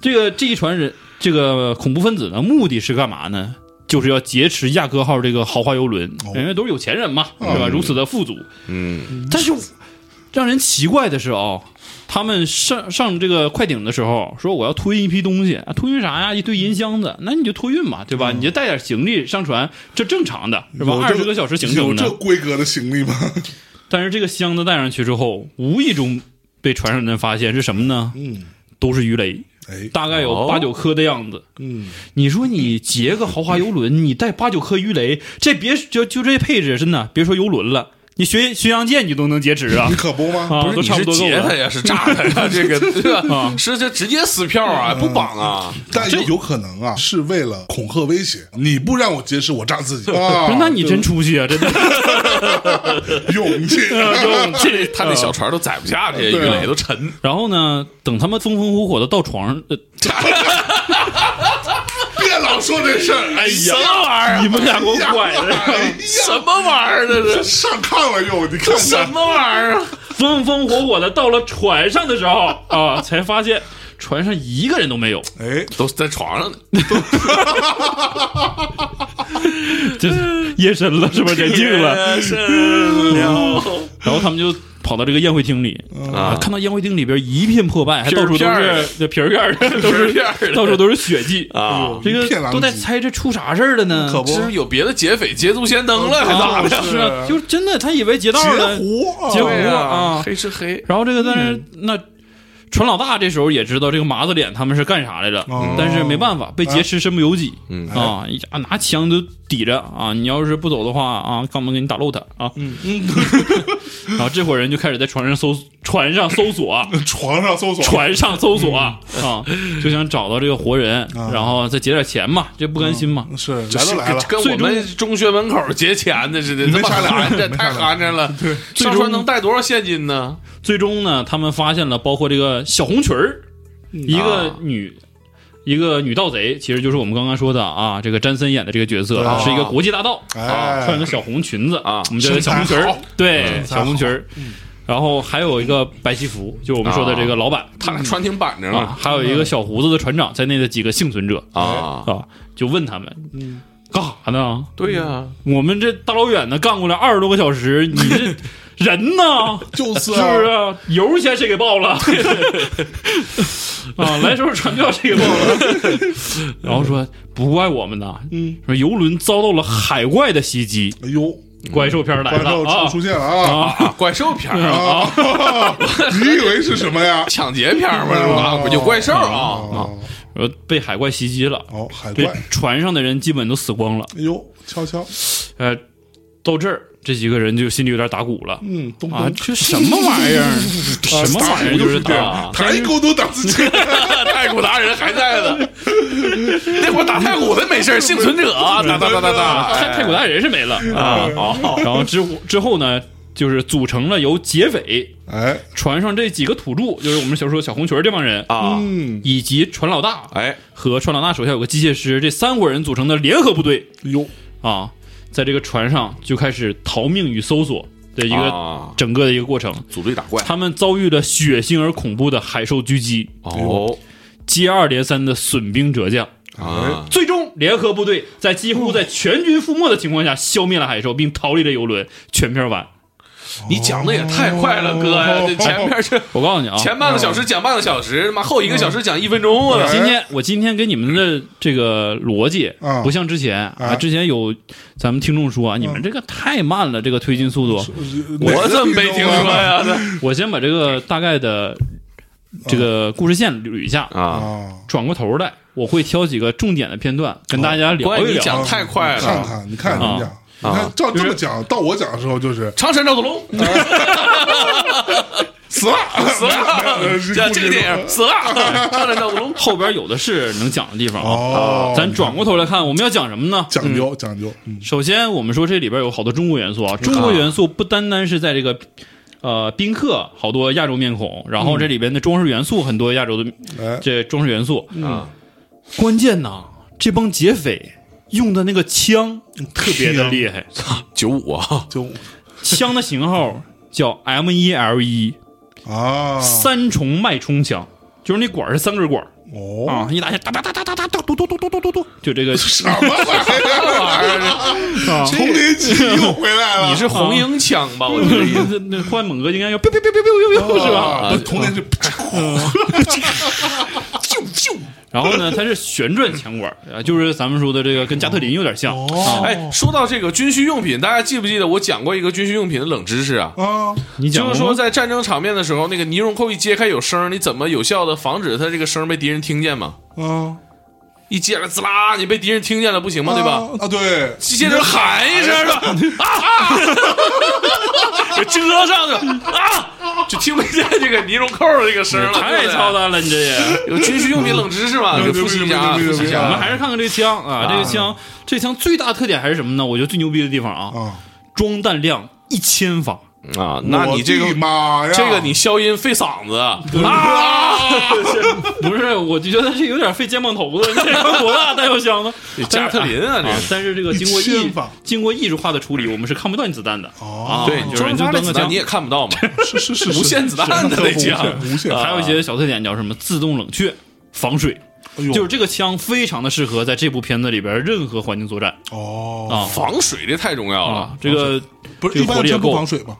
C: 这个这一船人，这个恐怖分子呢，目的是干嘛呢？就是要劫持亚哥号这个豪华游轮，
A: 哦
C: 人家都是有钱人嘛，对吧？如此的富足，
B: 嗯，
C: 但是让人奇怪的是哦，他们上上这个快艇的时候说我要托运一批东西，啊、托运啥呀？一堆银箱子，那你就托运嘛，对吧？你就带点行李上船，这正常的是吧？
A: 嗯有
C: 二
A: 这
C: 十个小时行
A: 有
C: 程
A: 这
C: 呢。
A: 规格的行李吗？
C: 但是这个箱子带上去之后，无意中被船上人发现是什么呢？
A: 嗯，
C: 都是鱼雷，
A: 哎，
C: 大概有
B: 哦
C: 八九颗的样子。
A: 嗯，
C: 你说你劫个豪华游轮，你带八九颗鱼雷，这别就就这配置，真的别说游轮了，你巡巡洋舰你都能劫持啊
A: 你！可不吗？
C: 啊，
B: 不是
C: 都
B: 你
C: 差不
B: 是
C: 多够
B: 劫他
C: 了。
B: 呀，是炸他 呀，这个对吧
C: 啊？
B: 是这直接撕票啊，不绑 啊，
A: 但有可能啊，是为了恐吓威胁，你不让我劫持，我炸自己啊
C: 不！是，那你真出息啊！真的，
A: 勇气，
C: 这
B: 他那小船都载不下这些鱼雷，都沉。
C: 然后呢，等他们风风火火的到床上，呃
A: 别老说这事儿，哎
B: 什么玩意
C: 你们俩给我拐的，
A: 哎
B: 儿？什么玩意儿？这是
A: 呀，上炕了又，你看
B: 什
A: 看，
B: 么玩意儿啊？
C: 风风火火的到了船上的时候啊，才发现船上一个人都没有，
A: 哎，
B: 都在床上呢，
C: 就是夜深了，是不是人静 了？
B: 夜深了，
C: 然后他们就跑到这个宴会厅里
A: 嗯
C: 啊，看到宴会厅里边一片破败，还到处
B: 皮
C: 都
B: 儿片儿
C: 是这皮儿片儿的，都
B: 皮儿片儿
C: 是
B: 的
C: 到处都是血迹
B: 啊
C: 这
A: 一片
C: 个
A: 狼藉
C: 都在猜这出啥事儿了呢？
A: 可不
B: 是不是有别的劫匪捷足先登了？还咋
C: 啊
B: 的？
C: 是啊，就是真的，他以为劫道
A: 截
C: 了，
A: 胡啊，
C: 结果
B: 对
C: 啊
B: 呀，黑吃黑，
C: 然后这个但
A: 嗯
C: 是、那船老大这时候也知道这个麻子脸他们是干啥来着，
A: 哦
C: 但是没办法，被劫持身不由己。
B: 嗯
C: 啊，一下拿枪就抵着啊！你要是不走的话啊，干嘛给你打漏他啊！嗯嗯。 然后这伙人就开始在船上搜，船上搜索 啊，
A: 床上搜索，
C: 船上搜索啊，啊，就想找到这个活人，
A: 嗯啊
C: 然后再劫点钱嘛，这不甘心嘛。
A: 是来都来了，
B: 跟跟我们中学门口劫钱 的似的，
A: 没
B: 这么
A: 啥
B: 寒碜，
A: 两没啥
B: 太
A: 两
B: 寒碜了。对，
C: 最
B: 上
C: 终
B: 船能带多少现金呢？
C: 最终呢，他们发现了包括这个小红裙儿，一个
B: 啊
C: 女。一个女盗贼，其实就是我们刚刚说的啊，这个詹森演的这个角色、
A: 对啊
C: 是一个国际大盗，
A: 哎
C: 啊穿着小红裙子
B: 啊
C: 我们叫小红裙
A: 身材
C: 儿
A: 好，嗯
C: 对，
A: 材啊
C: 小红裙儿。然后还有一个白西服，就我们说的这个老板
B: 他俩船挺板着
A: 嗯
C: 啊，
B: 呢
C: 还有一个小胡子的船长在内的几个幸存者
B: 啊！
C: 啊，就问他们，干啥呢？
B: 对呀，
C: 我们这大老远的干过来二十多个小时，你这人呢？
A: 就是
C: 是
A: 啊
C: 不是啊油钱谁给 报了？啊，来时候船票谁给报了？ 然后说不怪我们呐，
A: 嗯，
C: 说游轮遭到了海怪的袭击，
A: 哎呦，
C: 怪兽片儿来
A: 怪兽
C: 了
A: 出
C: 啊
A: 出现了啊
B: 啊，怪兽片儿啊，
A: 啊！你以为是什么呀？
B: 抢劫片儿嘛，是吧？有怪兽啊，
A: 啊，
C: 呃，被海怪袭击了，
A: 哦，海怪
C: 这，船上的人基本都死光了。
A: 哎呦，悄悄，
C: 呃，到这儿这几个人就心里有点打鼓了。
A: 嗯，啊咚
C: 啊，
A: 咚，
C: 这什么玩意儿？什么玩意儿？就是
A: 这
C: 打
A: 样，，太孤独打 自己，
B: 太鼓达人还在 呢。那会儿打太鼓的没事儿，幸存者 啊，打打打 打打，
C: 太太古达人是没了啊。
A: 哎
B: 啊，
A: 哦
B: 好，
C: 然后之后之后呢，就是组成了由劫匪、
A: 哎，
C: 船上这几个土著，就是我们小说小红裙儿这帮人，
B: 啊，
A: 嗯，
C: 以及船老大
B: 哎，
C: 和船老大手下有个机械师，这三国人组成的联合部队
A: 哟，
C: 啊，在这个船上就开始逃命与搜索的一个、
B: 啊
C: 整个的一个过程。
B: 组队打怪，
C: 他们遭遇了血腥而恐怖的海兽狙击，
B: 哦
C: 接二连三的损兵折将。
B: 啊，
C: 最终，联合部队在几乎在全军覆没的情况下消灭了海兽，并逃离了游轮。全片完，
B: 你讲的也太快了，哥呀！这前面是
C: 我告诉你啊，
B: 前半个小时讲半个小时，他妈后一个小时讲一分钟，啊我
A: 哎
B: 操！
C: 今天我今天给你们的这个逻辑
A: 啊
C: 不像之前
A: 啊嗯
C: 啊，之前有咱们听众说啊，你们这个太慢了，这个推进速度。
B: 我怎么没听
A: 啊
B: 说呀？
C: 我先把这个大概的
A: 嗯
C: 这个故事线捋一下，
B: 啊，
A: 啊？
C: 转过头来我会挑几个重点的片段跟大
A: 哦
C: 家聊
B: 关键
C: 一
B: 你
C: 聊。
B: 讲太快
A: 看
B: 了，
A: 啊看，你看你讲，你看照这么讲，到我讲的时候就是
B: 长山赵子龙
A: 死了，
B: 死了，这这个电影死了，长山赵子龙
C: 后边有的是能讲的地方啊。
A: 哦，
C: 咱转过头来看，我们要讲什么呢？
A: 讲究嗯讲究，嗯，
C: 首先，我们说这里边有好多中国元素啊，中国元素不单单是在这个。呃，宾客好多亚洲面孔，然
A: 嗯
C: 后这里边的装饰元素很多亚洲的
A: 哎，
C: 这装饰元素。
B: 啊，
C: 关键呐，这帮劫匪用的那个枪特别的厉害，
B: 九五啊，
A: 就
C: 枪的型号叫 M 一 L 一
A: 啊，
C: 三重脉冲枪，就是那管儿是三根管儿
A: 哦，
C: 啊，一打下哒哒哒哒哒哒哒嘟嘟嘟嘟嘟嘟嘟，就这个
A: 什么玩意
C: 啊
A: 儿？丛林记又回来了，
B: 你是红缨枪吧？我觉得
C: 那那那换猛哥应该要哦 biu biu biu biu biu biu biu 是吧？
A: 我童啊年是
B: 啾啾。
C: 然后呢，它是旋转枪管儿，啊，就是咱们说的这个跟加特林有点像。啊
A: 哦
B: 哎，说到这个军需用品，大家记不记得我讲过一个军需用品的冷知识啊？
A: 啊，
C: 你讲
B: 就
C: 过
B: 是
C: 吗
B: 说，在战争场面的时候，那个尼龙扣一揭开有声儿，你怎么有效的防止它这个声儿被敌人听见嘛？
A: 啊，
B: 一揭了滋啦，你被敌人听见了，不行吗？对吧？？
A: 啊，对，
B: 接着喊一声是 吧？啊啊！遮上去啊，就听不见这个尼龙扣的这个声儿了。
C: 太操
B: 了！
C: 蛋了，你这也。
B: 有军需用品冷知识嘛？
A: 对
B: 给
A: 对对
B: 复习一下啊，
A: 对对
B: 复
A: 对对
B: 习一
A: 对
C: 我
B: 下
C: 们
B: 啊。
C: 还是看看这个枪啊，这个枪，这个枪最大特点还是什么呢？我觉得最牛逼的地方啊，
A: 啊，
C: 装弹量一千发，
B: 啊，那你这
A: 我的
B: 个
A: 妈呀，
B: 这个你消音费嗓子啊！
C: 不是？我就觉得这有点费肩膀头子，你这玩多大弹药箱呢？
B: 加特林啊，这
C: 啊
B: 是。
C: 但是这个经过
A: 一千
C: 艺
A: 发
C: 经过艺术化的处理，我们是看不到你子弹的。
A: 哦
C: 啊
B: 对，
C: 就是
B: 装
C: 你就
B: 他的
C: 当
B: 子
C: 个
B: 弹
C: 枪
B: 你也看不到嘛，
A: 是是是
B: 无限子弹的那啊枪，
A: 无限，
C: 啊
A: 啊
C: 还有一些小特点叫什么自动冷却、防水，就是这个枪非常的适合在这部片子里边任何环境作战
A: 哦
C: 啊
B: 防水这太重要了
C: 啊。，这个
A: 不是一般枪不防水吧？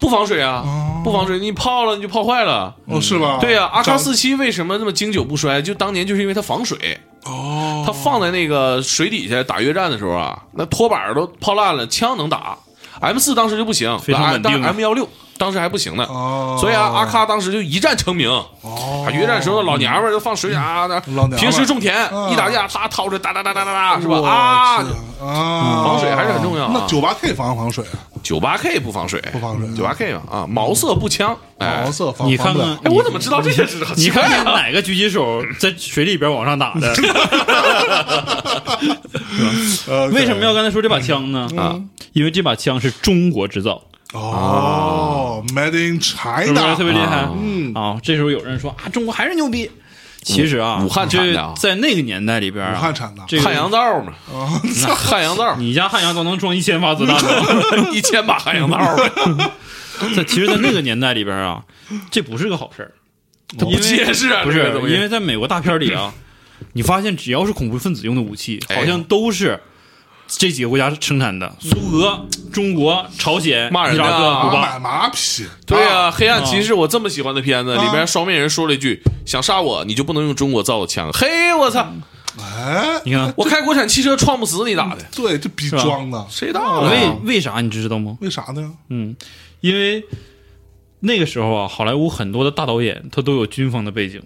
B: 不防水啊，
C: 哦
B: 不防水，你泡了你就泡坏了。
C: 嗯
A: 哦，是吧？
B: 对呀，阿
A: 长
B: 卡四七为什么那么经久不衰？就当年就是因为它防水，
A: 哦，
B: 它放在那个水底下打越战的时候啊，那拖板儿都泡烂了，枪能打。M 四当时就不行，
C: 非常稳定啊
B: M 幺六当时还不行呢，
A: 哦
B: 所以啊，阿卡当时就一战成名。
A: 哦
B: 啊，越战时候的老娘们儿就放水里啊，那
A: 老娘们儿
B: 平时种田
A: 嗯
B: 一打架，啪掏出来哒哒哒哒哒哒，是吧？
A: 我
B: 啊，
A: 去
C: 嗯
A: 啊，
B: 防水还是很重要啊
A: 那九八 K 防不防水啊？
B: 九八 K 不防水，
A: 不防水
B: 九八 K 嘛啊，毛色步枪，哎
A: 毛，色防哦
C: 你
A: 防
C: 看
A: 不了
C: 看，
B: 哎，我怎么知道 这些知识？好
C: 你
B: 奇怪
C: 看看
B: 啊！
C: 哪个狙击手在水里边往上打的？
A: 呃
C: 为什么要刚才说这把枪呢？啊，
B: 嗯
C: 因为这把枪是中国制造，
A: 哦，Made
B: 啊
A: in
B: 哎
C: 是不是特别
A: China，
C: 厉害？
A: 嗯
C: 啊，这时候有人说啊，中国还是牛逼。其实啊，
B: 武武汉产的啊
C: 这在那个年代里边啊，
A: 武汉产的
C: 这个
B: 汉阳造嘛，
A: 哦
B: 汉阳造，
C: 你家汉阳都能装一千发子弹了。
B: 一千把汉阳造，
C: 在其实，在那个年代里边啊，这不是个好事儿，它
B: 不结实啊
C: 不
B: 这
C: 是
B: 个东西
C: 因为在美国大片里 啊，你发现只要是恐怖分子用的武器，
B: 哎
C: 好像都是这几个国家生产的：苏俄、中国、朝鲜、
B: 骂人
C: 伊
B: 的
C: 拉
B: 啊
C: 克、古巴。
A: 买马匹，
B: 对啊，黑暗骑士我这么喜欢的片子，里边双面人说了一句：“想杀我，你就不能用中国造的枪。”嘿，我操！
A: 哎，
C: 你看，
B: 我开国产汽车撞不死你咋的？
A: 对，这逼装的，哦
B: 谁道啊？
C: 为为啥你知道吗？
A: 为啥呢？
C: 嗯，因为那个时候啊，好莱坞很多的大导演他都有军方的背景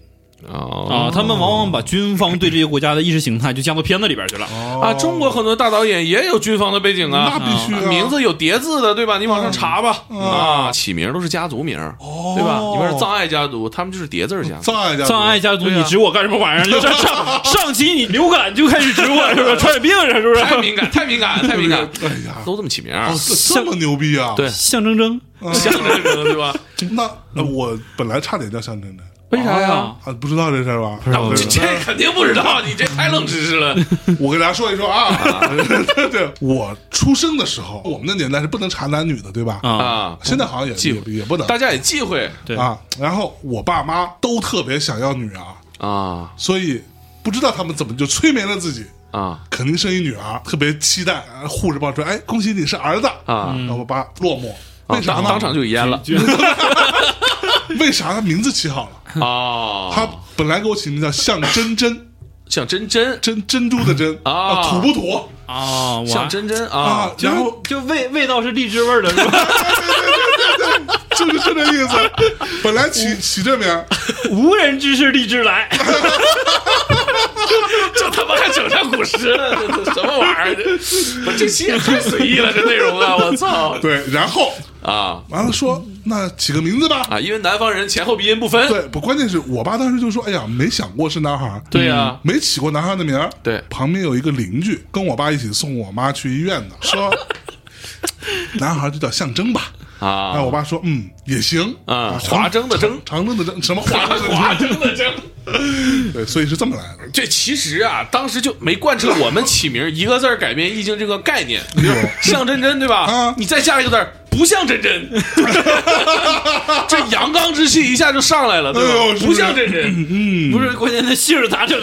B: 啊
C: 啊，他们往往把军方对这些国家的意识形态就加到片子里边去了。
B: 啊！中国很多大导演也有军方的背景
A: 哦那
B: 啊，
A: 必须啊，
B: 名字有叠字的，对吧？你往上查吧。
A: 嗯
B: 啊，起名都是家族名，
A: 哦，
B: 对吧？你比如说藏爱家族，他们就是叠字儿家族。
A: 葬爱家族，
C: 葬爱家族，
B: 对啊
C: 你指我干什么玩意儿？就上 上上期你流感就开始指我，是不是传染病啊是不
B: 太
C: 是？
B: 敏感，太敏感，太敏感，
A: 哎呀，
B: 都这么起名儿，
A: 哦这这么牛逼啊！
B: 对
C: 象征征，
B: 象征着对吧？
A: 那呃我本来差点叫向真真
B: 为啥呀
C: 啊？
A: 啊，不知道这事儿吧？
C: 知
B: 那
C: 道
B: 我这这肯定不知道，你这太冷知识了。
A: 我跟大家说一说啊， 对，我出生的时候，我们那年代是不能查男女的，对吧？
C: 啊
B: 啊，
A: 现在好像
B: 忌
A: 也也也不能
B: 大家也忌讳
C: 对
A: 啊。然后我爸妈都特别想要女儿，
B: 啊
A: 所以不知道他们怎么就催眠了自己，
B: 啊
A: 肯定生一女儿，特别期待。啊护士报出来，哎，恭喜你是儿子
B: 啊！啊
A: 然后我爸落寞，为啥
B: 当
A: 呢？
B: 当场就给淹了
A: 为啥他名字起好 了？
B: 啊！
A: 他本来给我起名叫向真真，
B: 像真真
A: 珍珍珠的珍
B: 啊
A: 土不土
C: 啊！我
B: 像真真
A: 啊
B: 啊？，
A: 然后
C: 就味味道是荔枝味儿的，是 吧？
A: 就是就这意思。 本来
B: 嗯
A: 起起这名儿，
C: 无人知是荔枝来，
B: 这他妈还整上古诗呢？这这什么玩意儿？这我这期也太随意了，这内容啊！我操
A: 对，然后
B: 啊
A: 完了说那起个名字吧。
B: 啊！因为南方人前后鼻音不分，
A: 对，不，关键是我爸当时就说：“哎呀，没想过是男孩儿，
B: 对呀
A: 没起过男孩儿的名儿。”
B: 对
A: 旁边有一个邻居跟我爸一起送我妈去医院 的，说男孩儿就叫象征吧。然后
B: 啊
A: 我爸说：“嗯，也行
B: 啊，华筝的筝，
A: 长征的征什么 华筝的
B: 华嗯筝的筝。
A: 征？对，所以是这么来的。
B: 这其实啊，当时就没贯彻我们起名一个字儿改变意境这个概 念，像真真对吧？
A: 啊
B: 你再下一个字儿不像 真真，这阳刚之气一下就上来了，对
A: 哎呦
B: 吧？
A: 是不是
B: 不像真真，
C: 不是关键，那姓儿咋整？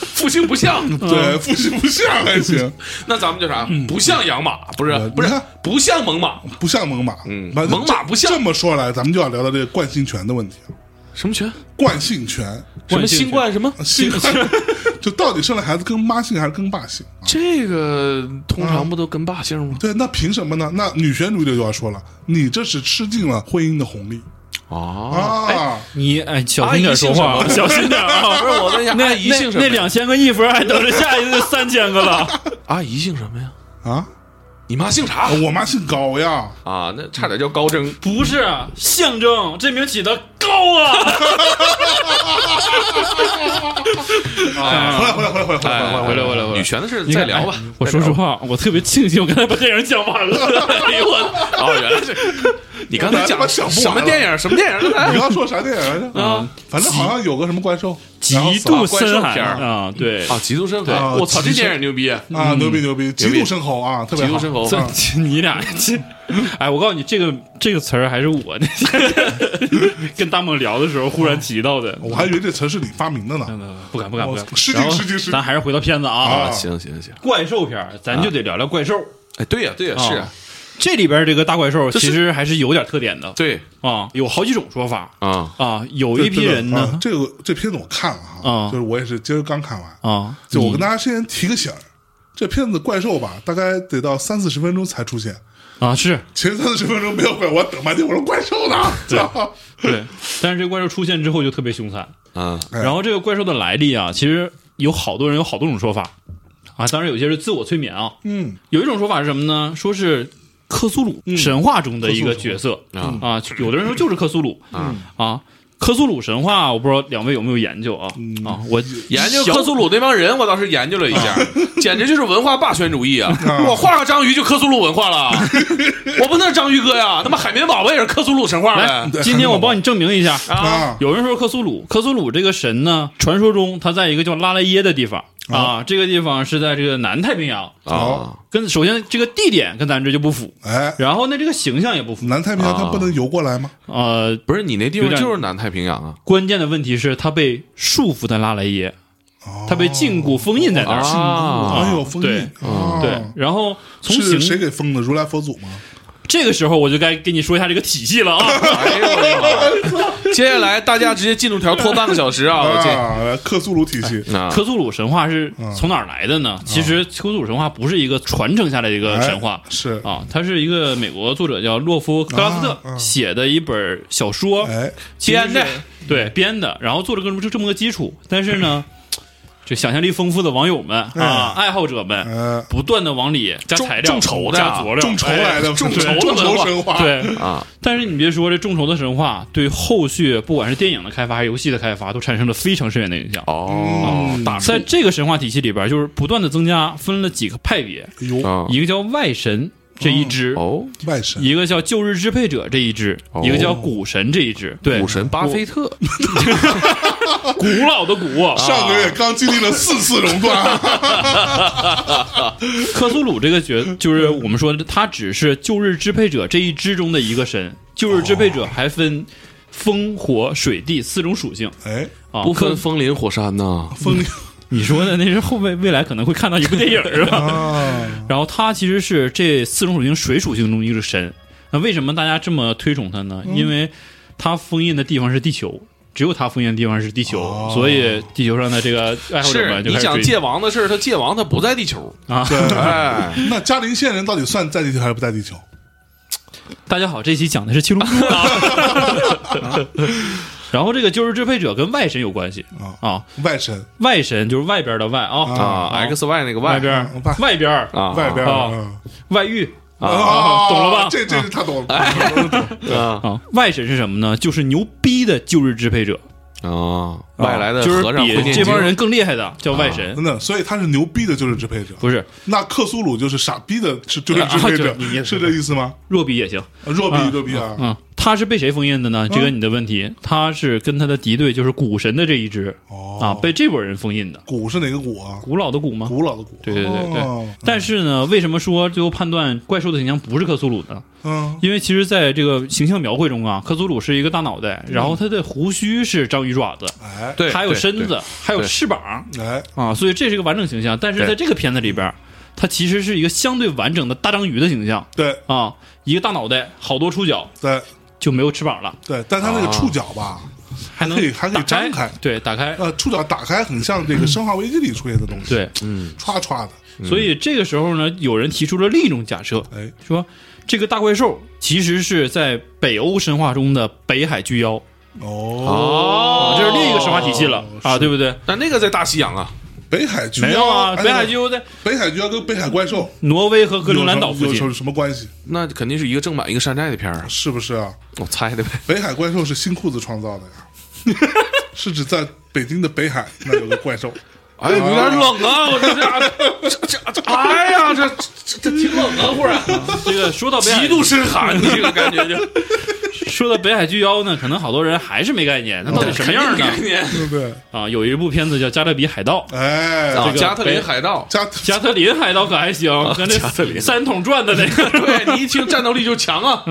B: 复兴不像，
A: 对，复习不像还行，
B: 那咱们叫啥？不像养马，不是
A: 呃
B: 不是
A: 你看
B: 不像猛犸，
A: 不像猛犸。
B: 嗯
A: 完了
B: 猛犸不像
A: 这这么说来，咱们就要聊到这个惯性权的问题了。
B: 什么啊拳？
A: 惯性权，
B: 什么
C: 冠姓
B: 新冠什么？
A: 啊性 就到底生了孩子跟妈姓还是跟爸姓？
B: 这个通常不都跟爸姓吗？
A: 对，那凭什么呢？那女权主义者就要说了，你这是吃尽了婚姻的红利
B: 啊，
A: 啊！
C: 你哎，小
B: 阿姨
C: 心点说话啊，
B: 姓什
C: 小
B: 么
C: 心点啊！
B: 不是我问一下，
C: 那
B: 阿姨姓什么
C: 那
B: 呀？
C: 两千个一分还等着下一个三千个 了。
B: 阿姨姓什么呀？啊
A: 啊，
B: 你妈姓啥
A: 我妈姓高呀，
B: 啊？那差点叫高征。
C: 不是象征，这名起的高 啊！
B: 哎
A: 回来回来回来回来回来回来回来，
C: 来回来回来
B: 女权的事哎再聊吧。
C: 我说实话，我特别庆幸我刚才把电影讲完了。
B: 哎呦我，哦，原来是 你刚才讲
A: 我他妈想不
B: 什
A: 完
B: 么
A: 了
B: 电影？什么电影？刚
A: 你
B: 才
A: 刚说啥电影来着？
B: 啊
A: 反正好像有个什么怪兽，
C: 极
A: 然后死了
C: 度深
B: 怪兽片
C: 寒
B: 儿
C: 啊！对，
B: 啊，极度深
A: 对啊
B: 海！我操，这
A: 极度
B: 电影牛逼！
A: 啊，牛逼牛逼，极度生猴啊，特别
B: 极
A: 好
B: 度生猴，
A: 啊
C: 这 你俩这，哎，我告诉你，这个这个词儿还是我那天跟大梦聊的时候忽然提到的。
A: 我还以为这词是你发明的呢。
C: 不敢不敢不敢
A: 我，失敬
C: 然后
A: 失敬失敬
C: 咱还是回到片子啊，
A: 啊
B: 行行行，
C: 怪兽片儿，咱就得聊聊怪兽。
B: 哎，对呀对呀，是啊
C: 啊这里边这个大怪兽
B: 这是
C: 其实还是有点特点的
B: 对
C: 啊，有好几种说法
B: 啊
C: 啊，有一批人
A: 啊
C: 呢
A: 这个这片子我看了哈，
C: 啊
A: 就是我也是今儿刚看完，
C: 啊，
A: 就我跟
C: 你
A: 大家先提个醒儿，这片子怪兽吧，大概得到三四十分钟才出现，
C: 啊是
A: 前三十分钟没有怪，我等半天，我说怪兽呢？
C: 对，但是这个怪兽出现之后就特别凶残。
B: 啊
A: 哎
C: 然后这个怪兽的来历啊，其实有好多人有好多种说法啊，当然有些是自我催眠啊。
A: 嗯，
C: 有一种说法是什么呢？说是克苏鲁神话中的一个
A: 克苏鲁嗯
C: 角色
B: 啊
C: 啊，有的人说就是克苏鲁
B: 啊！
C: 啊。克苏鲁神话，我不知道两位有没有研究啊？
A: 嗯
C: 啊，我
B: 研究
C: 小
B: 克苏鲁那帮人，我倒是研究了一下，简直就是文化霸权主义啊！我画个章鱼就克苏鲁文化 了，我不那章鱼哥呀，他妈海绵宝宝也是克苏鲁神话
C: 来
B: 呗，
C: 今天我帮你证明一下。
B: 啊
A: 哎啊
C: 有人说克苏鲁，克苏鲁这个神呢，传说中他在一个叫拉莱耶的地方啊，这个地方是在这个南太平洋，
B: 啊
C: 跟首先这个地点跟咱这就不符，
A: 哎，
C: 然后呢这个形象也不符，
A: 南太平洋它
B: 啊
A: 不能游过来吗？
C: 呃，
B: 不是你那地方
C: 有点
B: 就是南太平洋啊
C: 关键的问题是他被束缚在拉莱耶，
A: 哦
C: 啊他被禁锢封印在那儿。
B: 啊！
A: 哎呦，封
C: 对嗯
A: 印啊，
C: 对，然后从
A: 是谁
C: 形
A: 给封的？如来佛祖吗？
C: 这个时候我就该跟你说一下这个体系了啊，
B: 哎呦我的妈！ 接下来大家直接进度条拖半个小时啊！我 见
A: 啊，克苏鲁体系，
B: 啊，
C: 科苏鲁神话是
A: 嗯
C: 从哪儿来的呢？其实科苏鲁神话不是一个传承下来的一呃个神话
A: 哎，是
C: 啊，它是一个美国作者叫洛夫克拉夫
A: 啊啊
C: 特写的一本小说，
A: 哎，
C: 其实是
B: 编的，
C: 对编的，然后做了个这么个基础，但是 呢，就想象力丰富的网友们
A: 哎
C: 啊，爱好者们
A: 呃，
C: 不断的往里加
B: 众
C: 材料、
B: 众筹的
C: 加佐料、
A: 众筹来的，
C: 哎
A: 众
C: 对
A: 筹众
C: 文
A: 筹
C: 化
A: 神话，
C: 对
B: 啊，
C: 但是你别说，这众筹的神话对后续不管是电影的开发还是游戏的开发，都产生了非常深远的影响。
B: 哦，
A: 嗯
B: 大
C: 在这个神话体系里边，就是不断的增加，分了几个派别，
A: 哎呦，
B: 啊，
C: 一个叫外神这一支，
B: 哦，
A: 外神，
C: 一个叫旧日支配者这一支，
B: 哦
C: 一个叫股神这一支。对，
B: 股神巴菲特
C: 古老的古，啊
A: 上个月刚经历了四次熔断，
C: 克苏鲁这个角就是我们说的，他只是旧日支配者这一支中的一个神。旧日支配者还分风、火、水、地四种属性
A: 哎，
C: 啊，
B: 不
C: 克
B: 分风林火山呐，
A: 风
C: 嗯你说的那是后未未来可能会看到一部电影是吧？
A: 啊，
C: 然后它其实是这四种属性水属性中一个神。那为什么大家这么推崇它
B: 嗯
C: 呢？因为它封印的地方是地球，只有它封印的地方是地球，
A: 哦
C: 所以地球上的这个爱好者
B: 是
C: 们就
B: 你
C: 开始
B: 讲
C: 追
B: 界王的事儿，他界王他不在地 球，
C: 啊。
B: 哎，
A: 那嘉陵县人到底算在地球还是不在地球？
C: 大家好，这期讲的是七 龙珠 啊。然后这个就是支配者跟外神有关系
A: 啊
C: 啊，
A: 外神，
C: 外神就是外边的外啊
B: 哦啊，X Y 那个 Y
C: 外边儿
A: 外
C: 外边儿
B: 啊，
A: 外边
C: 啊外遇
B: 哦
A: 啊，
C: 懂了吧
A: 这这是他懂了，
B: 啊
C: 啊，外神是什么呢？就是牛逼的旧日支配者，
B: 啊，外来的
C: 就是
B: 和尚会
C: 比
B: 念经
C: 这
B: 啊
C: 帮人更厉害的叫外神，
A: 真的，所以他是牛逼的，就是支配者。
C: 不是
A: 那克苏鲁就是傻逼的，是就是支配者
C: 啊就你，也
A: 是这意思吗？
C: 弱逼也行。
A: 弱逼
C: 啊
A: 弱逼啊！
C: 嗯，他是被谁封印的呢？这个你的问题，他是跟他的敌对就是古神的这一支
A: 哦
C: 啊，被这波人封印的，
A: 鼓是哪个鼓啊？
C: 古老的古吗？
A: 古老的鼓。
C: 对对对对
A: 哦
C: 但是呢，为什么说最后判断怪兽的形象不是克苏鲁呢？
A: 嗯，
C: 因为其实在这个形象描绘中啊，克苏鲁是一个大脑袋，然后他的胡须是章鱼爪子，
A: 哎
B: 对，
C: 还有
B: 对
C: 身，
B: 对
C: 子，还有
B: 对
C: 翅膀
A: 哎，
C: 啊，所以这是一个完整形象。但是在这个片子里边，它其实是一个相对完整的大章鱼的形象
A: 对
C: 啊，一个大脑袋，好多触角，
A: 对
C: 就没有翅膀了，
A: 对，但他那个
B: 啊
A: 触角吧，
C: 还能
A: 可以还可以
C: 打开
A: 张开
C: 对，打开。
A: 呃，触角打开很像这个《生化危机》里出现的东西，
C: 对，
B: 嗯，
A: 歘歘的。
C: 所以这个时候呢，有人提出了另一种假设，
A: 哎，
C: 说这个大怪兽其实是在北欧神话中的北海巨妖，
A: 哦，
B: 哦
C: 啊，这是另一个神话体系了
A: 是
C: 啊，对不对？
B: 但那个在大西洋啊，
A: 北海巨
C: 没
A: 妖
C: 有啊，
A: 哎
C: 北海巨妖在
A: 北海巨妖跟北海怪兽
C: 挪威和格陵兰岛
A: 有
C: 附
A: 什么有什
C: 近
A: 么什么关系？
B: 那肯定是一个正版一个山寨的片儿啊，
A: 是不是啊？
B: 我猜的呗。
A: 北海怪兽是新裤子创造的呀， 是指在北京的北海那有个怪 兽。
B: 哎，有点
C: 哦
B: 冷啊，我这这这这，哎呀，这这这挺冷啊，忽然
C: 这个说到北海
B: 极，度深寒，你这个感觉就
C: 说到北海巨妖呢，可能好多人还是没概念，
B: 啊
C: 它到
B: 哦
C: 底什么样
B: 概
C: 呢？
B: 念
A: 对不对？
C: 啊，有一部片子叫《加勒比海盗》，
A: 哎，
B: 啊，
C: 个
B: 加特林海盗，
A: 加
C: 加特林海盗可还行，跟那
B: 加特林
C: 三桶转的那个。
B: 对你一听战斗力就强啊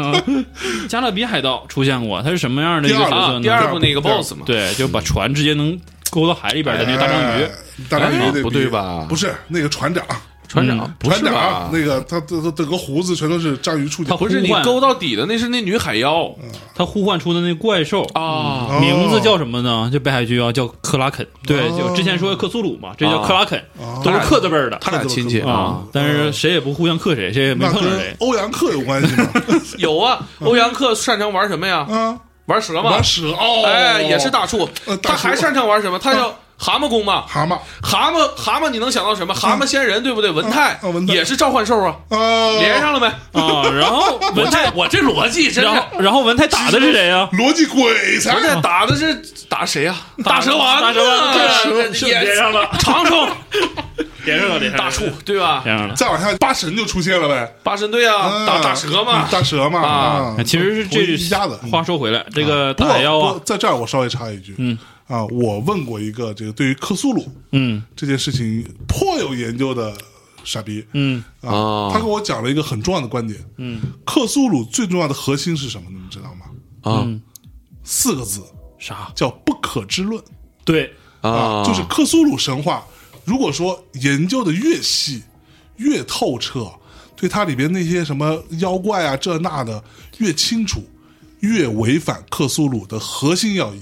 C: 加勒比海盗出现过，它是什么样的一个
A: 第二
C: 角
A: 部
C: 色
B: 啊！
C: 呢？
B: 第二部那个
A: 第二部
B: BOSS 嘛，
C: 对，就把船直接能勾到海里边的那个大章鱼。
A: 鱼，大章鱼
B: 哎
A: 那
B: 不
A: 比
B: 对吧
A: 不是那个船长，
B: 船长
C: 嗯
B: 不是
A: 船
B: 吧
A: 长？那个他他他整个胡子全都是章鱼触角
C: 他，
B: 不是你
C: 呼唤
B: 勾到底的，那是那女海妖
C: 它呼唤出的那怪兽
B: 啊
A: 哦
C: 名字叫什么呢？就北海巨妖叫克拉肯，对，
B: 哦
C: 就之前说克苏鲁嘛，这
B: 啊
C: 叫克拉肯，都是克字辈儿的
B: 他俩亲戚啊
C: 啊。但是谁也不互相克谁，谁也没
A: 那
C: 碰着
A: 跟
C: 谁。
A: 欧阳克有关系 吗？
B: 有啊，欧阳克擅长玩什么呀？
A: 啊，
B: 玩蛇嘛
A: 玩，蛇哦，
B: 哎，也是大树
A: 呃。大
B: 他
A: 树啊
B: 还擅长玩什么？他叫蛤蟆功嘛。
A: 蛤蟆
B: 蛤蟆，蛤蟆，你能想到什么？蛤蟆仙人，对不对？文泰
A: 嗯啊啊文泰
B: 也是召唤兽啊，
A: 啊，
B: 连上了没？
C: 啊，然后文泰，
B: 我这逻辑真
C: 然
B: 是。
C: 后然后文泰打的是谁啊呀？
A: 逻辑鬼才
B: 文泰打的是打谁呀？大蛇啊丸，
C: 大蛇丸
B: 丸
C: 是
B: 也
C: 连上了
B: 长虫，
C: 连上了，连上
B: 大
C: 了，
B: 树，对吧？
C: 连上了。
A: 再往下，八神就出现了呗，
B: 八神队啊，
A: 啊
B: 打打蛇
A: 嗯，
B: 嘛
A: 大蛇嘛，
B: 啊
A: 啊
C: 哎其实是这
A: 同一家子嗯
C: 话说回来，这个
A: 不
C: 大海妖
A: 过
C: 啊
A: 不，在这儿我稍微插一句，嗯啊，我问过一个这个对于克苏鲁
C: 嗯
A: 这件事情颇有研究的傻逼，
C: 嗯，
A: 啊，
B: 哦
A: 他跟我讲了一个很重要的观点。嗯，克苏鲁最重要的核心是什么？你们知道吗？
B: 啊
C: 嗯
A: 四个字
C: 啥？
A: 叫不可知论
C: 对，
A: 啊，就是克苏鲁神话。如果说研究的越细、越透彻，对它里边那些什么妖怪啊这那的越清楚，越违反克苏鲁的核心要义，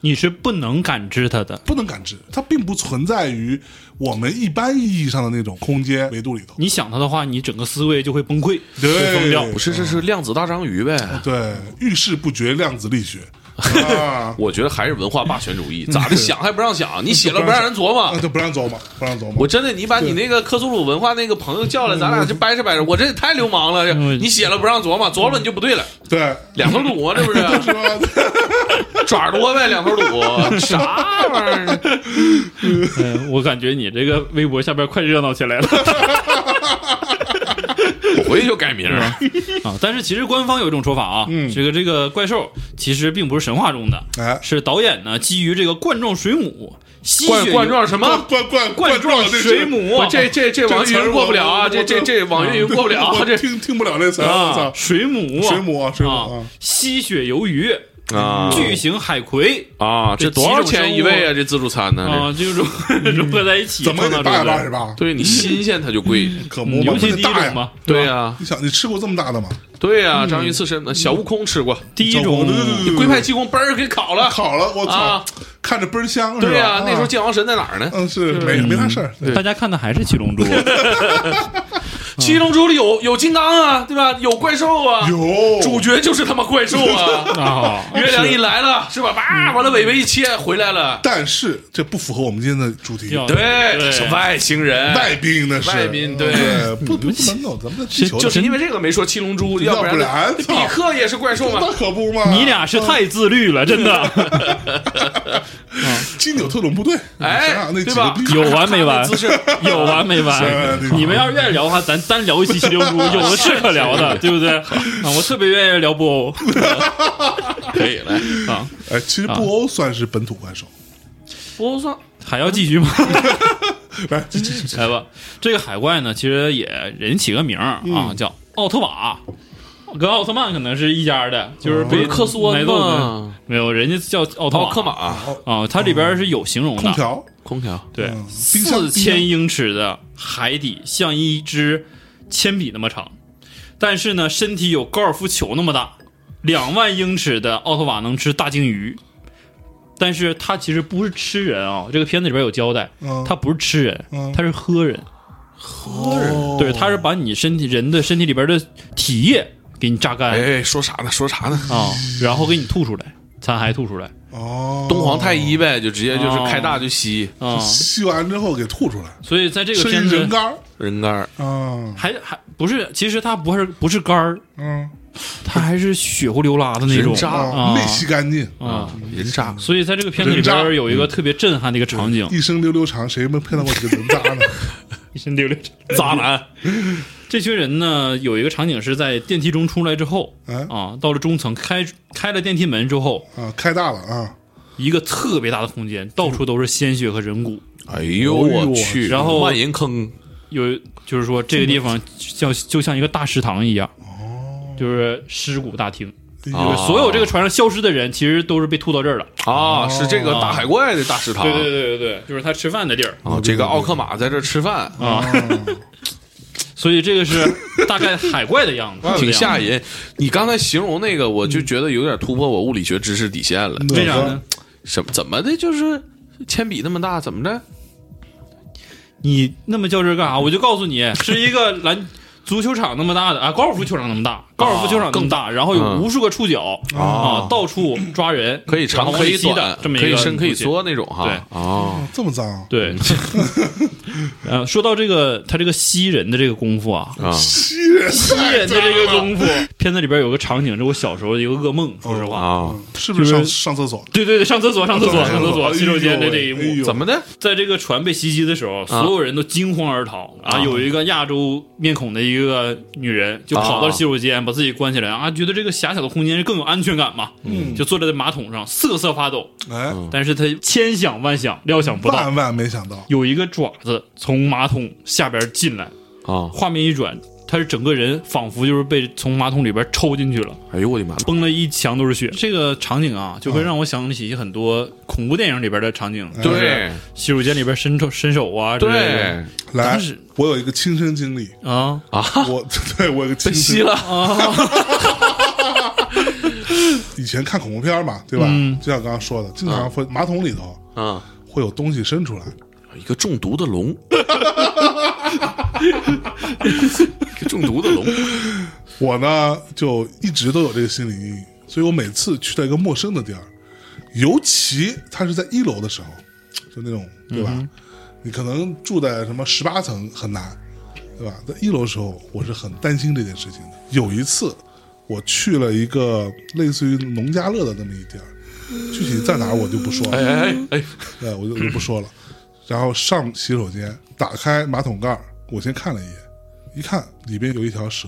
C: 你是不能感知它的，
A: 不能感知，它并不存在于我们一般意义上的那种空间维度里头。
C: 你想它的话，你整个思维就会崩溃，
A: 对
C: 会疯掉。
B: 不是，这是量子大章鱼呗？
A: 对，遇事不决，量子力学啊，
B: 我觉得还是文化霸权主
A: 嗯
B: 义，咋的想还不让想，你写了不让人琢
A: 啊
B: 磨。
A: 就不让琢磨，不让琢磨
B: 我。真的，你把你那个克苏鲁文化那个朋友叫来，咱俩就掰扯掰扯。我这也太流氓了，
C: 嗯
B: 你写了不让琢磨，琢磨你就不对了，
A: 对，
B: 两头堵啊，这不是？
A: 是吧？
B: 爪儿多呗，两头堵，啥玩意儿？
C: 嗯，我感觉你这个微博下边快热闹起来 了
B: 我回去就改名儿。
C: 啊！但是其实官方有一种说法啊，
A: 嗯
C: 这个这个怪兽其实并不是神话中的，
A: 哎，
C: 是导演呢基于这个冠状水母吸
B: 冠
C: 血
B: 冠状什
A: 冠
B: 么？
A: 冠冠
C: 冠
A: 状
C: 状
A: 的那
C: 水
A: 是
C: 母
B: 我，这这啊这网易云过不了啊！
A: 这词
B: 这
A: 儿
B: 这
A: 我
B: 这网易云过不了啊，
A: 我
B: 这
A: 听听不了这词儿，我
C: 啊
A: 操，！
C: 水母，
A: 水母啊水母
C: 啊
A: 啊，
C: 吸血鱿鱼，
B: 啊
C: 巨型海葵
B: 啊，这
C: 这
B: 多少钱一位啊？这自助餐呢？这
C: 啊，这种融 合在一起
A: 嗯怎么
C: 创
A: 也
C: 造
A: 得八百八
C: 出来
A: 十
C: 的，
A: 八？
B: 对你新鲜它就贵，
A: 可
C: 嗯
A: 不
C: 尤
A: 嘛，
C: 其
A: 那
C: 第一
A: 大
C: 种
A: 呀！
C: 嘛，
B: 对
C: 呀，
B: 呀，
A: 你想，你吃过这么大的吗？
B: 对呀，章鱼刺身，呃小悟空吃过，
C: 第一种
A: 对对对对
B: 你龟派气功嘣儿给嗯烤了，
A: 烤了，我操
B: 啊，
A: 看着倍儿香，是吧啊
B: 对啊呀，那时候剑王神在哪儿呢？
A: 嗯是没没啥事儿，
B: 对嗯
C: 大家看的还是七龙珠，
B: 七龙珠里有有金刚啊，对吧？有怪兽啊，
A: 有
B: 主角就是他妈怪兽 啊！嗯
C: 啊，
B: 月亮一来了是吧？哇，完了尾巴一切回来了，
A: 但是这不符合我们今天的主题。
C: 要
B: 对，
C: 对
B: 是外星人，
A: 外宾那是
B: 外宾对
A: 嗯对， 不不不能够，咱们地球的
B: 就是因为这个没说七龙珠，
A: 要
B: 不
A: 不然
B: 比
A: 操
B: 克也是怪兽嘛
A: 那。可不嘛。嗯
C: 你俩是太自律了，真的
A: 金牛特种部队，
B: 哎
A: 你想想那几
B: 对
A: 个
B: 吧
A: 逼
C: 有完没完
B: 姿势？
C: 有完没完
A: 是？
C: 你们要是愿意聊的话，咱单聊一期七龙珠，有的是可聊的，对不对？啊，我特别愿意聊布欧
B: 可以了，
C: 啊，
A: 哎，其实布欧算是本土怪兽。
B: 不算
C: 还要继续吗？
A: 来，继续继续
C: 来吧，这个海怪呢，其实也人起个名儿啊，叫奥特瓦，跟奥特曼可能是一家的，就是
B: 哦不
C: 被
B: 是克苏
C: 埋
B: 恩
C: 斗的，
B: 吗？
C: 没有，人家叫奥特
B: 哦，
C: 瓦
B: 克马
C: 啊，它里边是有形
B: 啊
A: 嗯
C: 容
A: 空
C: 的，
A: 调，
B: 空调，
C: 对
A: 嗯，冰箱
C: 四千英尺的海底像一支铅笔那么长，但是呢，身体有高尔夫球那么大，两万英尺的奥特瓦能吃大鲸鱼。但是它其实不是吃人啊、这个片子里边有交代，
A: 嗯
C: 它不是吃人
A: 嗯，
C: 它是喝人。
A: 哦
C: 对，它是把你身体人的身体里边的体液给你榨干啊、啊
B: 哎，哦说啥呢？说啥呢？
C: 然后给你吐出来，残骸吐出来
A: 哦，
B: 东皇太一呗，就直接就是
C: 哦
B: 开大就吸
C: 啊、
A: 吸完之后给吐出来，
C: 所以在这个
A: 吃
C: 片
A: 一人
C: 子
A: 干儿
B: 人干儿，
A: 啊，
C: 还还不是，其实它不是不是肝儿，
A: 嗯
C: 它还是血乎溜拉的那
B: 人
C: 种
B: 渣
A: 啊，
C: 啊
A: 没吸干净，
C: 啊。
B: 人渣，
C: 所以在这个片子里边有一个特别震撼的一个场景，
A: 一生溜溜长，谁没碰到过几个人渣 呢？
C: 一身溜溜渣男。这群人呢，有一个场景是在电梯中出来之后
A: 哎
C: 啊，到了中层开开了电梯门之后，
A: 啊，开大了啊，
C: 一个特别大的空间，到处都是鲜血和人骨。
B: 哎呦
A: 哎呦
B: 我
A: 我
B: 去，
C: 然后
B: 万人坑，
C: 有就是说这个地方像就像一个大食堂一样，就是尸骨大厅，
A: 哎呦
B: 啊
C: 所有这个船上消失的人其实都是被吐到这儿了。
B: 啊，是这个大海怪的大食堂，
C: 哦对对对，就是他吃饭的地儿。
B: 啊，这个奥克马在这吃饭，
C: 啊， 所以这个是大概海怪的样子，
B: 挺吓
C: 人。
B: 人。你刚才形容那个，我就觉得有点突破我物理学知识底线了。
C: 为啥呢？？
B: 什么怎么的？就是铅笔那么大，怎么着？
C: 你那么较真儿干啥？我就告诉你，是一个篮 足球场那么大的啊，高尔夫球场那么大，高尔夫球场那么大，然后有
B: 嗯
C: 无数个触角
B: 啊
C: 啊，到处抓人，
B: 可以长
C: 然后
B: 可以
C: 往里吸
B: 短
C: 的，这么一
B: 可以
C: 个
B: 伸可以
C: 东西
B: 缩那种哈。
C: 对
B: 哦，
A: 哦这么脏，
C: 对，呃，说到这个，他这个吸人的这个功夫啊，
B: 啊
A: 吸人
C: 吸人的这个功 夫，片子里边有个场景，是我小时候的一个噩梦，说实话。
B: 啊，
A: 是不是上上厕所？
C: 对对对，上厕所，上厕所，上厕
A: 哎
C: 所，
A: 呦
C: 洗手间的这一
A: 哎
C: 幕，
A: 呦
B: 怎么的？
C: 在这个船被袭击的时候，所有人都惊慌而逃啊！有一个亚洲面孔的一个女人，就跑到洗手间，把自己关起来啊，觉得这个狭小的空间更有安全感嘛，
A: 嗯
C: 就坐在马桶上瑟瑟发抖。
A: 哎，
C: 但是她千想万想，料想不到，
A: 万万没想到，
C: 有一个爪子从马桶下边进来，
B: 啊！
C: 画面一转，他是整个人仿佛就是被从马桶里边抽进去了，
B: 哎呦我的妈！
C: 崩了一墙都是血。这个场景啊，就会让我想起很多恐怖电影里边的场
A: 嗯
C: 景，就是
B: 对
C: 洗手间里边伸手伸手啊之类的
B: 对
A: 来
C: 当时，
A: 我有一个亲身经历，
C: 啊，
A: 我对我有一个
B: 被
A: 亲
B: 吸
A: 身
B: 了，
A: 以前看恐怖片嘛，对吧？
C: 嗯
A: 就像刚刚说的，经常会马桶里头
B: 啊，
A: 会有东西伸出来，
B: 一个中毒的 龙，一个中毒的龙，
A: 我呢就一直都有这个心理阴影，所以我每次去到一个陌生的地儿，尤其它是在一楼的时候，就那种对吧？你可能住在什么十八层很难，对吧？在一楼的时候，我是很担心这件事情的。有一次，我去了一个类似于农家乐的那么一地儿，具体在哪儿我就不说了。
B: 哎哎哎，
A: 对，我就我就不说了。然后上洗手间，打开马桶盖儿，我先看了一眼，一看里边有一条蛇，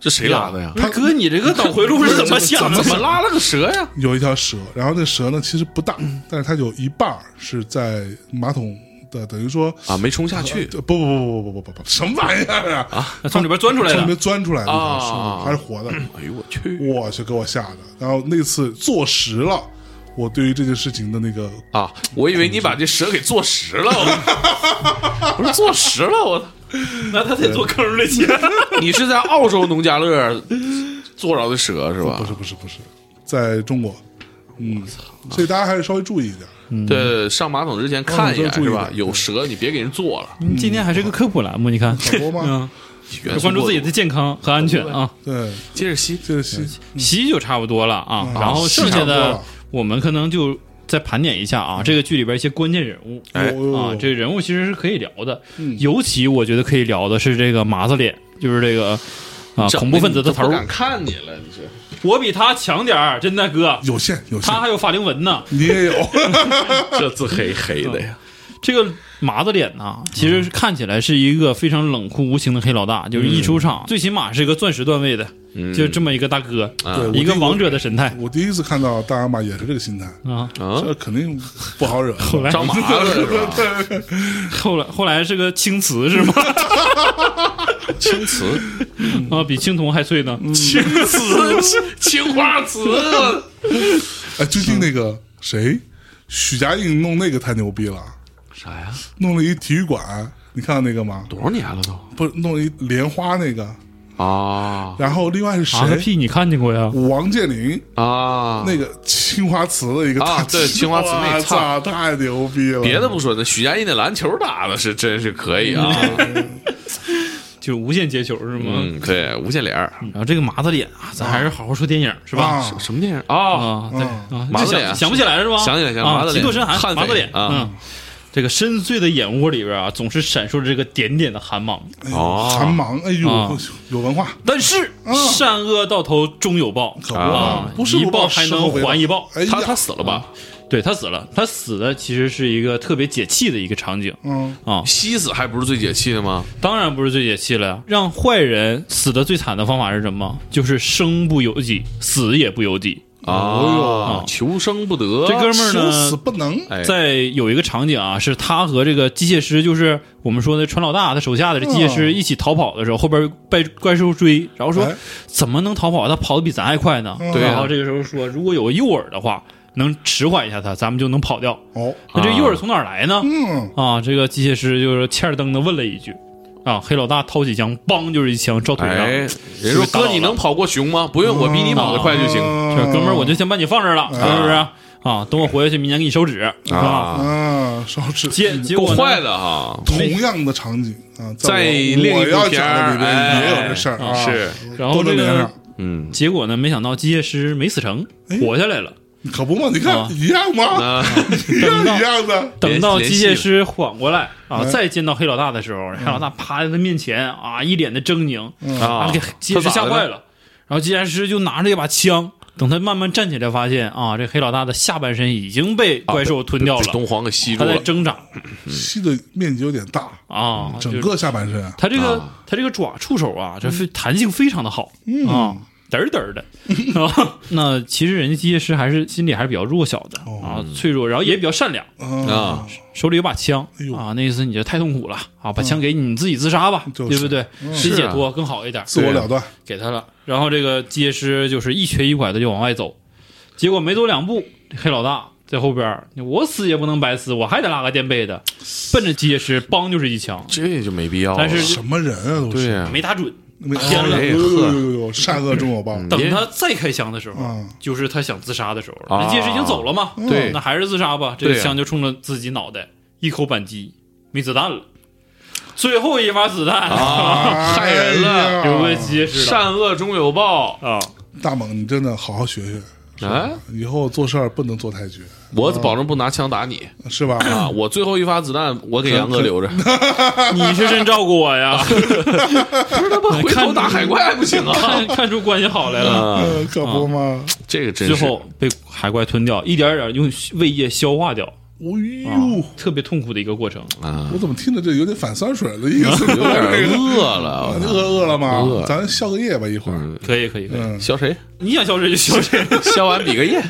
B: 这谁拉的呀？
C: 不是哥，你这个脑回路是怎么想的？
B: 怎么拉了个蛇呀？
A: 有一条蛇，然后那蛇呢其实不大，但是它有一半儿是在马桶的，等于说
B: 啊，没冲下去
A: 不不不不不不不不，什么玩意儿啊？
C: 从里边钻出来
A: 从里
C: 的
A: 面钻出来的一条蛇，
B: 啊
A: 还是活的。
B: 哎呦我去！
A: 我去，给我吓的。然后那次坐实了我对于这件事情的那个
B: 啊，我以为你把这蛇给坐实了，我 不是坐实了，我
C: 那他得坐坑里去。
B: 你是在澳洲农家乐坐着的蛇是吧
A: 不？是不是不是，在中国，嗯，所以大家还是稍微注意一 点。
B: 对，上马桶之前看一眼
A: 马桶之前注
B: 是
A: 意
B: 吧？
A: 点
B: 有蛇你别给人坐了，
C: 今天还是个科普栏目，你看，嗯
A: 好多吗？
B: 元素
C: 关注
B: 过
C: 自己
B: 多
C: 的健康和安全啊。
A: 对，
B: 接着吸。
A: 这个是
C: 洗就差不多了啊，然后剩
A: 嗯
C: 下
A: 差不多
C: 的
A: 了嗯
C: 我们可能就再盘点一下啊，这个剧里边一些关键人物。
B: 哎
A: 有嗯
C: 啊，这人物其实是可以聊的，尤其我觉得可以聊的是这个麻子脸，就是这个啊恐怖分子的头
B: 不
C: 儿
B: 敢。看你了，你这
C: 我比他强点儿，真的哥，
A: 有限有限
C: 他，还有法令纹呢。
A: 你也有
B: 这字黑黑的呀，
C: 这个麻子脸呐，其
A: 嗯
C: 实是看起来是一个非常冷酷无情的黑老大，就是一
A: 嗯
C: 出场最起码是一个钻石段位的，
B: 嗯啊
C: 就这么一个大哥，
A: 对我
C: 一个
A: 第
C: 王者的神态
A: 我第一次看到大阿玛也是这个心态，
C: 啊。
B: 啊，
A: 这肯定不好 惹。
C: 后来
B: 张麻子是吧？
C: 后来后来是个青瓷是吗？
B: 青瓷、
C: 啊，比青铜还脆呢。
A: 嗯
B: 青瓷、青花瓷，
A: 哎，最近那个谁，许家印弄那个太牛逼了，
B: 啥呀？
A: 弄了一体育馆，你看到那个吗？
B: 多少年了都
A: 不是弄一莲花那个，
B: 啊
A: 然后另外是
C: 啊，他
A: 谁？嗯
C: 屁你看见过呀？
A: 王健林
B: 啊！
A: 那个青花瓷的一个
B: 啊
A: 大
B: 对青花瓷那
A: 哇
B: 操
A: 操，啊太牛逼了！
B: 别的不说，那许家印那篮球打的是真是可以啊，
C: 就是无限接球是吗？
B: 嗯，对，无限脸儿，
C: 然后这个麻子脸啊，咱还是好好说电影是哦吧？
A: 啊，
B: 什么电影啊？
C: 嗯啊，对
A: 嗯
C: 啊，
B: 麻子
C: 这
B: 脸
C: 想想不起来是吧？
B: 想起来想起来
C: 啊
B: 麻子脸
C: 急堕深寒，
B: 悍匪
C: 麻子脸
B: 啊
C: 嗯，这个深邃的眼窝里边啊，总是闪烁着这个点点的寒芒。
A: 嗯
B: 哦
A: 韩盲，哎呦
C: 啊，
A: 有文化，
C: 但是善恶到头终有报
A: 嗯可不
C: 啊，
A: 不是
C: 一
A: 不
C: 报
A: 报
C: 还
A: 是
C: 能
A: 后回报
C: 还一报。
A: 哎呀，
B: 他他死了吧？
C: 对他死了，他死的其实是一个特别解气的一个场景
A: 嗯，
C: 啊，
B: 西死还不是最解气的吗？
C: 当然不是最解气了呀。让坏人死的最惨的方法是什么？就是生不由己，死也不由己。
B: 啊，求生不得。
C: 哎这哥们儿
A: 求
C: 呢
A: 死，不能，
B: 哎
C: 在有一个场景啊，是他和这个机械师，就是我们说的船老大他手下的这机械师一起逃跑的时候，后边被怪兽追，然后说、
A: 哎
C: 怎么能逃跑？他跑得比咱还快呢。
A: 对啊
C: 然后这个时候说，如果有个诱饵的话，能迟缓一下他，咱们就能跑掉。
A: 哦，
C: 那这诱饵从哪儿来呢？
A: 嗯，
C: 啊，这个机械师就是欠儿登的问了一句，啊，黑老大掏起枪，梆就是一枪照腿上。
B: 哎，人说哥，你能跑过熊吗？不用，我比你
C: 嗯
B: 跑得快就行。
C: 这哥
B: 哦
C: 们儿，我就先把你放这儿了，是不是？啊，等我回去，明年给你收纸，是吧？
B: 啊，
A: 啊，烧纸，
C: 结结
B: 够
C: 果呢
B: 坏的哈！
A: 同样的场景啊，
B: 在
A: 我
B: 另一
A: 我
B: 部
A: 要
B: 片
A: 讲
B: 儿
A: 的里边也有
B: 哎
A: 这事儿
C: 嗯
A: 啊，
B: 是，
C: 然后
A: 都
C: 这
A: 能连
C: 个
A: 上，
B: 嗯，
C: 结果呢，没想到机械师没死成，
B: 哎
C: 活下来了。
A: 可不嘛？你
C: 啊
A: 看一样吗？
B: 啊，
A: 一样
C: 等到
A: 一样的，
C: 等到机械
B: 联系
C: 师缓过来啊，
A: 哎
C: 再见到黑老大的时候，黑老大趴在他面前啊，一脸的狰狞，
B: 啊
C: 啊，给机械师吓坏了。然后机械师就拿着一把枪，等他慢慢站起来，发现啊，这黑老大的下半身已经被怪兽吞掉了，
B: 啊东皇给吸住
C: 他在
B: 了。嗯
C: 挣扎
A: 吸的面积有点大，
C: 啊，
A: 整
C: 就是
A: 个下半身啊，嗯
C: 他这个他这个爪触手啊，这非弹性非常的好啊。嘚儿嘚 儿的，啊 那其实人家机械师还是心里还是比较弱小的
A: 哦
C: 啊，脆弱，然后也比较善良，
B: 啊，
C: 手里有把枪、
A: 哎呦嗯
C: 啊，那意思你这太痛苦了啊，把枪给你，你自己自杀吧，
A: 就是嗯
C: 对不对？先
B: 是
C: 解
B: 啊
C: 脱更好一点，
A: 自我了断，
C: 给他了。然后这个机械师就是一瘸一拐的就往外走，结果没走两步，黑老大在后边儿，我死也不能白死，我还得拉个垫背的，奔着机械师，梆就是一枪，
B: 这就没必要了。
C: 但是
A: 什么人啊？都
B: 对
A: 是
B: 呀，
C: 没打准
A: 那
C: 天
A: 有
C: 了
A: 有有有有有善恶终有报，
C: 等他再开枪的时候
A: 嗯，
C: 就是他想自杀的时候了，
B: 啊
C: 人杰是已经走了嘛，
B: 对
C: 那还是自杀吧。这个
B: 对啊
C: 枪就冲着自己脑袋，一口扳机，没子弹了，最后一发子弹，
A: 啊
B: 害人了
A: 哎呀
C: 有个结实的
B: 善恶终有报
C: 啊，
A: 大猛，你真的好好学学，
B: 啊！
A: 以后做事儿不能做太绝，
B: 我保证不拿枪打你
A: 是吧？
B: 啊！我最后一发子弹，我给杨哥 留着。
C: 你是真照顾我呀，
B: 不是他妈回头打海怪还不行啊？
C: 看看出关系好来了。
B: 啊，
A: 呃，可不嘛，
B: 这个真
C: 最
B: 是
C: 后被海怪吞掉，一点点用胃液消化掉，
A: 哎
C: 啊
A: 呦，
C: 特别痛苦的一个过程。
B: 啊，
A: 我怎么听着这有点反酸水的意思？
B: 有点饿了。我
A: 啊饿
B: 操
A: 饿了吗
B: 饿？
A: 咱宵个夜吧，一会儿。
C: 可以，可以，可以，
A: 嗯，
B: 消谁？
C: 你想消谁就消谁。
B: 消完比个 耶。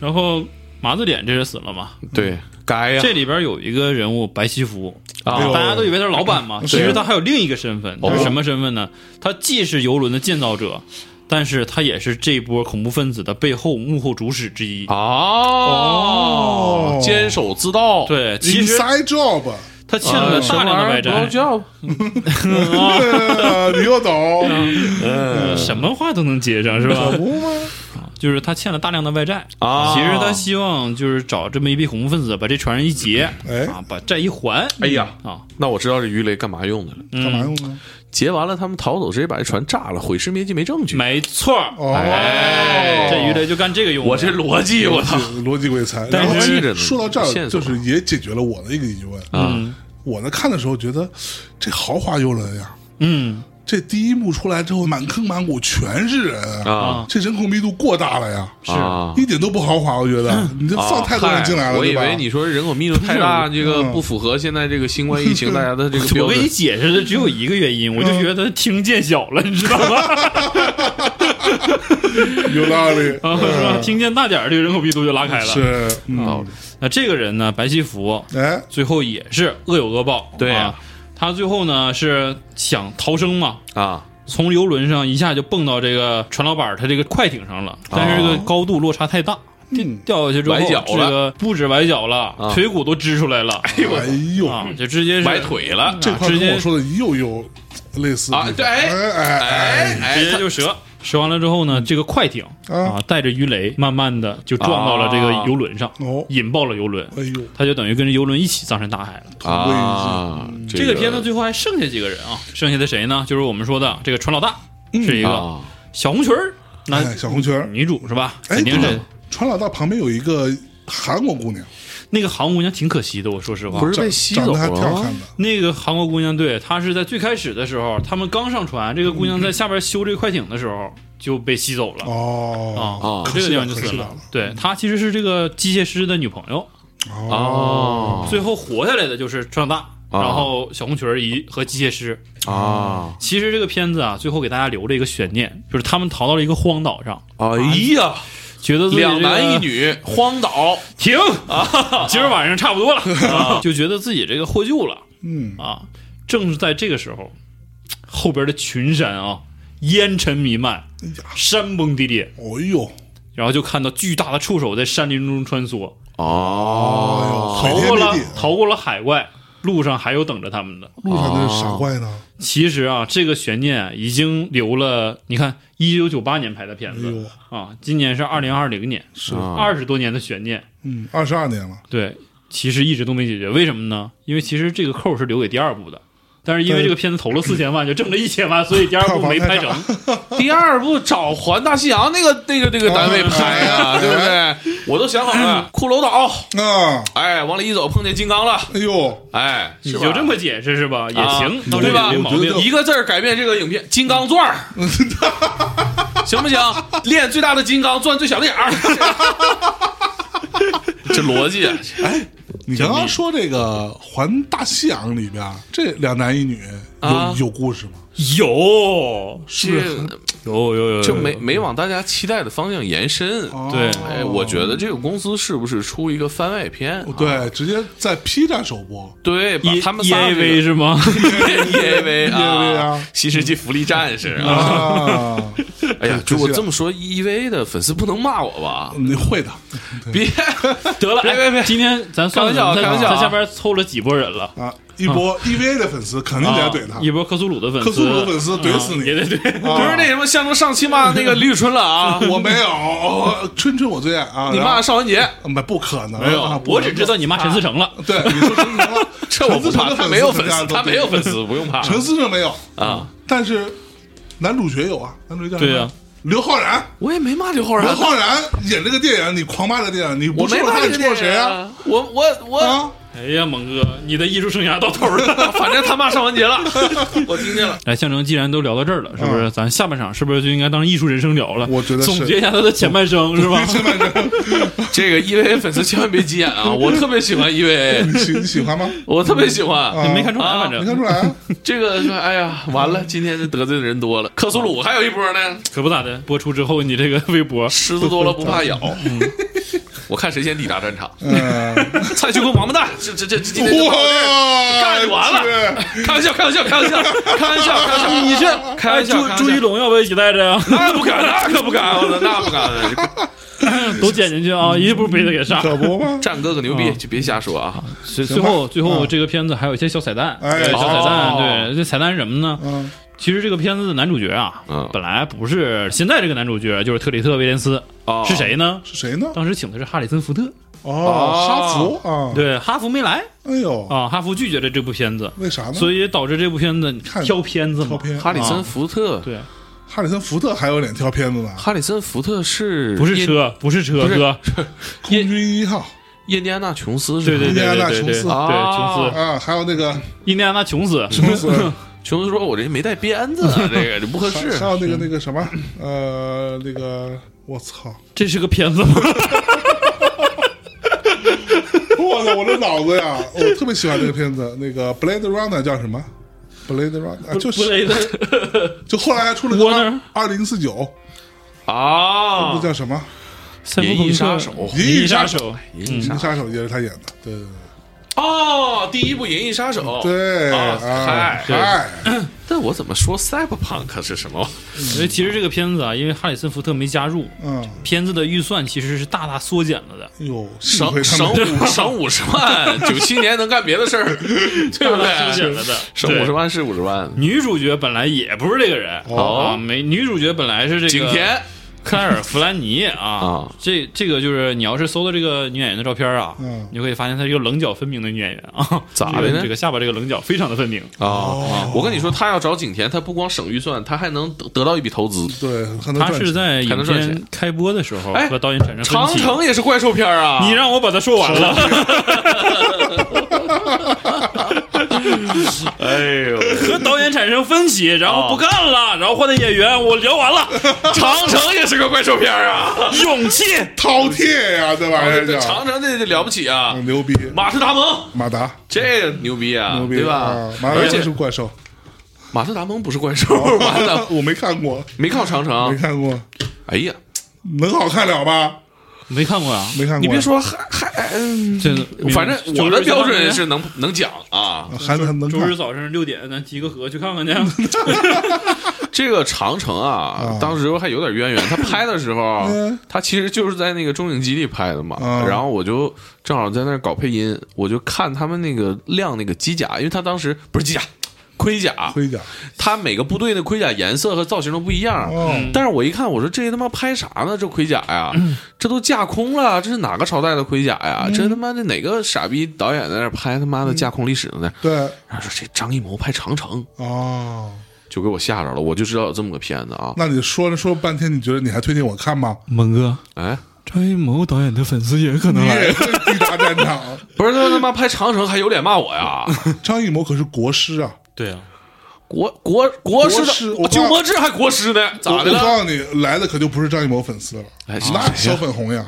C: 然后麻子脸这是死了嘛？
B: 对，啊该呀
C: 这里边有一个人物白西服，
A: 哎呦
C: 大家都以为他是老板嘛，
A: 是
C: 其实他还有另一个身份，
B: 哦
C: 他是什么身份呢？他既是游轮的建造者，但是他也是这波恐怖分子的背后幕后主使之一。
B: 啊哦，坚守自盗。
C: 对，其实
A: inside job，
C: 他欠
B: 啊，
C: 了大量的外债，
B: 叫
A: 呃你又懂，
B: 嗯
A: 嗯
C: 什么话都能接上是吧
A: 可？不嘛？
C: 就是他欠了大量的外债
B: 啊
C: 其实他希望就是找这么一批恐怖分子，把这船上一劫
A: 哎
C: 啊，把债一还。
B: 哎呀，
C: 啊，
B: 那我知道这鱼雷干嘛用的了。
C: 嗯
A: 干嘛用呢？
B: 劫完了，他们逃走，直接把这船炸了，毁尸灭迹，没证据。
C: 没错儿，哎
A: 哦，
C: 这鱼雷就干这个用的。
B: 我这逻辑，
C: 嗯
B: 我操！
A: 逻辑鬼才。
C: 但
A: 然后
C: 是
A: 其
B: 嗯这个
A: 实说到这
B: 线
A: 儿，
B: 索
A: 就是也解决了我的一个疑问。
B: 啊，
A: 我在看的时候觉得，这豪华游轮呀，
C: 嗯
A: 这第一幕出来之后，满坑满谷全是人
C: 嗯
B: 啊，
A: 这人口密度过大了呀，
B: 是啊嗯
A: 一点都不豪华，我觉得你这放太多人进来了，
B: 我以
A: 对吧
B: 为你说人口密度太大，这个
A: 嗯
B: 不符合现在这个新冠疫 情大家的这个标
C: 我给你
B: 准。
C: 解释的只有一个原因，我就觉得听见小了，你知道吗？
A: 有道理，
B: 嗯
C: 啊， 是吧？听见大点儿，这个人口密度就拉开了。，
A: 是，嗯，
B: 道理
C: 那这个人呢，白西服，
A: 哎，
C: 最后也是恶有恶报。
B: 对啊
C: 啊，他最后呢是想逃生嘛，
B: 啊，
C: 从游轮上一下就蹦到这个船老板儿他这个快艇上了，但是这个高度落差太大。
A: 嗯
C: 掉下去之后，
B: 哦崴脚
C: 这
B: 了
C: 个不止崴脚了，
B: 啊
C: 腿骨都支出来了，
A: 哎呦，
C: 啊，就直接是嗯
B: 崴腿了。
A: 这块
C: 直接
A: 跟我说的又有类似的
B: 啊
A: 地方
B: 对哎
A: 哎哎
B: 哎
C: 直接
B: 哎，
C: 就折。折完了之后呢，这个快艇
A: 啊
C: 啊带着鱼雷，慢慢的就撞到了这个游轮上，
A: 哦
C: 引爆了游轮，
A: 哎呦，
C: 他就等于跟着游轮一起葬身大海了。
B: 啊，
C: 这个片子最后还剩下几个人啊？嗯剩下的谁呢？就是我们说的这个船老大是一个
B: 啊，
C: 小红裙儿，那
A: 哎，小红裙
B: 嗯
A: 儿，
C: 女主是吧？
A: 哎，
C: 肯定
A: 对
C: 是
A: 了川老大旁边有一个韩国姑娘，
C: 那个韩国姑娘挺可惜的，我说实话
B: 不。是
A: 长
B: 被吸
A: 长
B: 走
A: 得还
B: 了
A: 挺好看
B: 吗？
A: 的，
C: 那个韩国姑娘，对，她是在最开始的时候，他们刚上船，这个姑娘在下边修这个快艇的时候就被吸走了
A: 哦
C: 啊
B: 哦，
C: 这个地方就
A: 可
C: 死
A: 惜了嗯
C: 了。对，她其实是这个机械师的女朋友，
B: 哦
C: 最后活下来的就是船长大，
B: 啊
C: 然后小红裙儿姨和机械师。
B: 啊，
C: 其实这个片子啊，最后给大家留了一个悬念，就是他们逃到了一个荒岛上，
B: 哎呀，
C: 觉得自己这个
B: 两男一女，荒岛
C: 停啊，今儿晚上差不多了，啊 就觉得自己这个获救了
A: 嗯，
C: 啊。正是在这个时候，后边的群山啊，烟尘弥漫，
A: 哎呀，
C: 山崩地裂，
A: 哎呦，
C: 然后就看到巨大的触手在山林中穿梭，
B: 哦，
A: 哎
C: 逃
A: 呦，毁
C: 过
A: 天
C: 了
A: 灭 地，
C: 逃过了海怪，路上还有等着他们的。
A: 路上的傻怪呢，
B: 哦
C: 其实啊，这个悬念啊已经留了，你看，一九九八年拍的片
A: 哎
C: 子、
A: 呦，
C: 啊，今年是二零二零年，
A: 是，
B: 啊
C: 二十多年的悬念，
A: 嗯，二十二年了，
C: 对，其实一直都没解决，为什么呢？因为其实这个扣是留给第二部的，但是因为这个片子投了四千万，就挣了一千万，所以第二部没拍成。
B: 第二部找环大西洋那个那个那个单位拍哦哎呀，嗯对不对？我都想好了，骷髅岛，
A: 啊，
B: 哎，往里一走碰见金刚了，
A: 哎呦，
B: 哎，
C: 你
B: 是吧
C: 就这么解释是吧？也
B: 啊
C: 行，
B: 对
C: 这
B: 吧
C: 没毛病
A: 我觉。
B: 一个字儿改变这个影片，金刚钻儿，行不行？练最大的金刚，钻最小的眼儿， 这逻辑 啊
A: 你刚刚说这个《环大西洋》里边啊这两男一女
B: 啊
A: 有有故事吗？
C: 有
A: 是不是很
C: 有有有，
B: 就没没往大家期待的方向延伸。
C: 对
A: 哦
B: 哎，我觉得这个公司是不是出一个番外篇啊？
A: 对，直接在 P 站首播，
B: 对，把
C: E
B: 他们
C: E
B: 仨
C: A V 是吗？
B: E A V 啊
A: 啊，
B: 新世纪福利战士啊！
A: 啊，
B: 哎呀，就
A: 这
B: 我
A: 是
B: 这么说，E V 的粉丝不能骂我吧？
A: 你嗯会的
B: 别
C: 得了，
B: 别
C: 哎
B: 别别
C: 今天咱
B: 开玩
C: 算
B: 笑
C: 算
B: 开玩笑啊
C: 咱下边凑了几波人了？
A: 啊，一波 EVA 的粉丝肯定得
C: 啊
A: 怼他，
C: 一波克苏鲁的粉丝，
A: 克苏鲁粉丝怼死你
C: 啊也得怼。
B: 就是那什么，象征上期骂那个李宇春 了啊，
A: 我没有，哦春春我最爱啊，
B: 你骂
A: 然后
B: 邵文杰，
A: 没不可能，
C: 没有
A: 啊，不
C: 我
A: 可
C: 只
A: 能
C: 知道你骂陈思诚了。
A: 对你说陈思诚了，
B: 这我不
A: 陈思诚
B: 怕，
A: 的
B: 他没有粉丝，
A: 丝，
B: 他没有粉，丝，不用怕
A: 陈思诚没有，
B: 啊。
A: 但是男主角有啊，男主角叫什么
C: 对啊，
A: 刘昊然，
B: 我也没骂刘昊
A: 刘
B: 然，
A: 昊然演这个电影，你狂骂的电影，你
B: 我
A: 不
B: 没
A: 说
B: 骂
A: 他
B: 这
A: 你
B: 个
A: 说
B: 电
A: 谁
B: 影
A: 啊？
B: 啊，我我我，啊
A: 啊，
C: 哎呀，猛哥，你的艺术生涯到头 了。
B: 反正他骂尚雯婕了，我听见了。
C: 来，象征，既然都聊到这儿了，是不是？咱下半场是不是就应该当艺术人生聊了？
A: 嗯我觉得是
C: 总结一下他的前半生，是吧？
B: 这个 EVA 粉丝千万别急眼啊！我特别喜欢 EVA，
A: 你喜你喜欢吗？
B: 我特别喜欢。
A: 啊
C: 没看出来，
B: 啊
C: 反
A: 没看
C: 正
A: 出来 啊？
B: 这个，哎呀，完了，今天得罪的人多了。克苏鲁还有一波呢，
C: 可不咋的。播出之后，你这个微博
B: 狮子多了不怕咬。 我看谁先抵达战场。
A: 嗯，
B: 蔡徐坤王八蛋，这这这这今天就到这儿
A: 哇，
B: 干完了
A: 是，
B: 开玩笑，开玩笑，开 玩笑，开玩笑，开玩笑，
C: 你这
B: 开玩笑，
C: 朱哎朱一龙要不要一起带着啊 呀？
B: 那不敢，那可不 敢，我操，那不敢。
C: 都剪进去啊，一步被他 给 杀。
A: 可不吗？
B: 战哥可牛
C: 哦
B: 逼，就别瞎说啊！
C: 最最后最后这个片子还有一些小彩蛋，
A: 嗯哎
C: 对小彩蛋，
B: 哦
C: 对，这彩蛋是什么呢？
A: 嗯
C: 其实这个片子的男主角啊
B: 嗯，
C: 本来不是现在这个男主角，就是特里特·威廉斯，
B: 哦
C: 是谁呢？
A: 是谁呢？
C: 当时请的是哈里森·福特，
A: 哦，哈佛啊，，
C: 对，哈佛没来
A: 哎呦，
C: 啊，哈佛拒绝了这部片子，
A: 为啥呢？
C: 所以导致这部片子
A: 看
C: 挑片子
A: 挑
C: 嘛，
A: 片，
B: 哈里森
C: 啊
B: 福特，
C: 对，
A: 哈里森福特还有脸挑片子呢，
B: 哈里森福特是
C: 不是车，不是车
B: 不是
C: 哥，
A: 空军一号
B: 印第安纳琼斯是
C: 对
B: 吧？
C: 对
A: 印第
C: 对
A: 安纳
C: 对对
A: 琼
C: 对，对
A: 斯
C: 琼斯，
A: 啊，还有那个
C: 印第安纳琼斯，
A: 琼斯，
B: 琼斯说：“我这没带鞭子啊， 这个这不合
A: 还
B: 适。
A: 还有那个那个什么，呃，那个我操，
C: 这是个片子吗？
A: 我的我的脑子呀，我特别喜欢这个片子，那个 Blade Runner 叫什么？Blade Runner 啊就
C: 布
A: 是
C: 雷的
A: 就后来还出了个二
C: Warner 啊
A: 二零四九，”
B: 啊哦
A: 那，叫什么
C: 赛博
B: 银
C: 朋
B: 翼
C: 克
B: 杀手，，
A: 《
C: 银
A: 翼
C: 翼
A: 杀
C: 杀》手，
B: 银翼
A: 《银
B: 杀
A: 翼
B: 手
A: 杀手》也是他演的，对
C: 嗯
A: 对
B: 哦，第一部银翼杀手。
A: 对，对
B: 啊，
A: 啊
B: 嗨，
A: 嗨，
B: 但我怎么说 cyberpunk 是什么？
C: 所以其实这个片子啊，因为哈里森福特没加入，
A: 嗯，
C: 片子的预算其实是大大缩减了的，
A: 哎呦，幸亏
B: 省
A: 他们
B: 省五省五十万，九七年能干别的事 儿，对不
C: 大大缩减
B: 对？
C: 了的，
B: 省
C: 对
B: 五十。万是五十万。
C: 女主角本来也不是这个人
B: 哦
C: 啊，没女主角本来是这个
B: 景甜
C: 克莱尔·弗兰尼啊，
B: 啊
C: 这这个就是你要是搜到这个女演员的照片啊，
A: 嗯
C: 你就可以发现她是一个棱角分明的女演员啊，
B: 咋的
C: 这个
B: 呢
C: 这个下巴这个棱角非常的分明，
B: 啊！我跟你说，他要找景甜，他不光省预算，他还能得得到一笔投资。
A: 对，还能
C: 她
A: 赚
C: 是
A: 钱
C: 在
B: 还能
C: 影
B: 赚钱
C: 片开播的时候
B: 哎
C: 和导演产生分
B: 长
C: 歧。
B: 城也是怪兽片儿啊！
C: 你让我把它说完了，
B: 哎呦，
C: 和导演产生分歧，然后不干了，然后换的演员，我聊完了。
B: 哦长城也是个怪兽片儿啊！
C: 勇气，
A: 饕餮哎呀，这玩意儿
B: 哦对，
A: 叫
B: 长城这这了不起啊！
A: 嗯牛逼，
B: 马特达蒙
A: 马达
B: 这个牛逼啊，
A: 牛逼
B: 对吧
A: 啊？马达
B: 而且
A: 是怪兽，
B: 马特达蒙不是怪兽，马特达啊 蒙
A: 我没看过，
B: 没看过长
A: 没
B: 城。
A: 看过，
B: 哎呀，
A: 能好看了吧？
C: 没看过啊？
A: 没看过，
B: 你别，说，还还嗯
C: 这个
B: 反正我的标准是能能讲啊。
A: 还能能
C: 嗯周日
A: 看，
C: 早上六点，咱集个合去看看去。啊
B: 这个长城啊
A: 啊，
B: 当时还有点渊源。他拍的时候
A: 嗯，
B: 他其实就是在那个中影基地拍的嘛。
A: 啊
B: 然后我就正好在那儿搞配音，我就看他们那个亮那个机甲，因为他当时不是机甲，盔甲，
A: 盔甲，
B: 他每个部队的盔甲颜色和造型都不一样。
C: 嗯
A: 哦，
B: 但是我一看，我说这他妈拍啥呢？这盔甲呀，这都架空了，这是哪个朝代的盔甲呀？这他妈的哪个傻逼导演在那儿拍他妈的架空历史呢？那儿
A: 对，
B: 然后说这张艺谋拍长城，
A: 哦，
B: 就给我吓着了，我就知道有这么个片子啊。
A: 那你说了说半天，你觉得你还推荐我看吗？
C: 猛哥，
B: 哎，
C: 张艺谋导演的粉丝也可
A: 你
C: 能
A: 也会抵达战场，
B: 不是他他妈拍长城还有脸骂我呀？
A: 张艺谋可是国师啊！
C: 对啊，
B: 国国国师
A: 国师
B: 的啊
A: 我
B: 我鸠摩智还国师呢？
A: 我
B: 咋
A: 我
B: 的了？
A: 告诉你，来的可就不是张艺谋粉丝了，
B: 哎
A: 那小粉红呀，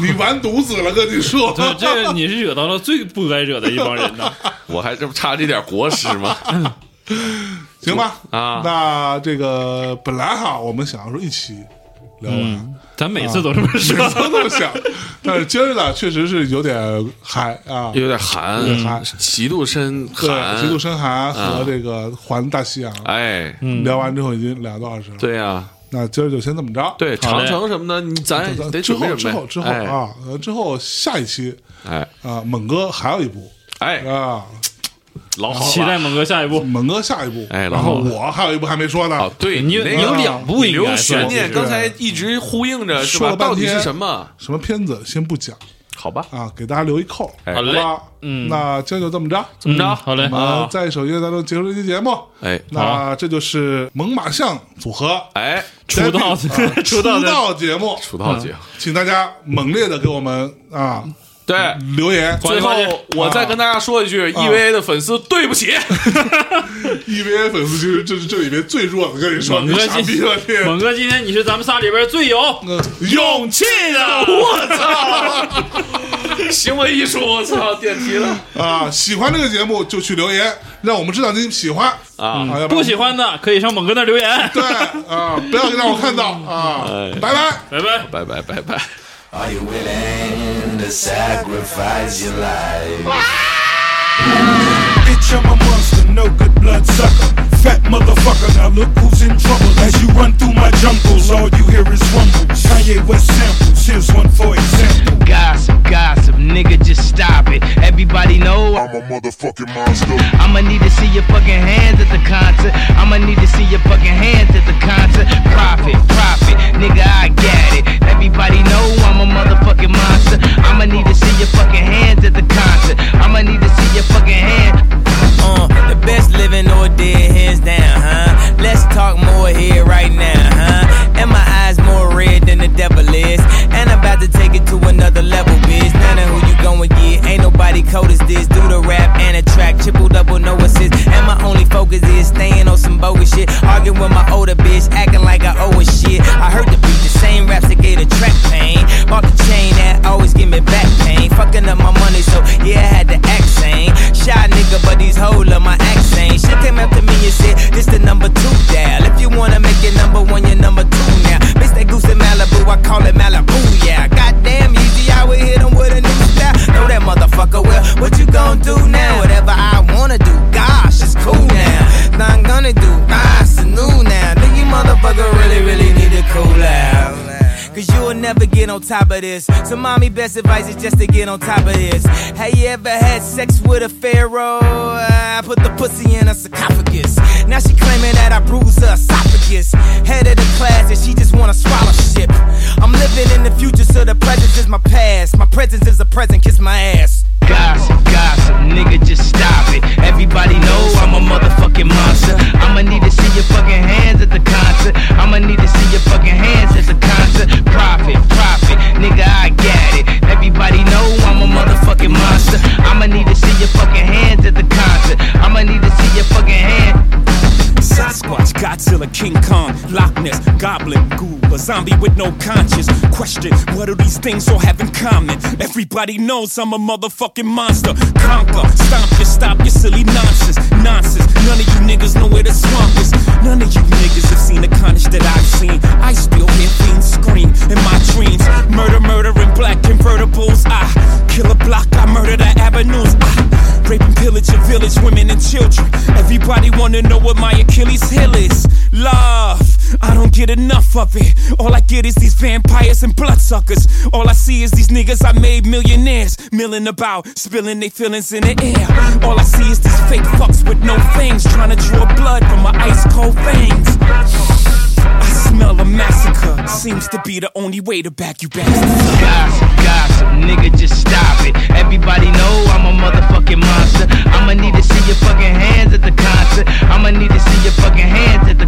A: 你完犊子了，跟你说，
C: 对，这个你是惹到了最不该惹的一帮人呢。
B: 我还这不差这点国师吗？
A: 行吧？
B: 啊
A: 那这个本来哈，我们想要说一起聊完。
B: 嗯
C: 咱每次都这么 说，
A: 都这么 想，但是今儿呢，确实是有点嗨啊，
B: 有点寒
A: 点寒，
B: 极嗯度深
A: 嗯对，
B: 寒，啊
A: 极度深寒和这个环大西洋。
B: 哎，
A: 聊完之后已经两个多小时了，
B: 对呀、
A: 那今儿就先这么着。
B: 对
C: 好
B: 长
C: 嘞
B: 城什么的，你咱
A: 咱，
B: 得
A: 之
B: 准备
A: 后嗯
B: 准
A: 之后之
B: 备
A: 后
B: 哎
A: 啊，呃之后下一期
B: 哎
A: 啊，猛哥还有一部
B: 哎，
A: 啊，
B: 老好了
C: 期待猛哥下一步。
A: 猛哥下一部，
B: 哎
A: 然
B: 然
A: 后
B: 后
A: 我还有一部还没说呢
B: 啊，，对
C: 你
B: 那
C: 你
B: 个
C: 有两部应该
B: 留
C: 算
B: 悬
C: 是
B: 念，刚才一直呼应着是
A: 说
B: 吧？
A: 了半
B: 到底
A: 天
B: 是什么？
A: 什么片子先不讲
B: 好吧，
A: 啊，给大家留一扣，
B: 哎
A: 好
B: 好嘞
A: 吧？嗯，那今天就这么着，
B: 怎么
C: 嗯
B: 着？
C: 好嘞
A: 我们在首页当中结束这期节目。
B: 哎
A: 那这就是猛犸象组合
B: 哎，
C: 出道
A: Debbie，啊
C: 出
A: 出
C: 道的
A: 道节目，
B: 出道节目。
A: 请大家猛烈的给我们啊
B: 嗯对，
A: 留 言。
B: 嗯
A: 啊
B: 最后
C: 欢迎
B: 我再跟大家说一句，EVA 的粉丝对不起，
A: EVA 粉丝其实这是这里面最弱的，跟你说，
C: 猛
A: 你
C: 哥
A: 傻逼
C: 今
A: 了，你
C: 猛哥今天你是咱们仨里边最有
A: 勇啊
C: 气 的，
B: 行为艺术，我操，电梯了
A: 啊！喜欢这个节目就去留言，让我们知道你喜欢
B: 啊！
A: 啊，要
C: 不
A: 然
C: 喜欢的可以上猛哥那儿留言。
A: 对啊，不要让我看到
C: 哎
A: 啊！拜拜。
C: 拜拜。
B: 拜拜拜拜。
D: Are you willing to sacrifice your life?
E: Bitch, I'm a monster, no good blood sucker. Fat motherfucker, now look who's in trouble. As you run through my jungles, all you hear is rumbles. Kanye West samples, here's one for example.
F: Gossip, gossip, nigga, just stop it. Everybody know I'm a motherfucking monster. I'ma need to see your fucking hands at the concert. I'ma need to see your fucking hands at the concert. Profit, profit, nigga, I got it. Everybody know I'm a motherfucking monster. I'ma need to see your fucking hands at the concert. I'ma need to see your fucking hands.
G: Uh, the best living or dead, hands down, huh? Let's talk more here right now, huh? And my eyes more red than the devil is. And I'm about to take it to another level, bitch. None of who you going get, ain't nobody cold as this. Do the rap and a track, triple double, no assist. And my only focus is staying on some bogus shit. Arguing with my older bitch, acting like I owe a shit. I heard the beat, the same raps that gave the track pain. Bought the chain that always give me back pain. Fucking up my money, so yeah, I had to act sane. Shy nigga, but these hoes love my accent. She came up to me and said, This the number two dial. If you wanna make it number one, you're number two now. Bitch, that goose in Malibu, I call it Malibu, yeah. Goddamn, easy, I would hit 'em with a new style. Know that motherfucker well. What you gon' do now? Whatever I wanna do, gosh, it's cool now. Now I'm gonna do, ah, it's new now. Do you motherfucker really, really need to cool out? Cause you'll never get on top of this. So, mommy, best advice is just to get on top of this. Have you ever had sex with a pharaoh? I put the pussy in a sarcophagus. Now she claiming that I bruised her esophagus. Head of the class, and she just want a scholarship. I'm living in the future, so the present is my past. My presence is a present, kiss my ass.
F: Gossip, gossip, nigga, just stop it. Everybody know I'm a motherfucking monster. I'ma need to see your fucking hands at the concert. I'ma need to see your fucking hands at the concert. Profit, profit, nigga, I got it. Everybody know I'm a motherfucking monster. I'ma need to see your fucking hands at the concert. I'ma need to see your fucking hands.
H: Sasquatch, Godzilla, King Kong, Loch Ness, Goblin, Ghoul, a zombie with no conscience. Question, what do these things all have in common? Everybody knows I'm a motherfucking monster. Conquer, stomp you, stop your silly nonsense. Nonsense, none of you niggas know where the swamp is. None of you niggas have seen the carnage that I've seen. I still hear fiends scream in my dreams. Murder, murder in black convertibles. I kill a block, I murder the avenues. ah. I Rape and pillage of village women and children. Everybody wanna know what my Achilles heel is. Love, I don't get enough of it. All I get is these vampires and bloodsuckers. All I see is these niggas I made millionaires, milling about, spilling their feelings in the air. All I see is these fake fucks with no fangs, trying to draw blood from my ice cold veins. I smell a massacre. Seems to be the only way to back you back.
F: Gossip, gossip, nigga, just stop it. Everybody know I'm a motherfucking monster. I'ma need to see your fucking hands at the concert. I'ma need to see your fucking hands at the